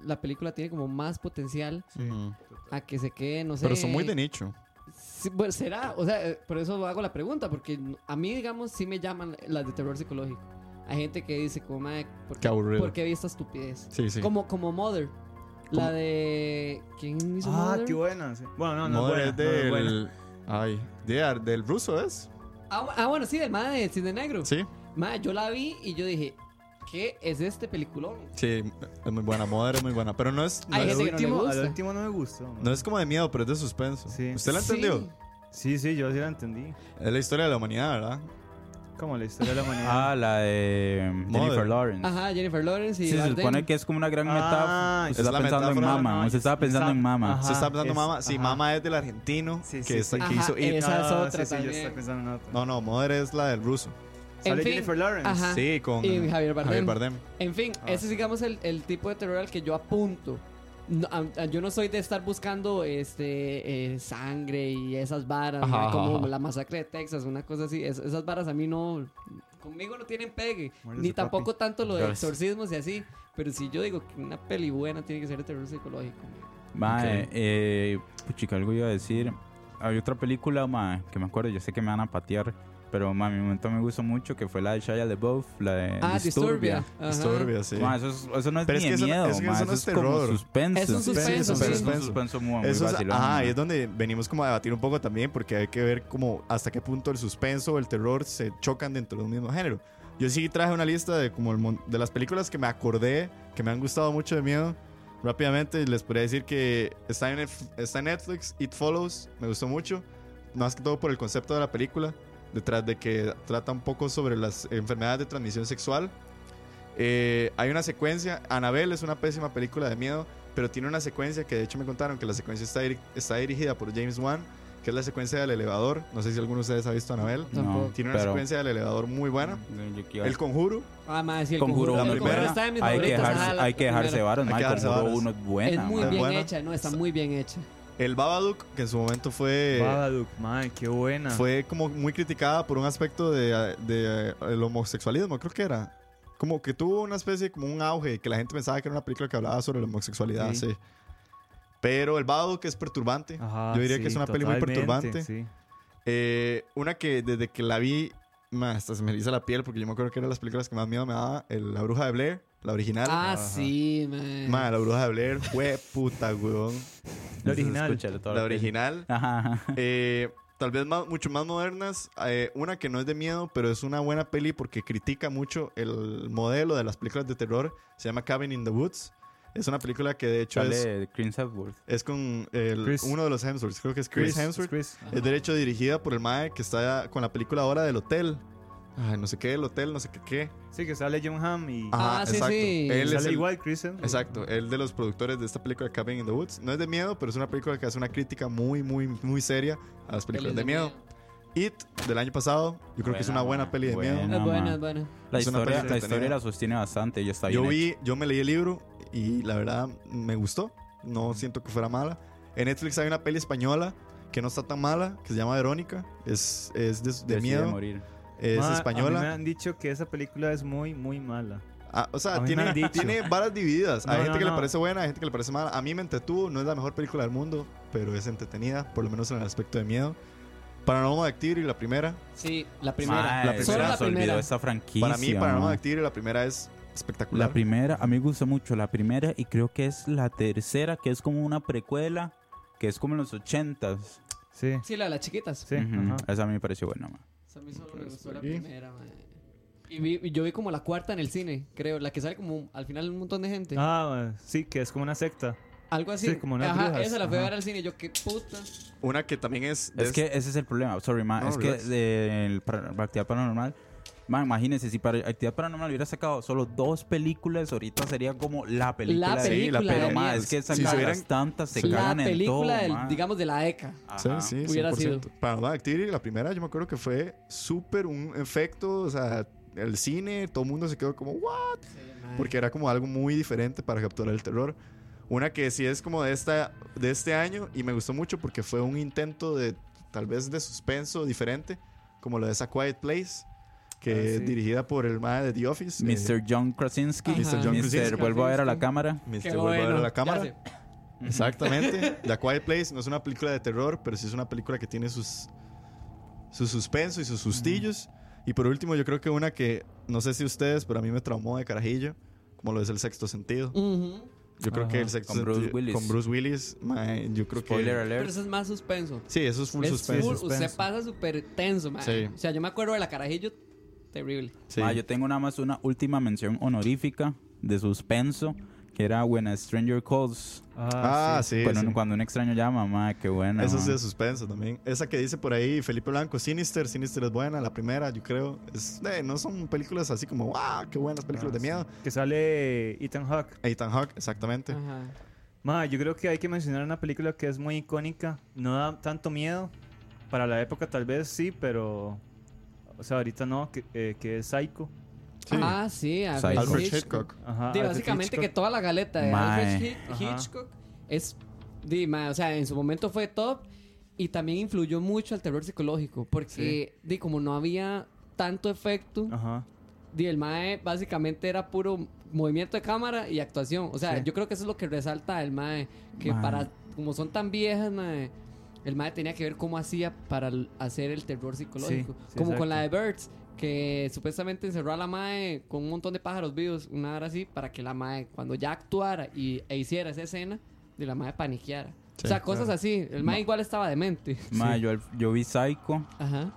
[SPEAKER 5] la película tiene como más potencial
[SPEAKER 6] Ujú.
[SPEAKER 5] a que se quede, no sé.
[SPEAKER 6] Pero son muy de nicho.
[SPEAKER 5] Sí, bueno, será, o sea, eh, por eso hago la pregunta, porque n- a mí, digamos, sí me llaman las de terror psicológico. Hay gente que dice, como, "Mae, ¿por qué,
[SPEAKER 6] Qué aburrido.
[SPEAKER 5] por qué vi esta estupidez?
[SPEAKER 6] Sí, sí.
[SPEAKER 5] Como, como Mother. La de. ¿Quién hizo
[SPEAKER 10] Ah,
[SPEAKER 5] Mother?
[SPEAKER 10] qué buena. sí. Bueno, no, no,
[SPEAKER 6] Mother
[SPEAKER 10] es buena,
[SPEAKER 6] es
[SPEAKER 10] no es buena.
[SPEAKER 6] del. Ay, de- del ruso es.
[SPEAKER 5] Ah, bu- ah, bueno, sí, del madre de Cine Negro.
[SPEAKER 6] Sí.
[SPEAKER 5] Mae, yo la vi y yo dije, ¿qué es este peliculón?
[SPEAKER 6] Sí, es muy buena. Mother es muy buena. Pero no es. No
[SPEAKER 5] Ay,
[SPEAKER 6] es,
[SPEAKER 5] gente que no le
[SPEAKER 10] Último-
[SPEAKER 5] gusta.
[SPEAKER 10] al último no me gustó. man.
[SPEAKER 6] no es como de miedo, pero es de suspenso.
[SPEAKER 10] Sí.
[SPEAKER 6] ¿Usted la entendió?
[SPEAKER 5] Sí.
[SPEAKER 10] Sí, sí, yo sí la entendí.
[SPEAKER 6] Es la historia de la humanidad, ¿verdad?
[SPEAKER 10] Como la historia de la humanidad.
[SPEAKER 2] Ah, la de mm,
[SPEAKER 6] Mother.
[SPEAKER 2] Jennifer Lawrence.
[SPEAKER 5] Ajá, Jennifer Lawrence y
[SPEAKER 2] Sí, se
[SPEAKER 5] Bardem.
[SPEAKER 2] supone que es como una gran
[SPEAKER 10] Ah,
[SPEAKER 2] metáfora.
[SPEAKER 10] es
[SPEAKER 2] Usted está
[SPEAKER 6] la
[SPEAKER 2] pensando en
[SPEAKER 6] metáfora,
[SPEAKER 2] mama.
[SPEAKER 10] no,
[SPEAKER 2] Usted estaba pensando en
[SPEAKER 10] está-
[SPEAKER 2] mama.
[SPEAKER 10] ajá.
[SPEAKER 6] Se está hablando
[SPEAKER 10] es-
[SPEAKER 6] mamá. Sí,
[SPEAKER 10] ajá.
[SPEAKER 6] mamá es del argentino.
[SPEAKER 10] Sí,
[SPEAKER 6] que
[SPEAKER 10] sí,
[SPEAKER 6] está-
[SPEAKER 5] sí.
[SPEAKER 6] que hizo
[SPEAKER 5] Ajá,
[SPEAKER 6] It.
[SPEAKER 5] esa es otra
[SPEAKER 10] sí, sí, yo
[SPEAKER 5] también.
[SPEAKER 10] estaba pensando en otra.
[SPEAKER 6] No, no, Mother es la del ruso.
[SPEAKER 5] En
[SPEAKER 10] Sale
[SPEAKER 5] fin,
[SPEAKER 10] Jennifer Lawrence.
[SPEAKER 5] ajá.
[SPEAKER 6] Sí, con
[SPEAKER 5] Y Javier Bardem.
[SPEAKER 6] Javier Bardem.
[SPEAKER 5] En fin, ese es, digamos, el, el tipo de terror al que yo apunto. No, a- a- yo no soy de estar buscando este eh, sangre y esas varas,
[SPEAKER 6] Ajá,
[SPEAKER 5] ¿no?
[SPEAKER 6] ajá,
[SPEAKER 5] como
[SPEAKER 6] ajá.
[SPEAKER 5] la masacre de Texas, una cosa así. Es- esas varas a mí no. Conmigo no tienen pegue.
[SPEAKER 10] Muérdese,
[SPEAKER 5] ni tampoco tanto lo de
[SPEAKER 2] Dios.
[SPEAKER 5] exorcismos y así. Pero si yo digo que una peli buena tiene que ser de terror psicológico.
[SPEAKER 2] Mae, eh, puchica, algo iba a decir. Había otra película, mae, que me acuerdo, yo sé que me van a patear, pero mae, mi momento me gustó mucho, que fue la de Shia LaBeouf, la de
[SPEAKER 5] Ah, Disturbia.
[SPEAKER 2] Disturbia.
[SPEAKER 5] Ajá.
[SPEAKER 6] Disturbia, sí.
[SPEAKER 2] Mae, eso, es- eso no es
[SPEAKER 6] Pero es
[SPEAKER 2] ni
[SPEAKER 6] que
[SPEAKER 2] de
[SPEAKER 6] eso no-
[SPEAKER 2] miedo,
[SPEAKER 6] es que
[SPEAKER 2] mae,
[SPEAKER 6] eso
[SPEAKER 2] eso
[SPEAKER 6] no
[SPEAKER 2] es,
[SPEAKER 6] es
[SPEAKER 2] como
[SPEAKER 6] terror.
[SPEAKER 2] suspenso.
[SPEAKER 5] Es un
[SPEAKER 6] sí,
[SPEAKER 5] suspenso,
[SPEAKER 6] es un
[SPEAKER 5] sí.
[SPEAKER 2] Es un
[SPEAKER 6] suspenso.
[SPEAKER 2] suspenso muy, muy
[SPEAKER 6] Eso es,
[SPEAKER 2] vacilón,
[SPEAKER 6] ajá,
[SPEAKER 2] mae.
[SPEAKER 6] y es donde venimos como a debatir un poco también, porque hay que ver como hasta qué punto el suspenso o el terror se chocan dentro de un mismo género. Yo sí traje una lista de como el mon- de las películas que me acordé, que me han gustado mucho de miedo. Rápidamente les podría decir que está en, Nef- está en Netflix, It Follows, me gustó mucho, más que todo por el concepto de la película, detrás de que trata un poco sobre las enfermedades de transmisión sexual. Eh, hay una secuencia, Anabel es una pésima película de miedo, pero tiene una secuencia que de hecho me contaron que la secuencia está, diri- está dirigida por James Wan, que es la secuencia del elevador. No sé si alguno de ustedes ha visto Anabel.
[SPEAKER 5] Tampoco.
[SPEAKER 6] Tiene una
[SPEAKER 2] pero- Mm,
[SPEAKER 6] secuencia del elevador muy buena.
[SPEAKER 2] Yo quiero-
[SPEAKER 6] El conjuro,
[SPEAKER 5] Ah, madre, sí, el
[SPEAKER 2] Conjuro
[SPEAKER 5] conjuro.
[SPEAKER 6] uno
[SPEAKER 5] el
[SPEAKER 6] es
[SPEAKER 5] conjuro
[SPEAKER 6] buena.
[SPEAKER 5] está en mis
[SPEAKER 2] hay que
[SPEAKER 5] favoritas. Ajá,
[SPEAKER 2] dejarse,
[SPEAKER 5] la
[SPEAKER 2] hay que dejarse
[SPEAKER 5] primera.
[SPEAKER 2] varas,
[SPEAKER 6] Hay
[SPEAKER 2] mae,
[SPEAKER 6] que dejarse
[SPEAKER 2] Conjuro
[SPEAKER 6] varas.
[SPEAKER 2] uno es buena.
[SPEAKER 5] Es muy
[SPEAKER 2] mae.
[SPEAKER 5] bien
[SPEAKER 6] buena.
[SPEAKER 5] hecha, no, está muy bien hecha.
[SPEAKER 6] el Babadook, que en su momento fue,
[SPEAKER 10] Babadook, madre, qué buena.
[SPEAKER 6] fue como muy criticada por un aspecto de, de- eh, el homosexualismo, creo que era. Como que tuvo una especie, como un auge, que la gente pensaba que era una película que hablaba sobre la homosexualidad, sí.
[SPEAKER 10] Sí.
[SPEAKER 6] Pero el Babadook es perturbante.
[SPEAKER 10] Ajá,
[SPEAKER 6] Yo diría que
[SPEAKER 10] sí,
[SPEAKER 6] es una peli muy
[SPEAKER 10] totalmente,
[SPEAKER 6] perturbante.
[SPEAKER 10] sí.
[SPEAKER 6] Eh, una que desde que la vi, ma, hasta se me eriza la piel porque yo me acuerdo que eran las películas que más miedo me daba. el- la Bruja de Blair, la original.
[SPEAKER 5] Ah, sí, man.
[SPEAKER 6] Ma, la Bruja de Blair fue puta, weón.
[SPEAKER 10] La
[SPEAKER 2] Entonces,
[SPEAKER 10] original.
[SPEAKER 2] escúchalo todo
[SPEAKER 6] La
[SPEAKER 2] lo que-
[SPEAKER 6] original.
[SPEAKER 2] Ajá, ajá.
[SPEAKER 6] Eh, tal vez más- mucho más modernas. eh, una que no es de miedo, pero es una buena peli porque critica mucho el modelo de las películas de terror. Se llama Cabin in the Woods. Es una película que de hecho es,
[SPEAKER 2] Sale Chris Hemsworth.
[SPEAKER 6] es con el-
[SPEAKER 10] Chris.
[SPEAKER 6] uno de los Hemsworths. Creo que es Chris, Hemsworth.
[SPEAKER 10] Chris.
[SPEAKER 6] Es derecho dirigida por el Mae que está con la película ahora del hotel. Ay, no sé qué, el hotel, no sé qué, qué.
[SPEAKER 10] Sí, que sale John Hamm y
[SPEAKER 5] Ah, sí, sí.
[SPEAKER 6] Él
[SPEAKER 10] y
[SPEAKER 6] es
[SPEAKER 10] sale
[SPEAKER 6] el-
[SPEAKER 10] igual Chris Hemsworth.
[SPEAKER 6] Exacto, él de los productores de esta película Cabin in the Woods. No es de miedo, pero es una película que hace una crítica muy, muy, muy seria a las películas
[SPEAKER 5] Pelis
[SPEAKER 6] de
[SPEAKER 5] de
[SPEAKER 6] miedo. It del año pasado, yo creo que es
[SPEAKER 2] Buena,
[SPEAKER 6] una buena
[SPEAKER 2] ma,
[SPEAKER 6] peli de miedo.
[SPEAKER 2] buena.
[SPEAKER 5] Es
[SPEAKER 2] No,
[SPEAKER 5] buena,
[SPEAKER 2] ma.
[SPEAKER 5] es buena.
[SPEAKER 2] La
[SPEAKER 6] Es una
[SPEAKER 2] historia,
[SPEAKER 6] película
[SPEAKER 2] la historia
[SPEAKER 6] entretenida.
[SPEAKER 2] la sostiene bastante. Ella está bien hecha.
[SPEAKER 6] Yo vi, yo me leí el libro y la verdad me gustó. No siento que fuera mala. En Netflix hay una peli española que no está tan mala, que se llama Verónica. Es, es de, de
[SPEAKER 2] Decide
[SPEAKER 6] miedo,
[SPEAKER 2] morir.
[SPEAKER 6] es
[SPEAKER 10] Ma, A mí me
[SPEAKER 6] española.
[SPEAKER 10] han dicho que esa película es muy, muy mala.
[SPEAKER 6] Ah, o
[SPEAKER 10] a
[SPEAKER 6] sea,
[SPEAKER 10] mí me
[SPEAKER 6] tiene,
[SPEAKER 10] han dicho.
[SPEAKER 6] tiene varas divididas. hay
[SPEAKER 10] No,
[SPEAKER 6] gente
[SPEAKER 10] no,
[SPEAKER 6] que le
[SPEAKER 10] no.
[SPEAKER 6] parece buena, hay gente que le parece mala. A mí me entretuvo, no es la mejor película del mundo, pero es entretenida, por lo menos en el aspecto de miedo. Paranormal Activity, la primera.
[SPEAKER 5] Sí, la
[SPEAKER 10] Ah.
[SPEAKER 5] primera.
[SPEAKER 2] Mae,
[SPEAKER 6] primera.
[SPEAKER 2] se
[SPEAKER 5] Solo la
[SPEAKER 2] nos olvidó
[SPEAKER 5] primera.
[SPEAKER 2] esta franquicia.
[SPEAKER 6] Para mí, Paranormal
[SPEAKER 2] mae.
[SPEAKER 6] Activity, la primera es espectacular.
[SPEAKER 2] La primera, a mí me gusta mucho la primera y creo que es la tercera, que es como una precuela, que es como en los ochentas.
[SPEAKER 10] Sí,
[SPEAKER 5] Sí, la de las chiquitas.
[SPEAKER 10] sí.
[SPEAKER 2] Ujú,
[SPEAKER 10] ajá.
[SPEAKER 2] Esa a mí me pareció buena. ma.
[SPEAKER 5] Esa a mí solo me
[SPEAKER 6] Entonces,
[SPEAKER 5] gustó
[SPEAKER 6] por
[SPEAKER 5] la
[SPEAKER 6] aquí.
[SPEAKER 5] primera, mae. Y, vi- y yo vi como la cuarta en el cine, creo. La que sale como al final un montón de gente.
[SPEAKER 10] Ah, sí, que es como una secta.
[SPEAKER 5] Algo así.
[SPEAKER 10] sí, como unas
[SPEAKER 5] Ajá,
[SPEAKER 10] brujas,
[SPEAKER 5] esa la fui a
[SPEAKER 10] ajá.
[SPEAKER 5] ver al cine. Yo, qué puta.
[SPEAKER 6] Una que también es... de
[SPEAKER 2] Es que ese es el problema, sorry, ma.
[SPEAKER 6] No,
[SPEAKER 2] es que
[SPEAKER 6] relax.
[SPEAKER 2] de el para- la actividad paranormal, ma, imagínense, si para actividad paranormal hubiera sacado solo dos películas, ahorita sería como la película.
[SPEAKER 5] la
[SPEAKER 2] de-
[SPEAKER 6] sí,
[SPEAKER 5] película.
[SPEAKER 6] la
[SPEAKER 2] Pero,
[SPEAKER 5] de
[SPEAKER 2] ma,
[SPEAKER 5] miedo.
[SPEAKER 2] es que
[SPEAKER 6] Si se
[SPEAKER 2] sacan las
[SPEAKER 6] hubieran-
[SPEAKER 2] tantas, se
[SPEAKER 5] la
[SPEAKER 2] cagan en todo.
[SPEAKER 5] película, del-
[SPEAKER 2] ma.
[SPEAKER 5] digamos, de la ECA.
[SPEAKER 6] Sí,
[SPEAKER 2] Ajá.
[SPEAKER 6] sí,
[SPEAKER 5] Hubiera
[SPEAKER 6] 100%.
[SPEAKER 5] sido.
[SPEAKER 6] Paranormal Activity, la primera, yo me acuerdo que fue súper un efecto, o sea, el cine, todo el mundo se quedó como, ¿what? Porque era como algo muy diferente para capturar el terror. Una que sí es como de, esta, de este año y me gustó mucho porque fue un intento de, tal vez, de suspenso diferente, como lo de esa Quiet Place, que
[SPEAKER 10] Ah,
[SPEAKER 6] es
[SPEAKER 10] sí.
[SPEAKER 6] dirigida por el madre de The Office. eh,
[SPEAKER 2] Mr. John Krasinski.
[SPEAKER 5] Ajá.
[SPEAKER 6] Mr. John
[SPEAKER 2] Mr.
[SPEAKER 6] Krasinski.
[SPEAKER 2] Vuelvo a ver a la cámara.
[SPEAKER 5] Qué
[SPEAKER 6] Mr. Vuelvo eh, a Este, ver a
[SPEAKER 5] bueno,
[SPEAKER 6] la cámara.
[SPEAKER 5] ya sé.
[SPEAKER 6] Exactamente. The Quiet Place no es una película de terror, pero sí es una película que tiene sus su suspenso y sus sustillos. Y por último, yo creo que una que no sé si ustedes, pero a mí me traumó de carajillo, como lo es el sexto sentido.
[SPEAKER 5] Ujú.
[SPEAKER 6] Yo creo que
[SPEAKER 10] Ajá.
[SPEAKER 6] el sexto
[SPEAKER 2] Con Bruce
[SPEAKER 6] sentido-
[SPEAKER 2] Willis.
[SPEAKER 6] con Bruce Willis, mae, yo creo
[SPEAKER 2] Spoiler
[SPEAKER 6] que
[SPEAKER 5] Pero
[SPEAKER 2] alert.
[SPEAKER 5] eso es más suspenso.
[SPEAKER 6] Sí, eso es full
[SPEAKER 5] Es
[SPEAKER 6] suspenso.
[SPEAKER 5] full,
[SPEAKER 10] suspenso.
[SPEAKER 5] usted pasa súper tenso, man.
[SPEAKER 6] Sí.
[SPEAKER 5] O sea, yo me acuerdo de la carajillo terrible.
[SPEAKER 6] Sí.
[SPEAKER 2] Ah, yo tengo nada más una última mención honorífica de suspenso, que era When a Stranger Calls.
[SPEAKER 6] Ah, sí.
[SPEAKER 2] cuando,
[SPEAKER 6] sí.
[SPEAKER 2] un- cuando un extraño llama, ma, qué buena.
[SPEAKER 6] Eso
[SPEAKER 2] ma.
[SPEAKER 6] es de suspenso también. Esa que dice por ahí Felipe Blanco, Sinister. Sinister es buena, la primera, yo creo. Es- eh, no son películas así como, ¡wow! ¡Qué buenas películas de miedo!
[SPEAKER 10] Ah, Que sale Ethan Hawke.
[SPEAKER 6] Ethan Hawke, exactamente.
[SPEAKER 5] Ajá.
[SPEAKER 10] Ma, yo creo que hay que mencionar una película que es muy icónica. No da tanto miedo. Para la época tal vez sí, pero... O sea, ahorita no, que, eh, que es Psycho.
[SPEAKER 6] Sí.
[SPEAKER 5] Ah, sí,
[SPEAKER 2] Psycho.
[SPEAKER 6] Alfred
[SPEAKER 5] Hitchcock.
[SPEAKER 6] Hitchcock.
[SPEAKER 10] Ajá,
[SPEAKER 5] Sí,
[SPEAKER 10] Alfred
[SPEAKER 5] básicamente que
[SPEAKER 10] Hitchcock.
[SPEAKER 5] toda la galeta de
[SPEAKER 2] Mae.
[SPEAKER 5] Alfred Hi-
[SPEAKER 10] Ajá.
[SPEAKER 5] Hitchcock es. di, mae, o sea, en su momento fue top y también influyó mucho al terror psicológico porque, di, como no había tanto efecto,
[SPEAKER 10] Ajá.
[SPEAKER 5] di, el Mae básicamente era puro movimiento de cámara y actuación. O sea,
[SPEAKER 10] Sí.
[SPEAKER 5] yo creo que eso es lo que resalta el Mae, que
[SPEAKER 2] Mae.
[SPEAKER 5] para. Como son tan viejas, mae, el Mae tenía que ver cómo hacía para l- hacer el terror psicológico.
[SPEAKER 10] Sí, sí,
[SPEAKER 5] como con
[SPEAKER 10] exacto.
[SPEAKER 5] la de Birds. Que supuestamente encerró a la Mae con un montón de pájaros vivos, una hora así, para que la Mae, cuando ya actuara y, e hiciera esa escena, de la Mae paniqueara. o sea, cosas así. El Mae igual estaba demente.
[SPEAKER 2] Ma, yo, al- yo vi Psycho
[SPEAKER 5] Ajá.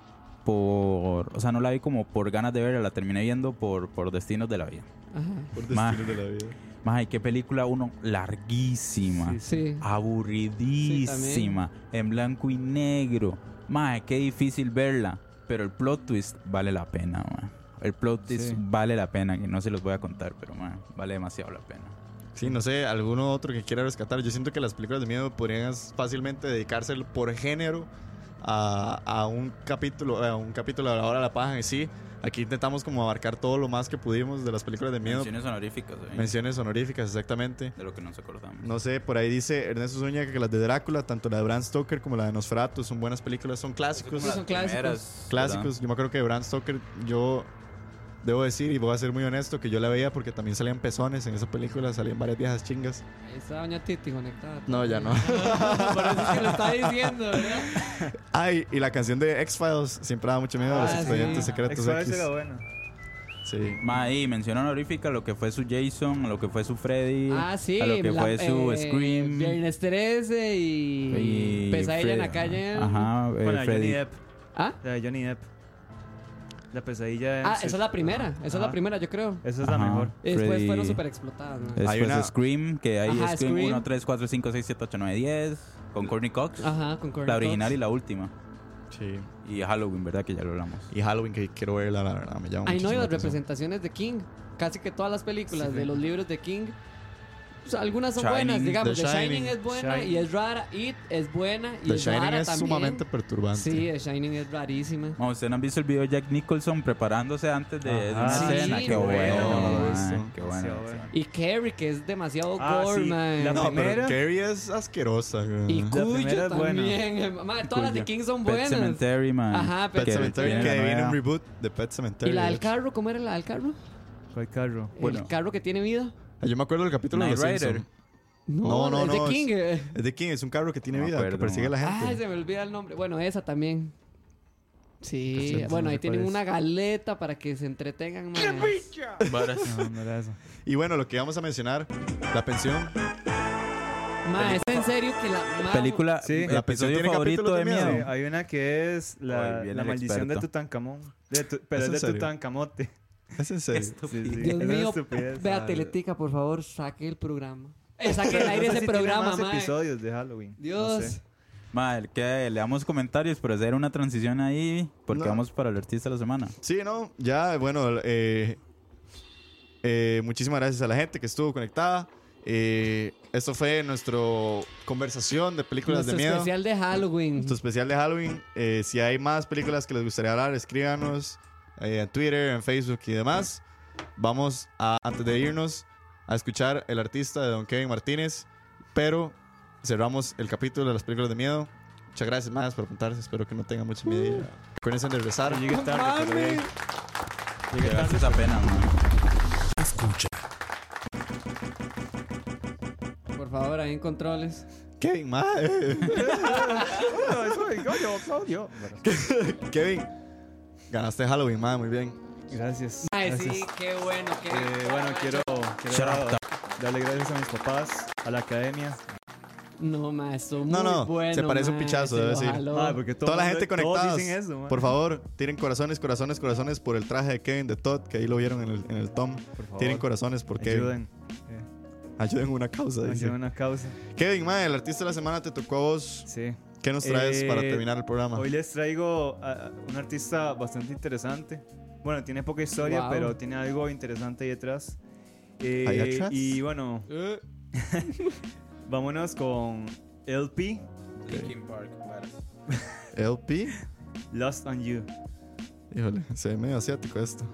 [SPEAKER 2] por... O sea, no la vi como por ganas de verla, la terminé viendo por, por destinos de la vida.
[SPEAKER 5] Ajá.
[SPEAKER 6] Por
[SPEAKER 2] Ma.
[SPEAKER 6] destinos de la vida.
[SPEAKER 2] Ma, y qué película uno larguísima,
[SPEAKER 5] Sí.
[SPEAKER 2] aburridísima, en blanco y negro. Ma, qué difícil verla, pero el plot twist vale la pena, ma. El plot twist
[SPEAKER 10] Sí.
[SPEAKER 2] vale la pena, que no se los voy a contar, pero ma, vale demasiado la pena.
[SPEAKER 6] Sí, no sé, alguno otro que quiera rescatar. Yo siento que las películas de miedo podrían fácilmente dedicarse por género a, a un capítulo, a un capítulo de la hora de la paja en sí. Aquí intentamos como abarcar todo lo más que pudimos de las películas de miedo. Menciones,
[SPEAKER 2] Menciones honoríficas, ¿eh?
[SPEAKER 6] honoríficas, exactamente.
[SPEAKER 2] de lo que nos acordamos.
[SPEAKER 6] No sé, por ahí dice Ernesto Zúñiga que las de Drácula, tanto la de Bram Stoker como la de Nosferatu, son buenas películas, son clásicos.
[SPEAKER 5] las- son clásicos.
[SPEAKER 6] Clásicos. Yo me acuerdo que Bram Stoker, yo debo decir, y voy a ser muy honesto, que yo la veía porque también salían pezones en esa película, salían varias viejas chingas.
[SPEAKER 5] Ahí está Doña Titi conectada. Ah,
[SPEAKER 6] No, ya no.
[SPEAKER 5] Por eso es que lo está diciendo, ¿verdad?
[SPEAKER 6] Ay, y la canción de X-Files siempre da mucho miedo a los
[SPEAKER 5] Ah, sí.
[SPEAKER 6] expedientes secretos
[SPEAKER 10] X-Files
[SPEAKER 6] X.
[SPEAKER 10] era buena.
[SPEAKER 6] Sí.
[SPEAKER 2] Ma, y menciona honorífica lo que fue su Jason, lo que fue su Freddy,
[SPEAKER 5] Ah, sí.
[SPEAKER 2] a lo que
[SPEAKER 5] la-
[SPEAKER 2] fue su
[SPEAKER 5] eh,
[SPEAKER 2] Scream
[SPEAKER 5] Viernes 13 y.
[SPEAKER 2] y
[SPEAKER 5] Pesadilla Pues en la
[SPEAKER 2] Fred-
[SPEAKER 5] calle.
[SPEAKER 2] Ajá, eh,
[SPEAKER 10] Con la de Johnny
[SPEAKER 2] Freddy.
[SPEAKER 10] Depp.
[SPEAKER 5] ¿Ah?
[SPEAKER 10] La de Johnny Depp. La pesadilla en
[SPEAKER 5] Ah,
[SPEAKER 10] Street-
[SPEAKER 5] esa es la primera. Esa es la
[SPEAKER 10] Ajá.
[SPEAKER 5] primera, yo creo.
[SPEAKER 10] Esa es la
[SPEAKER 2] Ajá.
[SPEAKER 10] mejor.
[SPEAKER 5] Y después
[SPEAKER 2] Freddy-
[SPEAKER 5] fueron super explotadas, ¿no?
[SPEAKER 2] Después
[SPEAKER 6] Hay una-
[SPEAKER 2] Scream, que hay
[SPEAKER 5] Ajá,
[SPEAKER 2] Scream,
[SPEAKER 5] Scream.
[SPEAKER 2] 1, 3, 4, 5, 6, 7, 8, 9, 10. Con Courtney Cox.
[SPEAKER 5] Ajá, con Courtney
[SPEAKER 2] la original
[SPEAKER 5] Cox.
[SPEAKER 2] y la última.
[SPEAKER 6] Sí.
[SPEAKER 2] Y Halloween, ¿verdad? Que ya lo hablamos.
[SPEAKER 6] Y Halloween, que quiero verla, la verdad. Me llama
[SPEAKER 5] Ay, no, y
[SPEAKER 6] muchísimo la
[SPEAKER 5] las
[SPEAKER 6] atención.
[SPEAKER 5] representaciones de King. Casi que todas las películas de los libros de King. o sea, algunas son
[SPEAKER 2] Shining,
[SPEAKER 5] buenas, digamos.
[SPEAKER 6] The
[SPEAKER 5] The Shining,
[SPEAKER 6] Shining.
[SPEAKER 5] es buena y es rara. It es buena y
[SPEAKER 6] The
[SPEAKER 5] es
[SPEAKER 6] Shining
[SPEAKER 5] rara
[SPEAKER 6] es
[SPEAKER 5] también.
[SPEAKER 6] sumamente perturbante.
[SPEAKER 5] Sí, The Shining es rarísima.
[SPEAKER 2] Ma, ¿Ustedes no han visto el video de Jack Nicholson preparándose antes de, de
[SPEAKER 10] Ajá.
[SPEAKER 2] una
[SPEAKER 5] Sí,
[SPEAKER 2] escena?
[SPEAKER 5] sí,
[SPEAKER 2] qué
[SPEAKER 5] lo
[SPEAKER 2] bueno,
[SPEAKER 5] veo,
[SPEAKER 2] ma,
[SPEAKER 10] lo he visto.
[SPEAKER 2] qué bueno.
[SPEAKER 10] Demasiado bueno.
[SPEAKER 5] Y Carrie, que es demasiado
[SPEAKER 10] Ah,
[SPEAKER 5] gore,
[SPEAKER 10] sí,
[SPEAKER 5] man.
[SPEAKER 10] la
[SPEAKER 6] No,
[SPEAKER 10] primera-
[SPEAKER 6] pero Carrie es asquerosa. güey.
[SPEAKER 5] Y
[SPEAKER 10] primera
[SPEAKER 5] Cuyo
[SPEAKER 10] es buena.
[SPEAKER 5] también. Ma, todas las de
[SPEAKER 2] Cuyo.
[SPEAKER 5] King son
[SPEAKER 2] Pet
[SPEAKER 5] buenas.
[SPEAKER 2] Cemetery, man.
[SPEAKER 5] Ajá,
[SPEAKER 6] Pet
[SPEAKER 5] pero.
[SPEAKER 6] Cemetery,
[SPEAKER 2] viene
[SPEAKER 6] que
[SPEAKER 2] la
[SPEAKER 6] viene un
[SPEAKER 2] nueva.
[SPEAKER 6] reboot de Pet Cemetery.
[SPEAKER 5] ¿Y la
[SPEAKER 6] de
[SPEAKER 5] del
[SPEAKER 6] hecho.
[SPEAKER 5] carro? ¿Cómo era la del carro?
[SPEAKER 10] ¿Cuál carro?
[SPEAKER 2] Bueno.
[SPEAKER 5] El carro que tiene vida.
[SPEAKER 6] Ah, Yo me acuerdo del capítulo
[SPEAKER 2] Knight
[SPEAKER 6] de los
[SPEAKER 2] Rider.
[SPEAKER 6] Simpson. No,
[SPEAKER 5] No,
[SPEAKER 6] no,
[SPEAKER 5] es de
[SPEAKER 6] no, es-
[SPEAKER 5] King. eh.
[SPEAKER 6] Es de quién? Es un carro que tiene
[SPEAKER 2] No me
[SPEAKER 6] vida,
[SPEAKER 2] acuerdo,
[SPEAKER 6] que persigue a la
[SPEAKER 5] Ay,
[SPEAKER 6] gente.
[SPEAKER 5] se me Ah, olvida el nombre. Bueno, esa también. Sí,
[SPEAKER 10] Entonces,
[SPEAKER 5] bueno, ahí
[SPEAKER 10] ¿cuál
[SPEAKER 5] tienen
[SPEAKER 10] es?
[SPEAKER 5] una galeta para que se entretengan más.
[SPEAKER 10] No, no era eso.
[SPEAKER 6] Y bueno, lo que íbamos a mencionar, la pensión.
[SPEAKER 5] Ma, es en serio que la ma,
[SPEAKER 2] Película,
[SPEAKER 10] Sí.
[SPEAKER 2] eh,
[SPEAKER 6] La
[SPEAKER 2] episodio
[SPEAKER 6] tiene
[SPEAKER 2] favorito de
[SPEAKER 6] capítulos de miedo.
[SPEAKER 2] miedo.
[SPEAKER 10] Sí, hay una que es la,
[SPEAKER 2] Hoy viene
[SPEAKER 10] la
[SPEAKER 2] el
[SPEAKER 10] maldición de
[SPEAKER 2] experto.
[SPEAKER 10] Tutankamón. De tu-
[SPEAKER 6] ¿Es
[SPEAKER 10] pero es
[SPEAKER 6] en
[SPEAKER 10] de
[SPEAKER 6] serio?
[SPEAKER 10] Tutankamote.
[SPEAKER 6] Es en serio.
[SPEAKER 10] Sí, sí,
[SPEAKER 5] Dios
[SPEAKER 10] es una
[SPEAKER 5] mío,
[SPEAKER 10] estupidez.
[SPEAKER 5] vea Teletica, por favor, saque el programa. Eh, saque el aire
[SPEAKER 10] No sé
[SPEAKER 5] ese
[SPEAKER 10] si tiene
[SPEAKER 5] programa,
[SPEAKER 10] más
[SPEAKER 5] ma.
[SPEAKER 10] episodios de Halloween. No
[SPEAKER 5] Dios.
[SPEAKER 10] sé.
[SPEAKER 2] Madre, que le damos comentarios, pero hacer una transición ahí, porque
[SPEAKER 6] No.
[SPEAKER 2] vamos para el artista de la semana.
[SPEAKER 6] Sí, no, ya, bueno, eh, eh, muchísimas gracias a la gente que estuvo conectada. Eh, esto fue nuestro conversación de películas
[SPEAKER 5] Nuestro
[SPEAKER 6] de miedo.
[SPEAKER 5] especial de Halloween.
[SPEAKER 6] Nuestro especial de Halloween. Eh, si hay más películas que les gustaría hablar, escríbanos eh, en Twitter, en Facebook y demás. Vamos a, antes de irnos, a escuchar el artista de Don Kevin Martínez. Pero cerramos el capítulo de las películas de miedo. Muchas gracias más por apuntarse. Espero que no tengan mucho miedo.
[SPEAKER 10] Uh.
[SPEAKER 6] Recuerden de regresar.
[SPEAKER 10] Llegué tarde, pero bien.
[SPEAKER 2] Llegué tarde esa pena, ma.
[SPEAKER 3] Escucha,
[SPEAKER 5] Por favor, ahí en controles.
[SPEAKER 6] Kevin, ma, eh,
[SPEAKER 10] No, eso es Goyo, Goyo.
[SPEAKER 6] Kevin, ganaste Halloween, ma, muy bien.
[SPEAKER 10] Gracias.
[SPEAKER 5] Ay,
[SPEAKER 10] gracias.
[SPEAKER 5] sí, qué bueno, qué
[SPEAKER 10] Eh, bueno, quiero, quiero
[SPEAKER 2] Shut up.
[SPEAKER 10] darle gracias a mis papás, a la academia.
[SPEAKER 5] No, ma, estuvo muy
[SPEAKER 6] No, no,
[SPEAKER 5] bueno,
[SPEAKER 6] se parece un
[SPEAKER 5] ma,
[SPEAKER 6] pichazo,
[SPEAKER 5] se
[SPEAKER 6] debe
[SPEAKER 5] lo
[SPEAKER 6] decir.
[SPEAKER 5] jaló.
[SPEAKER 10] Ay, porque todo
[SPEAKER 6] Toda la
[SPEAKER 10] mundo-
[SPEAKER 6] gente
[SPEAKER 10] todos
[SPEAKER 6] conectada.
[SPEAKER 10] dicen eso, ma.
[SPEAKER 6] Por favor, tienen corazones, corazones, corazones por el traje de Kevin de Todd, que ahí lo vieron en el, en el Tom.
[SPEAKER 10] Por favor,
[SPEAKER 6] Tienen corazones por Kevin.
[SPEAKER 10] Oh, Ayuden.
[SPEAKER 6] Ayuden una causa. dice.
[SPEAKER 10] Ayuden una causa.
[SPEAKER 6] Kevin, ma, el artista de la semana te tocó a vos.
[SPEAKER 10] Sí.
[SPEAKER 6] ¿Qué nos traes
[SPEAKER 10] Eh,
[SPEAKER 6] para terminar el programa?
[SPEAKER 10] Hoy les traigo a, a un artista bastante interesante. Bueno, tiene poca historia,
[SPEAKER 5] Wow.
[SPEAKER 10] pero tiene algo interesante ahí detrás. Eh,
[SPEAKER 6] ¿Ahí atrás?
[SPEAKER 10] Y bueno,
[SPEAKER 2] Eh.
[SPEAKER 10] vámonos con LP,
[SPEAKER 6] LP.
[SPEAKER 10] Lost on You.
[SPEAKER 6] Híjole, se ve medio asiático esto.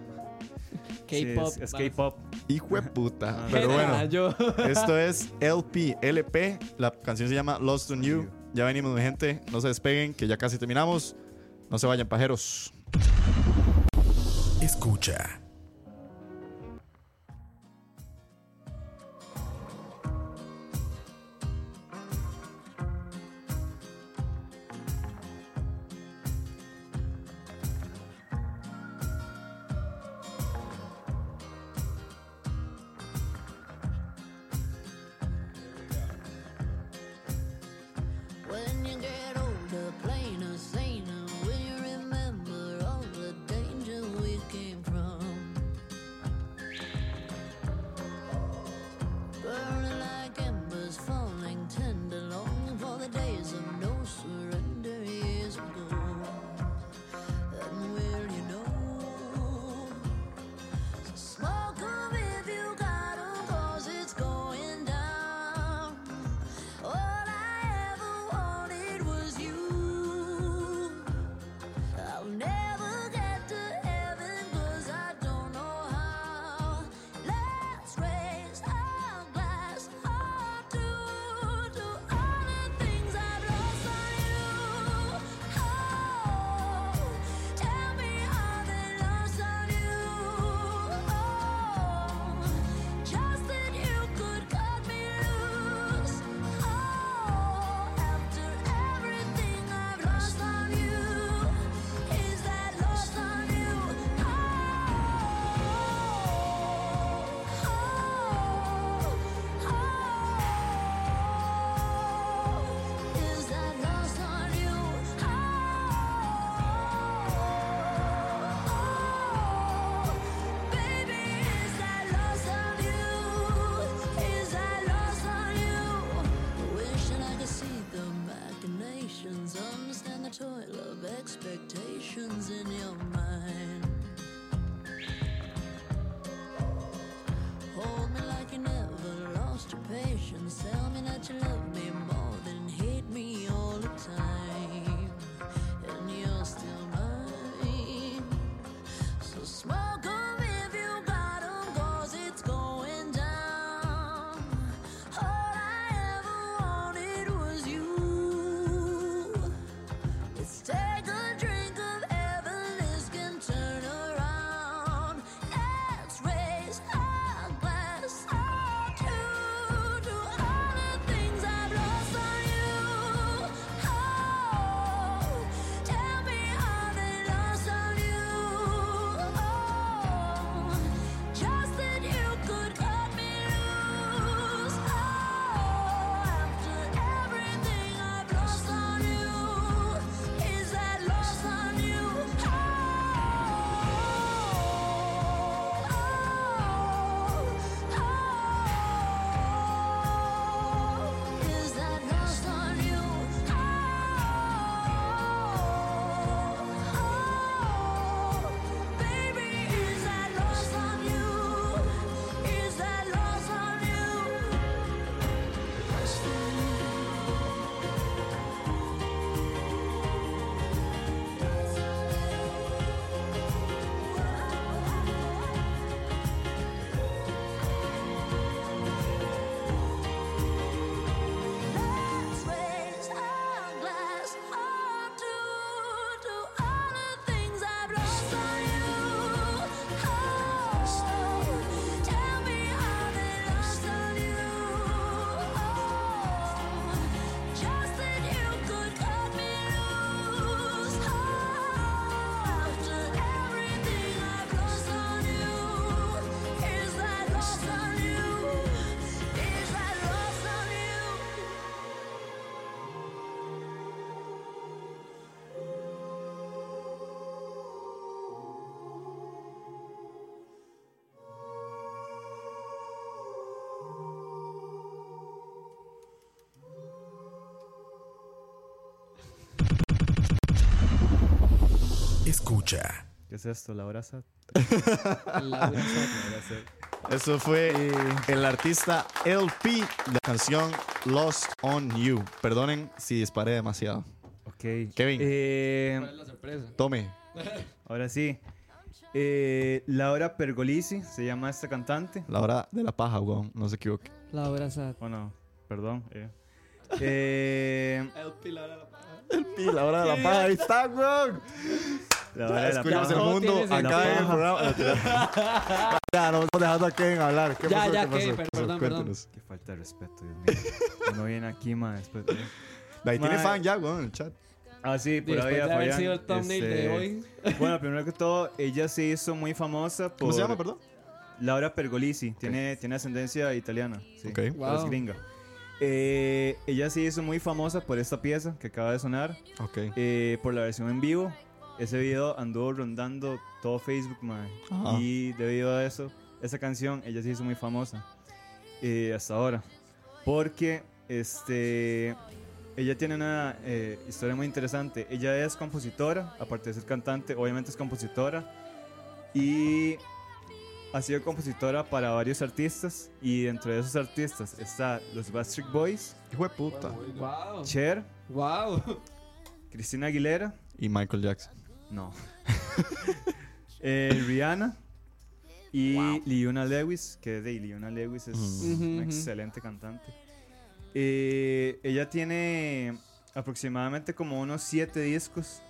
[SPEAKER 10] Sí, es-
[SPEAKER 5] K-pop.
[SPEAKER 10] es
[SPEAKER 5] va.
[SPEAKER 10] K-pop.
[SPEAKER 6] Hijo de puta.
[SPEAKER 10] Ah.
[SPEAKER 6] Pero
[SPEAKER 5] Ah,
[SPEAKER 6] bueno,
[SPEAKER 5] yo-
[SPEAKER 6] esto es LP, LP. La canción se llama Lost on You. Ya venimos, mi gente. No se despeguen, que ya casi terminamos. No se vayan, pajeros.
[SPEAKER 3] escucha.
[SPEAKER 11] When you get older, plainer, saner, we remember all the danger we came from. Oh, Oh. Tell me that you love me more than hate me all the time. And you're still mine. So smoke 'em if you got 'em, 'cause it's going down. All I ever wanted was you. Let's take a drink of Evelyn's can turn around. Let's raise our glass up to do all the things I've lost on you. Oh, tell me all the lost on you. Oh, just that you could cut me loose. Oh, after everything I've lost on you, is that lost on you? Oh, is that lost on you? baby, is that lost on you? Is that lost on you? Lost on you. Let's raise our glass up to do all the things I've lost on you. Oh, tell me all the lost on you. Oh, just that you could cut me loose. Oh, after everything I've lost on you, is that lost on you? Is that lost on you?
[SPEAKER 3] Escucha.
[SPEAKER 10] ¿Qué es esto? La hora sat.
[SPEAKER 5] La
[SPEAKER 10] La hora sat.
[SPEAKER 6] Eso fue el artista LP de la canción Lost on You. Perdonen si disparé demasiado.
[SPEAKER 10] Ok.
[SPEAKER 6] Kevin.
[SPEAKER 10] Eh,
[SPEAKER 5] ¿Cuál es la sorpresa?
[SPEAKER 6] Tome.
[SPEAKER 10] ahora sí. Eh, Laura Pergolisi se llama esta cantante.
[SPEAKER 6] La hora de la paja, weón. No se equivoque.
[SPEAKER 5] La obra sad.
[SPEAKER 10] Bueno, perdón. eh. Eh,
[SPEAKER 5] El pilar a la
[SPEAKER 6] Y la hora de la paja. Ahí está, weón.
[SPEAKER 10] la hora de la
[SPEAKER 6] Descubrimos el
[SPEAKER 10] paja.
[SPEAKER 5] Todo
[SPEAKER 6] mundo
[SPEAKER 5] tiene sentido.
[SPEAKER 6] acá en el programa. ya, no estamos dejando a Kevin hablar. ¿Qué
[SPEAKER 5] Ya,
[SPEAKER 6] pasó?
[SPEAKER 5] ya,
[SPEAKER 6] ¿Qué pasó?
[SPEAKER 5] Kevin,
[SPEAKER 6] ¿Qué pasó?
[SPEAKER 5] perdón, perdón.
[SPEAKER 6] Cuéntanos.
[SPEAKER 10] Qué falta de respeto, Dios mío. No viene aquí, más después. de-
[SPEAKER 6] Ahí tiene
[SPEAKER 10] Mae.
[SPEAKER 6] fan ya, weón, en el chat.
[SPEAKER 10] Ah, sí, por
[SPEAKER 5] Después
[SPEAKER 10] ahí
[SPEAKER 5] de
[SPEAKER 10] a
[SPEAKER 5] haber
[SPEAKER 10] Fabián,
[SPEAKER 5] sido el thumbnail
[SPEAKER 10] este,
[SPEAKER 5] de hoy.
[SPEAKER 10] Bueno, primero que todo, ella se hizo muy famosa por.
[SPEAKER 6] ¿Cómo se llama, perdón?
[SPEAKER 10] Laura Pergolisi. Tiene, tiene ascendencia italiana. Sí,
[SPEAKER 6] Ok.
[SPEAKER 10] pero es
[SPEAKER 5] Wow.
[SPEAKER 10] gringa. Eh, ella se hizo muy famosa por esta pieza que acaba de sonar,
[SPEAKER 6] Ok.
[SPEAKER 10] eh, por la versión en vivo. Ese video anduvo rondando todo Facebook, mae.
[SPEAKER 6] Ajá.
[SPEAKER 10] Y debido a eso, esa canción, ella se hizo muy famosa. eh, hasta ahora. Porque, este. Ella tiene una eh, historia muy interesante. Ella es compositora, aparte de ser cantante, obviamente es compositora. Y ha sido compositora para varios artistas. Y dentro de esos artistas está los Backstreet Boys,
[SPEAKER 6] Hijo de puta.
[SPEAKER 5] Wow.
[SPEAKER 10] Cher,
[SPEAKER 5] Wow.
[SPEAKER 10] Cristina Aguilera,
[SPEAKER 6] Y Michael Jackson.
[SPEAKER 10] no, Eh, Rihanna y Liuna Lewis, que de Liuna Lewis es
[SPEAKER 6] Mm.
[SPEAKER 5] Ujú, ujú.
[SPEAKER 10] una excelente cantante. Eh, ella tiene aproximadamente como unos 7 discos,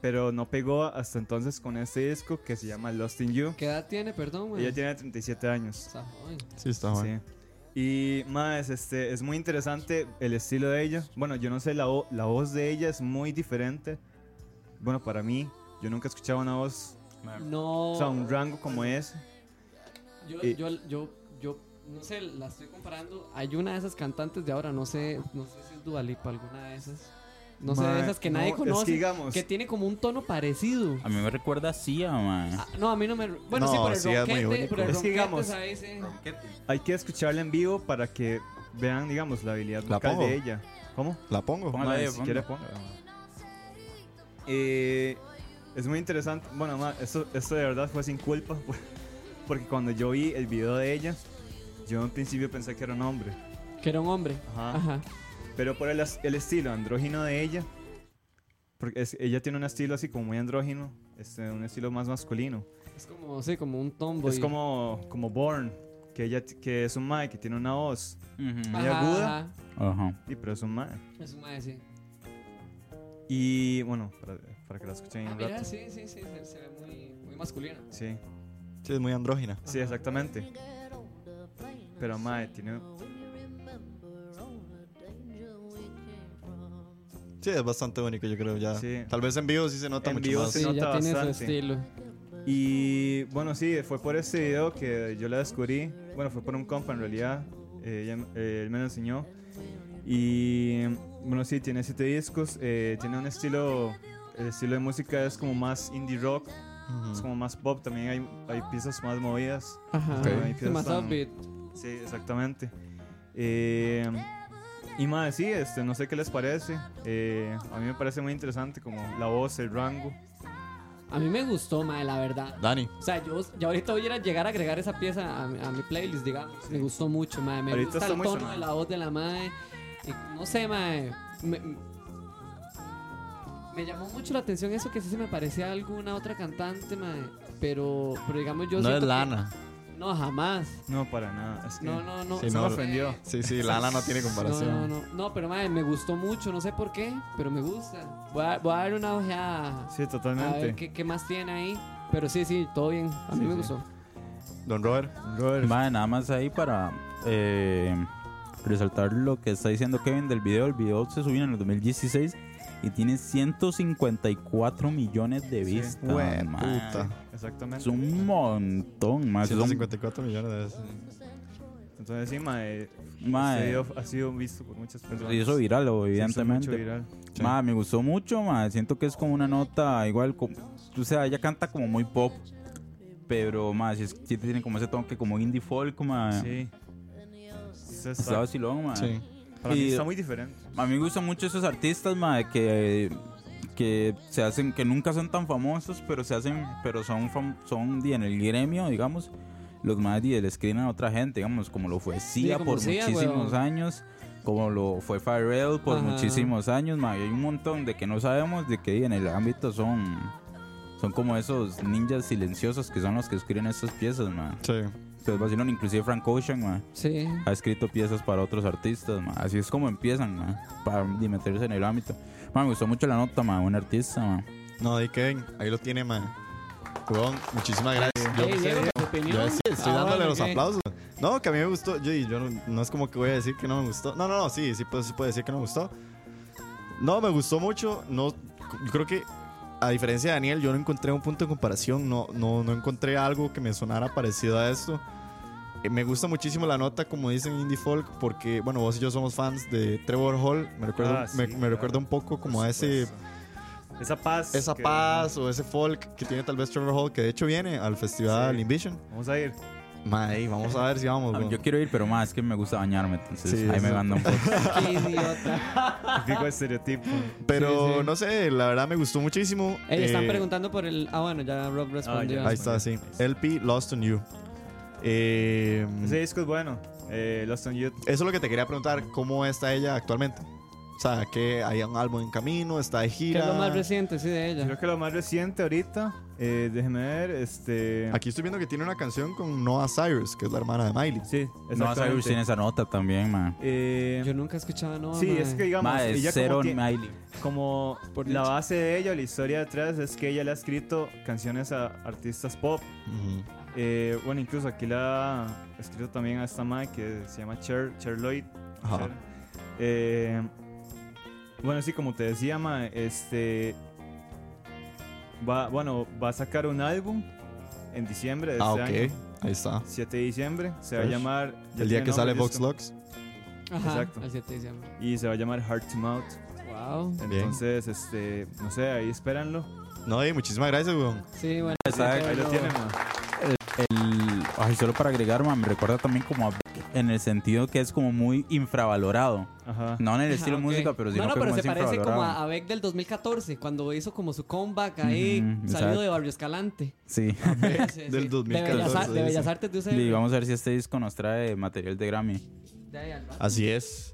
[SPEAKER 10] pero no pegó hasta entonces con este disco que se llama Lost in You.
[SPEAKER 5] ¿Qué edad tiene, perdón, güey?
[SPEAKER 10] Ella tiene 37 años.
[SPEAKER 5] Está joven.
[SPEAKER 6] Sí, está bueno.
[SPEAKER 10] Sí. Y más, este, es muy interesante el estilo de ella. Bueno, yo no sé, la, vo- la voz de ella es muy diferente. Bueno, para mí, yo nunca he escuchado una voz,
[SPEAKER 5] No.
[SPEAKER 10] o sea, un rango como ese.
[SPEAKER 5] Yo,
[SPEAKER 10] Eh.
[SPEAKER 5] yo, yo, yo, no sé, la estoy comparando. Hay una de esas cantantes de ahora, no sé, no sé si es Dualipa, alguna de esas. No sé,
[SPEAKER 10] Ma,
[SPEAKER 5] de esas que nadie
[SPEAKER 10] no, es que
[SPEAKER 5] conoce.
[SPEAKER 10] digamos-
[SPEAKER 5] que tiene como un tono parecido.
[SPEAKER 2] A mí me recuerda a Sia, man.
[SPEAKER 5] Ah, no, a mí no me. Bueno,
[SPEAKER 6] No,
[SPEAKER 5] sí, por el
[SPEAKER 6] sí, es muy
[SPEAKER 5] ronquete,
[SPEAKER 6] único.
[SPEAKER 5] por el
[SPEAKER 10] Es que
[SPEAKER 5] ronquete,
[SPEAKER 10] digamos-
[SPEAKER 5] ¿sabes? Eh,
[SPEAKER 10] Hay que escucharla en vivo para que vean, digamos, la habilidad
[SPEAKER 6] ¿La
[SPEAKER 10] vocal
[SPEAKER 6] pongo?
[SPEAKER 10] de ella. ¿Cómo?
[SPEAKER 6] La pongo.
[SPEAKER 2] Póngala
[SPEAKER 10] Ma,
[SPEAKER 2] ahí,
[SPEAKER 10] si
[SPEAKER 6] pues,
[SPEAKER 2] ponla.
[SPEAKER 10] quiere, póngala, ma. Eh, es muy interesante. Bueno, ma, esto, esto de verdad fue sin culpa. pues, por- Porque cuando yo vi el video de ella, yo en principio pensé que era un hombre.
[SPEAKER 5] Que era un hombre.
[SPEAKER 10] Ajá.
[SPEAKER 5] Ajá.
[SPEAKER 10] Pero por el, as- el estilo andrógino de ella, porque es- ella tiene un estilo así como muy andrógino, este, un estilo más masculino.
[SPEAKER 5] Es como, sí, como un tomboy.
[SPEAKER 10] Es como, como Born, que ella t- que es un mae, que tiene una voz,
[SPEAKER 2] Ujú.
[SPEAKER 10] muy aguda.
[SPEAKER 5] ajá.
[SPEAKER 2] Ajá.
[SPEAKER 10] y pero es un mae.
[SPEAKER 5] Es un mae, sí.
[SPEAKER 10] Y bueno, para, para que la escuchen
[SPEAKER 5] Ah,
[SPEAKER 10] un
[SPEAKER 5] mira,
[SPEAKER 10] rato.
[SPEAKER 5] sí, sí, sí. Se, se ve muy, muy masculina.
[SPEAKER 10] Sí,
[SPEAKER 6] Sí, es muy andrógina.
[SPEAKER 10] sí, exactamente. Pero mae, tiene...
[SPEAKER 6] Sí, es bastante bonito, yo creo. ya
[SPEAKER 10] Sí.
[SPEAKER 6] Tal vez en vivo sí se nota
[SPEAKER 10] En
[SPEAKER 6] mucho
[SPEAKER 10] vivo
[SPEAKER 6] más.
[SPEAKER 10] Se
[SPEAKER 5] sí, ya
[SPEAKER 10] nota
[SPEAKER 5] tiene su
[SPEAKER 10] bastante.
[SPEAKER 5] estilo.
[SPEAKER 10] Y bueno, sí, fue por este video que yo la descubrí. Bueno, fue por un compa en realidad. Eh, ella- eh, él me lo enseñó. Y bueno, sí, tiene siete discos. eh, tiene un estilo. El estilo de música es como más indie rock. Es como más pop. También hay, hay piezas más movidas.
[SPEAKER 5] Ajá.
[SPEAKER 10] Ok.
[SPEAKER 5] Es
[SPEAKER 10] Empieza
[SPEAKER 5] más
[SPEAKER 10] tan-
[SPEAKER 5] outfit.
[SPEAKER 10] Sí, exactamente. Eh, y más, sí, este, no sé qué les parece. Eh, a mí me parece muy interesante como la voz, el rango.
[SPEAKER 5] A mí me gustó, mae, la verdad.
[SPEAKER 6] Dani,
[SPEAKER 5] O sea, yo ya ahorita voy a ir a llegar a agregar esa pieza a, mi- a mi playlist, digamos. Me gustó mucho, mae. Me
[SPEAKER 10] Ahorita
[SPEAKER 5] gusta
[SPEAKER 10] está
[SPEAKER 5] el
[SPEAKER 10] muy
[SPEAKER 5] tono
[SPEAKER 10] sonada.
[SPEAKER 5] de la voz de la mae. Y no sé, mae. Me, me llamó mucho la atención eso que sí se me parecía a alguna otra cantante, mae. Pero, pero digamos yo
[SPEAKER 6] no
[SPEAKER 5] siento
[SPEAKER 6] es
[SPEAKER 5] que-
[SPEAKER 6] Lana.
[SPEAKER 5] no, jamás.
[SPEAKER 10] No, para nada. Es que
[SPEAKER 5] No, no, no.
[SPEAKER 6] Sí,
[SPEAKER 10] se me
[SPEAKER 6] no,
[SPEAKER 10] ofendió.
[SPEAKER 6] Sí, sí, Lana no tiene
[SPEAKER 5] No,
[SPEAKER 6] comparación.
[SPEAKER 5] no, no. No, pero mae, me gustó mucho. No sé por qué, pero me gusta. Voy a, voy a dar una ojeada.
[SPEAKER 10] Sí,
[SPEAKER 5] A
[SPEAKER 10] totalmente.
[SPEAKER 5] ver qué, qué más tiene ahí. Pero sí, sí, todo bien. A mí
[SPEAKER 10] Sí,
[SPEAKER 5] me
[SPEAKER 10] sí.
[SPEAKER 5] gustó.
[SPEAKER 6] Don Robert.
[SPEAKER 2] Mae, nada más ahí para eh, resaltar lo que está diciendo Kevin del video. El video se subió en el 2016 y tiene 154 millones de vistas.
[SPEAKER 6] Hue
[SPEAKER 2] mae.
[SPEAKER 6] puta.
[SPEAKER 10] Exactamente.
[SPEAKER 2] Es un montón, mae. Son-
[SPEAKER 6] 154 millones de veces.
[SPEAKER 10] Entonces, sí, mae,
[SPEAKER 2] mae,
[SPEAKER 10] este video ha sido visto por muchas personas.
[SPEAKER 2] Se hizo viral,
[SPEAKER 10] Se hizo
[SPEAKER 2] evidentemente.
[SPEAKER 10] mucho viral.
[SPEAKER 6] Sí.
[SPEAKER 2] Ma, me gustó mucho, ma. Siento que es como una nota igual, como, o sea, ella canta como muy pop, pero ma, si, es- si tiene como ese toque como indie folk, ma.
[SPEAKER 10] Sí. Se está-
[SPEAKER 2] Está vacilón, ma.
[SPEAKER 6] Sí.
[SPEAKER 10] para mí
[SPEAKER 2] y-
[SPEAKER 10] está muy diferente.
[SPEAKER 2] A mí me gustan mucho esos artistas, ma, que que se hacen que nunca son tan famosos, pero se hacen pero son fam- son di, en el gremio, digamos. Los más di, le escriben a otra gente, digamos, como lo fue Sia
[SPEAKER 5] como
[SPEAKER 2] por
[SPEAKER 5] Sia,
[SPEAKER 2] muchísimos
[SPEAKER 5] weón.
[SPEAKER 2] años, como lo fue Pharrell por
[SPEAKER 5] Ajá.
[SPEAKER 2] muchísimos años, ma, y hay un montón de que no sabemos de que di, en el ámbito son son como esos ninjas silenciosos que son los que escriben estas piezas, ma.
[SPEAKER 6] Sí.
[SPEAKER 2] Entonces, vacilón, inclusive Frank Ocean, ma
[SPEAKER 5] Sí.
[SPEAKER 2] ha escrito piezas para otros artistas, ma. así es como empiezan, ma, para di- meterse en el ámbito. Ma, me gustó mucho la nota, ma, buen artista. ma.
[SPEAKER 6] No, de Kevin, ahí lo tiene, man. Huevón, muchísimas gracias. Yo,
[SPEAKER 5] Ey, Diego, tu opinión.
[SPEAKER 6] yo sí, estoy
[SPEAKER 5] Ah,
[SPEAKER 6] dándole
[SPEAKER 5] bueno,
[SPEAKER 6] los
[SPEAKER 5] ok.
[SPEAKER 6] aplausos. No, que a mí me gustó. Yo, yo no, no es como que voy a decir que no me gustó. No, no, no, sí, sí puedo, sí puedo decir que no me gustó. No, me gustó mucho. No, yo creo que, a diferencia de Daniel, yo no encontré un punto de comparación. No, no, no encontré algo que me sonara parecido a esto. Eh, Me gusta muchísimo la nota, como dicen Indie Folk, porque, bueno, vos y yo somos fans de Trevor Hall. Me recuerda,
[SPEAKER 10] Ah, sí,
[SPEAKER 6] me, me
[SPEAKER 10] claro.
[SPEAKER 6] recuerda un poco como a ese
[SPEAKER 10] Esa paz.
[SPEAKER 6] esa
[SPEAKER 10] que-
[SPEAKER 6] paz o ese folk que tiene tal vez Trevor Hall, que de hecho viene al festival
[SPEAKER 10] Sí.
[SPEAKER 6] Invision.
[SPEAKER 10] Vamos a ir.
[SPEAKER 6] Mae, vamos a ver si
[SPEAKER 10] Oh,
[SPEAKER 6] vamos.
[SPEAKER 2] Ah,
[SPEAKER 6] weón.
[SPEAKER 2] Yo quiero ir, pero más es que me gusta bañarme, entonces
[SPEAKER 6] Sí,
[SPEAKER 2] ahí me
[SPEAKER 6] exacto.
[SPEAKER 2] manda un poco.
[SPEAKER 5] Qué idiota.
[SPEAKER 10] Digo estereotipo.
[SPEAKER 6] Pero
[SPEAKER 5] sí, sí.
[SPEAKER 6] no sé, la verdad me gustó muchísimo.
[SPEAKER 5] Ey, están
[SPEAKER 6] Eh, Ah,
[SPEAKER 5] preguntando por el. Ah, bueno, ya Rob respondió. Pues,
[SPEAKER 10] ya.
[SPEAKER 6] Ahí está, sí. LP Lost on You. Eh,
[SPEAKER 10] Ese disco es bueno. Eh, Lost on Youth.
[SPEAKER 6] Eso es lo que te quería preguntar. ¿Cómo está ella actualmente? O sea, que hay un álbum en camino, está de
[SPEAKER 5] ¿Qué
[SPEAKER 6] gira.
[SPEAKER 5] es lo más reciente, sí, de ella?
[SPEAKER 10] Creo que lo más reciente ahorita, eh, déjeme ver, este...
[SPEAKER 6] Aquí estoy viendo que tiene una canción con Noah Cyrus, que es la hermana de Miley.
[SPEAKER 10] Sí,
[SPEAKER 2] No vas a
[SPEAKER 10] exactamente.
[SPEAKER 2] ir sin esa nota también, ma.
[SPEAKER 10] Eh,
[SPEAKER 5] Yo nunca he escuchado, no.
[SPEAKER 10] sí,
[SPEAKER 5] mae.
[SPEAKER 10] es que digamos,
[SPEAKER 2] Ma, es
[SPEAKER 10] ella como
[SPEAKER 2] cero
[SPEAKER 10] que-
[SPEAKER 2] Miley.
[SPEAKER 10] como
[SPEAKER 5] Por
[SPEAKER 10] la
[SPEAKER 5] dicho.
[SPEAKER 10] base de ella o la historia detrás es que ella le ha escrito canciones a artistas pop.
[SPEAKER 6] Ujú.
[SPEAKER 10] Eh, bueno, incluso aquí la ha escrito también a esta madre que se llama Cher, Cher Lloyd.
[SPEAKER 6] Ajá. Ah,
[SPEAKER 10] Cher. Eh, bueno, sí, como te decía, ma, este. Va, bueno, va a sacar un álbum en diciembre de
[SPEAKER 6] Ah,
[SPEAKER 10] este
[SPEAKER 6] ok.
[SPEAKER 10] año.
[SPEAKER 6] Ahí está.
[SPEAKER 10] 7 de diciembre. Se va a
[SPEAKER 6] Fresh.
[SPEAKER 10] llamar. ya
[SPEAKER 6] El
[SPEAKER 10] tiene
[SPEAKER 6] día que
[SPEAKER 10] nombre
[SPEAKER 6] sale
[SPEAKER 10] el disco,
[SPEAKER 6] Vox Lux.
[SPEAKER 5] Ajá,
[SPEAKER 10] exacto.
[SPEAKER 5] El 7 de diciembre.
[SPEAKER 10] Y se va a llamar Heart to Mouth.
[SPEAKER 5] Wow.
[SPEAKER 6] Bien.
[SPEAKER 10] Entonces, este, no sé, ahí espéranlo.
[SPEAKER 6] No, y muchísimas gracias, weón.
[SPEAKER 5] Sí, bueno.
[SPEAKER 2] Está-
[SPEAKER 10] Ahí lo tienen, ma.
[SPEAKER 2] El, ay, solo para agregar, ma, me recuerda también como a Beck, en el sentido que es como muy infravalorado.
[SPEAKER 10] Ajá.
[SPEAKER 2] No en el
[SPEAKER 5] Ajá,
[SPEAKER 2] estilo
[SPEAKER 5] ok.
[SPEAKER 2] música, pero sí
[SPEAKER 5] No, no,
[SPEAKER 2] que
[SPEAKER 5] pero
[SPEAKER 2] como
[SPEAKER 5] se
[SPEAKER 2] es
[SPEAKER 5] parece como
[SPEAKER 2] infravalorado.
[SPEAKER 5] a a Beck del 2014, cuando hizo como su comeback ahí,
[SPEAKER 2] Ujú,
[SPEAKER 5] salido de
[SPEAKER 2] exacto.
[SPEAKER 5] Barrio Escalante.
[SPEAKER 2] Sí.
[SPEAKER 5] Sí, sí,
[SPEAKER 6] Del
[SPEAKER 5] sí.
[SPEAKER 6] 2014,
[SPEAKER 5] De Bellas, Ar- de
[SPEAKER 6] dice.
[SPEAKER 5] Bellas Artes de UCR.
[SPEAKER 2] Y vamos a ver si este disco nos trae material de Grammy.
[SPEAKER 5] De ahí al rato.
[SPEAKER 6] Así es.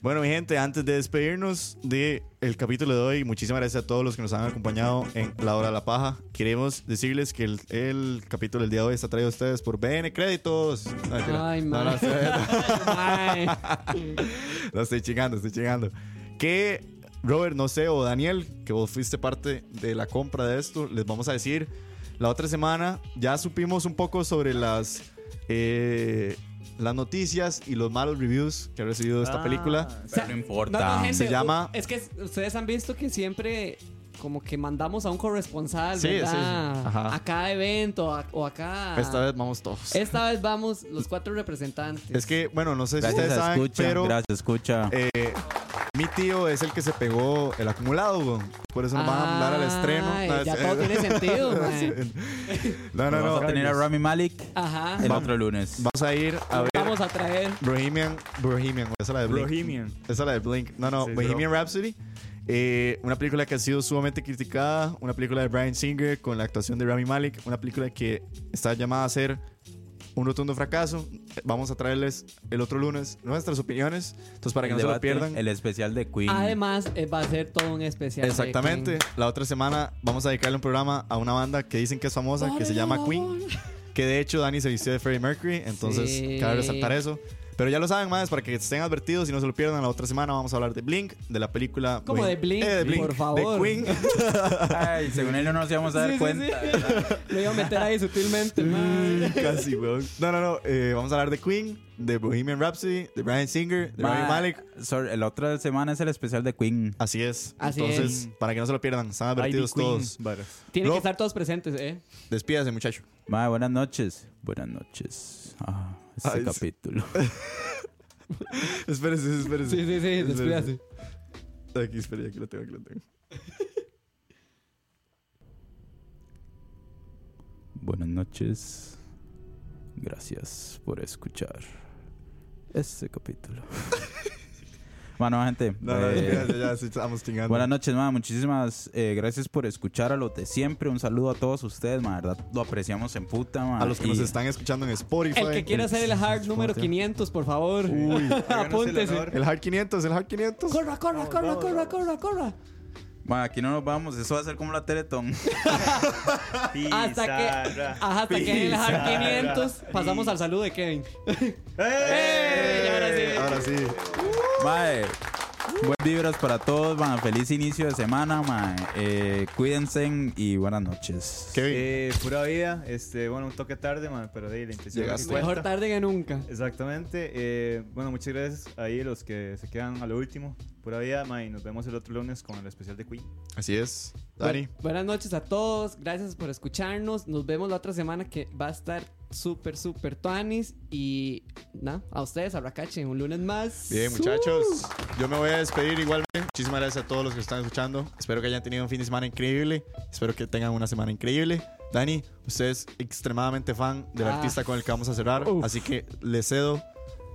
[SPEAKER 6] Bueno, mi gente, antes de despedirnos del el capítulo de hoy, muchísimas gracias a todos los que nos han acompañado en La Hora de la Paja. Queremos decirles que el, el capítulo del día de hoy está traído a ustedes por BN Créditos. No, mentira.
[SPEAKER 5] Ay,
[SPEAKER 6] No,
[SPEAKER 5] mae.
[SPEAKER 6] no, estoy-
[SPEAKER 5] Mae.
[SPEAKER 6] no, estoy chingando, estoy chingando. Que Robert, no sé, o Daniel, que vos fuiste parte de la compra de esto, les vamos a decir. La otra semana ya supimos un poco sobre las, eh, las noticias y los malos reviews que ha recibido esta
[SPEAKER 10] Ah,
[SPEAKER 6] película.
[SPEAKER 5] O sea,
[SPEAKER 2] no
[SPEAKER 5] No,
[SPEAKER 2] importa.
[SPEAKER 5] no, gente,
[SPEAKER 6] Se llama-
[SPEAKER 5] u- Es que es- ustedes han visto que siempre como que mandamos a un corresponsal,
[SPEAKER 6] Sí,
[SPEAKER 5] ¿verdad?
[SPEAKER 6] sí, sí. Ajá.
[SPEAKER 5] A cada evento a- o acá.
[SPEAKER 6] Esta vez vamos todos. Es,
[SPEAKER 5] Esta vez vamos los cuatro representantes.
[SPEAKER 6] que, bueno, no sé si
[SPEAKER 2] Gracias,
[SPEAKER 6] ustedes
[SPEAKER 2] a
[SPEAKER 6] saben,
[SPEAKER 2] escucha,
[SPEAKER 6] pero
[SPEAKER 2] gracias, escucha.
[SPEAKER 6] eh, mi tío es el que se pegó el acumulado, weón. Por eso nos van a mandar al estreno.
[SPEAKER 5] Ay,
[SPEAKER 6] No,
[SPEAKER 5] ya
[SPEAKER 6] es-
[SPEAKER 5] todo tiene sentido, mae.
[SPEAKER 6] no, Ah, no,
[SPEAKER 2] Vamos
[SPEAKER 6] no.
[SPEAKER 2] a tener a Rami Malik
[SPEAKER 5] Ajá.
[SPEAKER 2] el
[SPEAKER 6] Vamos-
[SPEAKER 2] otro lunes.
[SPEAKER 6] Vamos a ir a ver
[SPEAKER 5] Vamos a traer.
[SPEAKER 6] Bohemian, Bohemian, esa es la de Blink.
[SPEAKER 10] Bohemian.
[SPEAKER 6] Esa es la de Blink. No, no,
[SPEAKER 10] Sí,
[SPEAKER 6] Bohemian Rhapsody. Eh, una película que ha sido sumamente criticada, una película de Brian Singer con la actuación de Rami Malik, una película que está llamada a ser un rotundo fracaso. Vamos a traerles el otro lunes nuestras opiniones, entonces para que
[SPEAKER 2] El
[SPEAKER 6] no se lo
[SPEAKER 2] debate,
[SPEAKER 6] pierdan.
[SPEAKER 2] El especial de Queen.
[SPEAKER 5] Además, eh, va a ser todo un especial. de
[SPEAKER 6] Exactamente.
[SPEAKER 5] Ken.
[SPEAKER 6] La otra semana vamos a dedicarle un programa a una banda que dicen que es famosa, que se llama Queen. Que de hecho Dani se vistió de Freddie Mercury, entonces
[SPEAKER 5] Sí.
[SPEAKER 6] cabe resaltar eso. Pero ya lo saben, más para que estén advertidos y no se lo pierdan. La otra semana vamos a hablar de Blink, de la película. Eh,
[SPEAKER 5] ¿Cómo de Blink?
[SPEAKER 6] de
[SPEAKER 5] Por favor.
[SPEAKER 6] De Queen.
[SPEAKER 2] Ay, según él no nos íbamos a dar
[SPEAKER 5] Sí, sí,
[SPEAKER 2] cuenta.
[SPEAKER 5] sí. Lo iba a meter ahí sutilmente, mae.
[SPEAKER 6] Casi, weón. No, no, no. eh, vamos a hablar de Queen, de Bohemian Rhapsody, de Brian Singer, de Rami
[SPEAKER 2] Ma-
[SPEAKER 6] Malek.
[SPEAKER 2] sorry, la otra semana es el especial de Queen.
[SPEAKER 6] Así es.
[SPEAKER 5] Así
[SPEAKER 6] entonces,
[SPEAKER 10] es.
[SPEAKER 6] para que no se lo pierdan, están advertidos todos.
[SPEAKER 5] Tienen
[SPEAKER 6] Rob.
[SPEAKER 5] que estar todos presentes, ¿eh?
[SPEAKER 6] Despídase, muchacho.
[SPEAKER 2] Ma, buenas noches. Buenas noches. Ah, este
[SPEAKER 6] Ay, sí.
[SPEAKER 2] capítulo.
[SPEAKER 6] Espérese, espérese.
[SPEAKER 5] Sí, sí, sí, despídase.
[SPEAKER 6] Aquí, espera, aquí lo tengo, aquí lo tengo.
[SPEAKER 2] Buenas noches. Gracias por escuchar este capítulo. bueno, gente.
[SPEAKER 6] No, no,
[SPEAKER 2] eh,
[SPEAKER 6] ya, ya, ya, sí, estamos chingando.
[SPEAKER 2] Buenas noches, ma. Muchísimas eh, gracias por escuchar a los de siempre. Un saludo a todos ustedes, ma. verdad, lo apreciamos en puta, ma.
[SPEAKER 6] A los que
[SPEAKER 2] Y-
[SPEAKER 6] nos están escuchando en Spotify.
[SPEAKER 5] El que quiera hacer el hard número 500, por favor. Apúntese.
[SPEAKER 6] El Hard 500, el Hard 500.
[SPEAKER 5] Corra, corra, corra, corra, corra, corra.
[SPEAKER 2] Ma, aquí no nos vamos. Eso va a ser como la Teletón.
[SPEAKER 5] Hasta que, ajá, hasta que en el hard 500 pasamos al saludo de Kevin. ¡Eh! Y ahora sí.
[SPEAKER 6] Ahora sí.
[SPEAKER 2] Mae, buen eh, vibras para todos, mae. Feliz inicio de semana, mae. Eh, cuídense y buenas noches.
[SPEAKER 6] Kevin.
[SPEAKER 10] Eh, pura vida, este, bueno, un toque tarde, man, pero de ahí la intención es
[SPEAKER 6] Llegaste.
[SPEAKER 10] que cuenta.
[SPEAKER 5] Mejor tarde que nunca.
[SPEAKER 10] Exactamente. eh, bueno, muchas gracias ahí a los que se quedan a lo último. Pura vida, ma, y nos vemos el otro lunes con el especial de Queen.
[SPEAKER 6] Así es. Dani.
[SPEAKER 5] Bu- buenas noches a todos. Gracias por escucharnos. Nos vemos la otra semana que va a estar súper, súper tuanis. Y nada, a ustedes, a Racache, un lunes más. Uh.
[SPEAKER 6] Bien, muchachos. Yo me voy a despedir igualmente. Muchísimas gracias a todos los que están escuchando. Espero que hayan tenido un fin de semana increíble. Espero que tengan una semana increíble. Dani, usted es extremadamente fan del
[SPEAKER 5] Ah.
[SPEAKER 6] artista con el que vamos a cerrar.
[SPEAKER 5] Uf.
[SPEAKER 6] Así que le cedo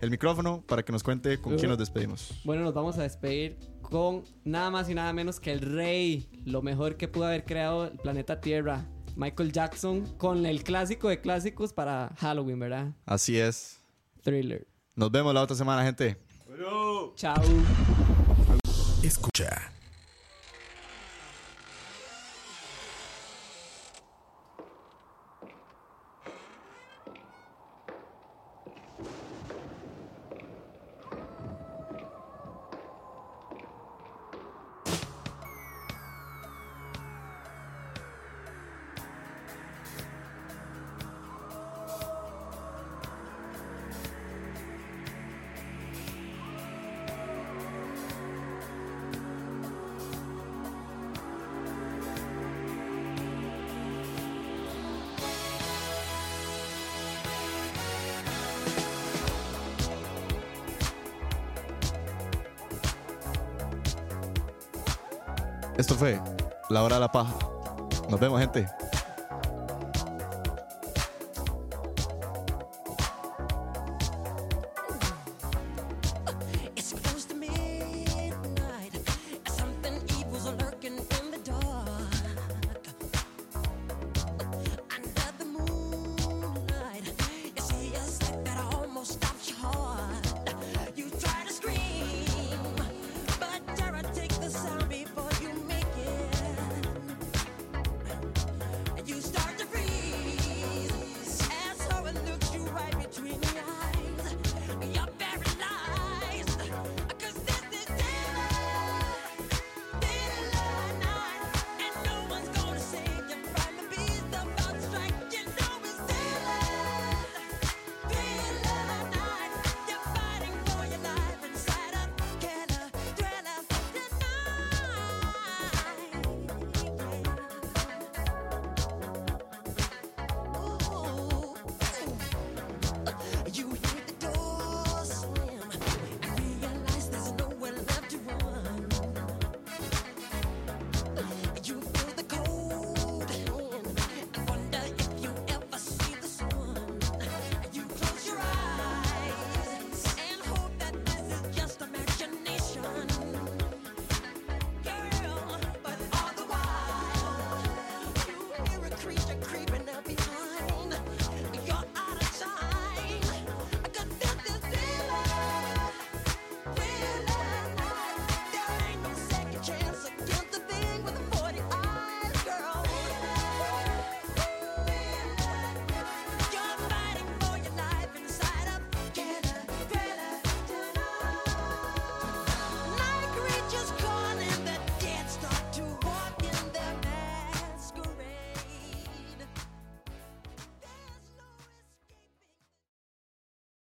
[SPEAKER 6] el micrófono para que nos cuente con quién nos despedimos.
[SPEAKER 5] Bueno, nos vamos a despedir con nada más y nada menos que el rey, lo mejor que pudo haber creado el planeta Tierra, Michael Jackson, con el clásico de clásicos para Halloween, ¿verdad?
[SPEAKER 6] Así es.
[SPEAKER 5] Thriller.
[SPEAKER 6] Nos vemos la otra semana, gente.
[SPEAKER 5] Chao.
[SPEAKER 3] Escucha.
[SPEAKER 6] Esto fue La Hora de la Paja. Nos vemos, gente.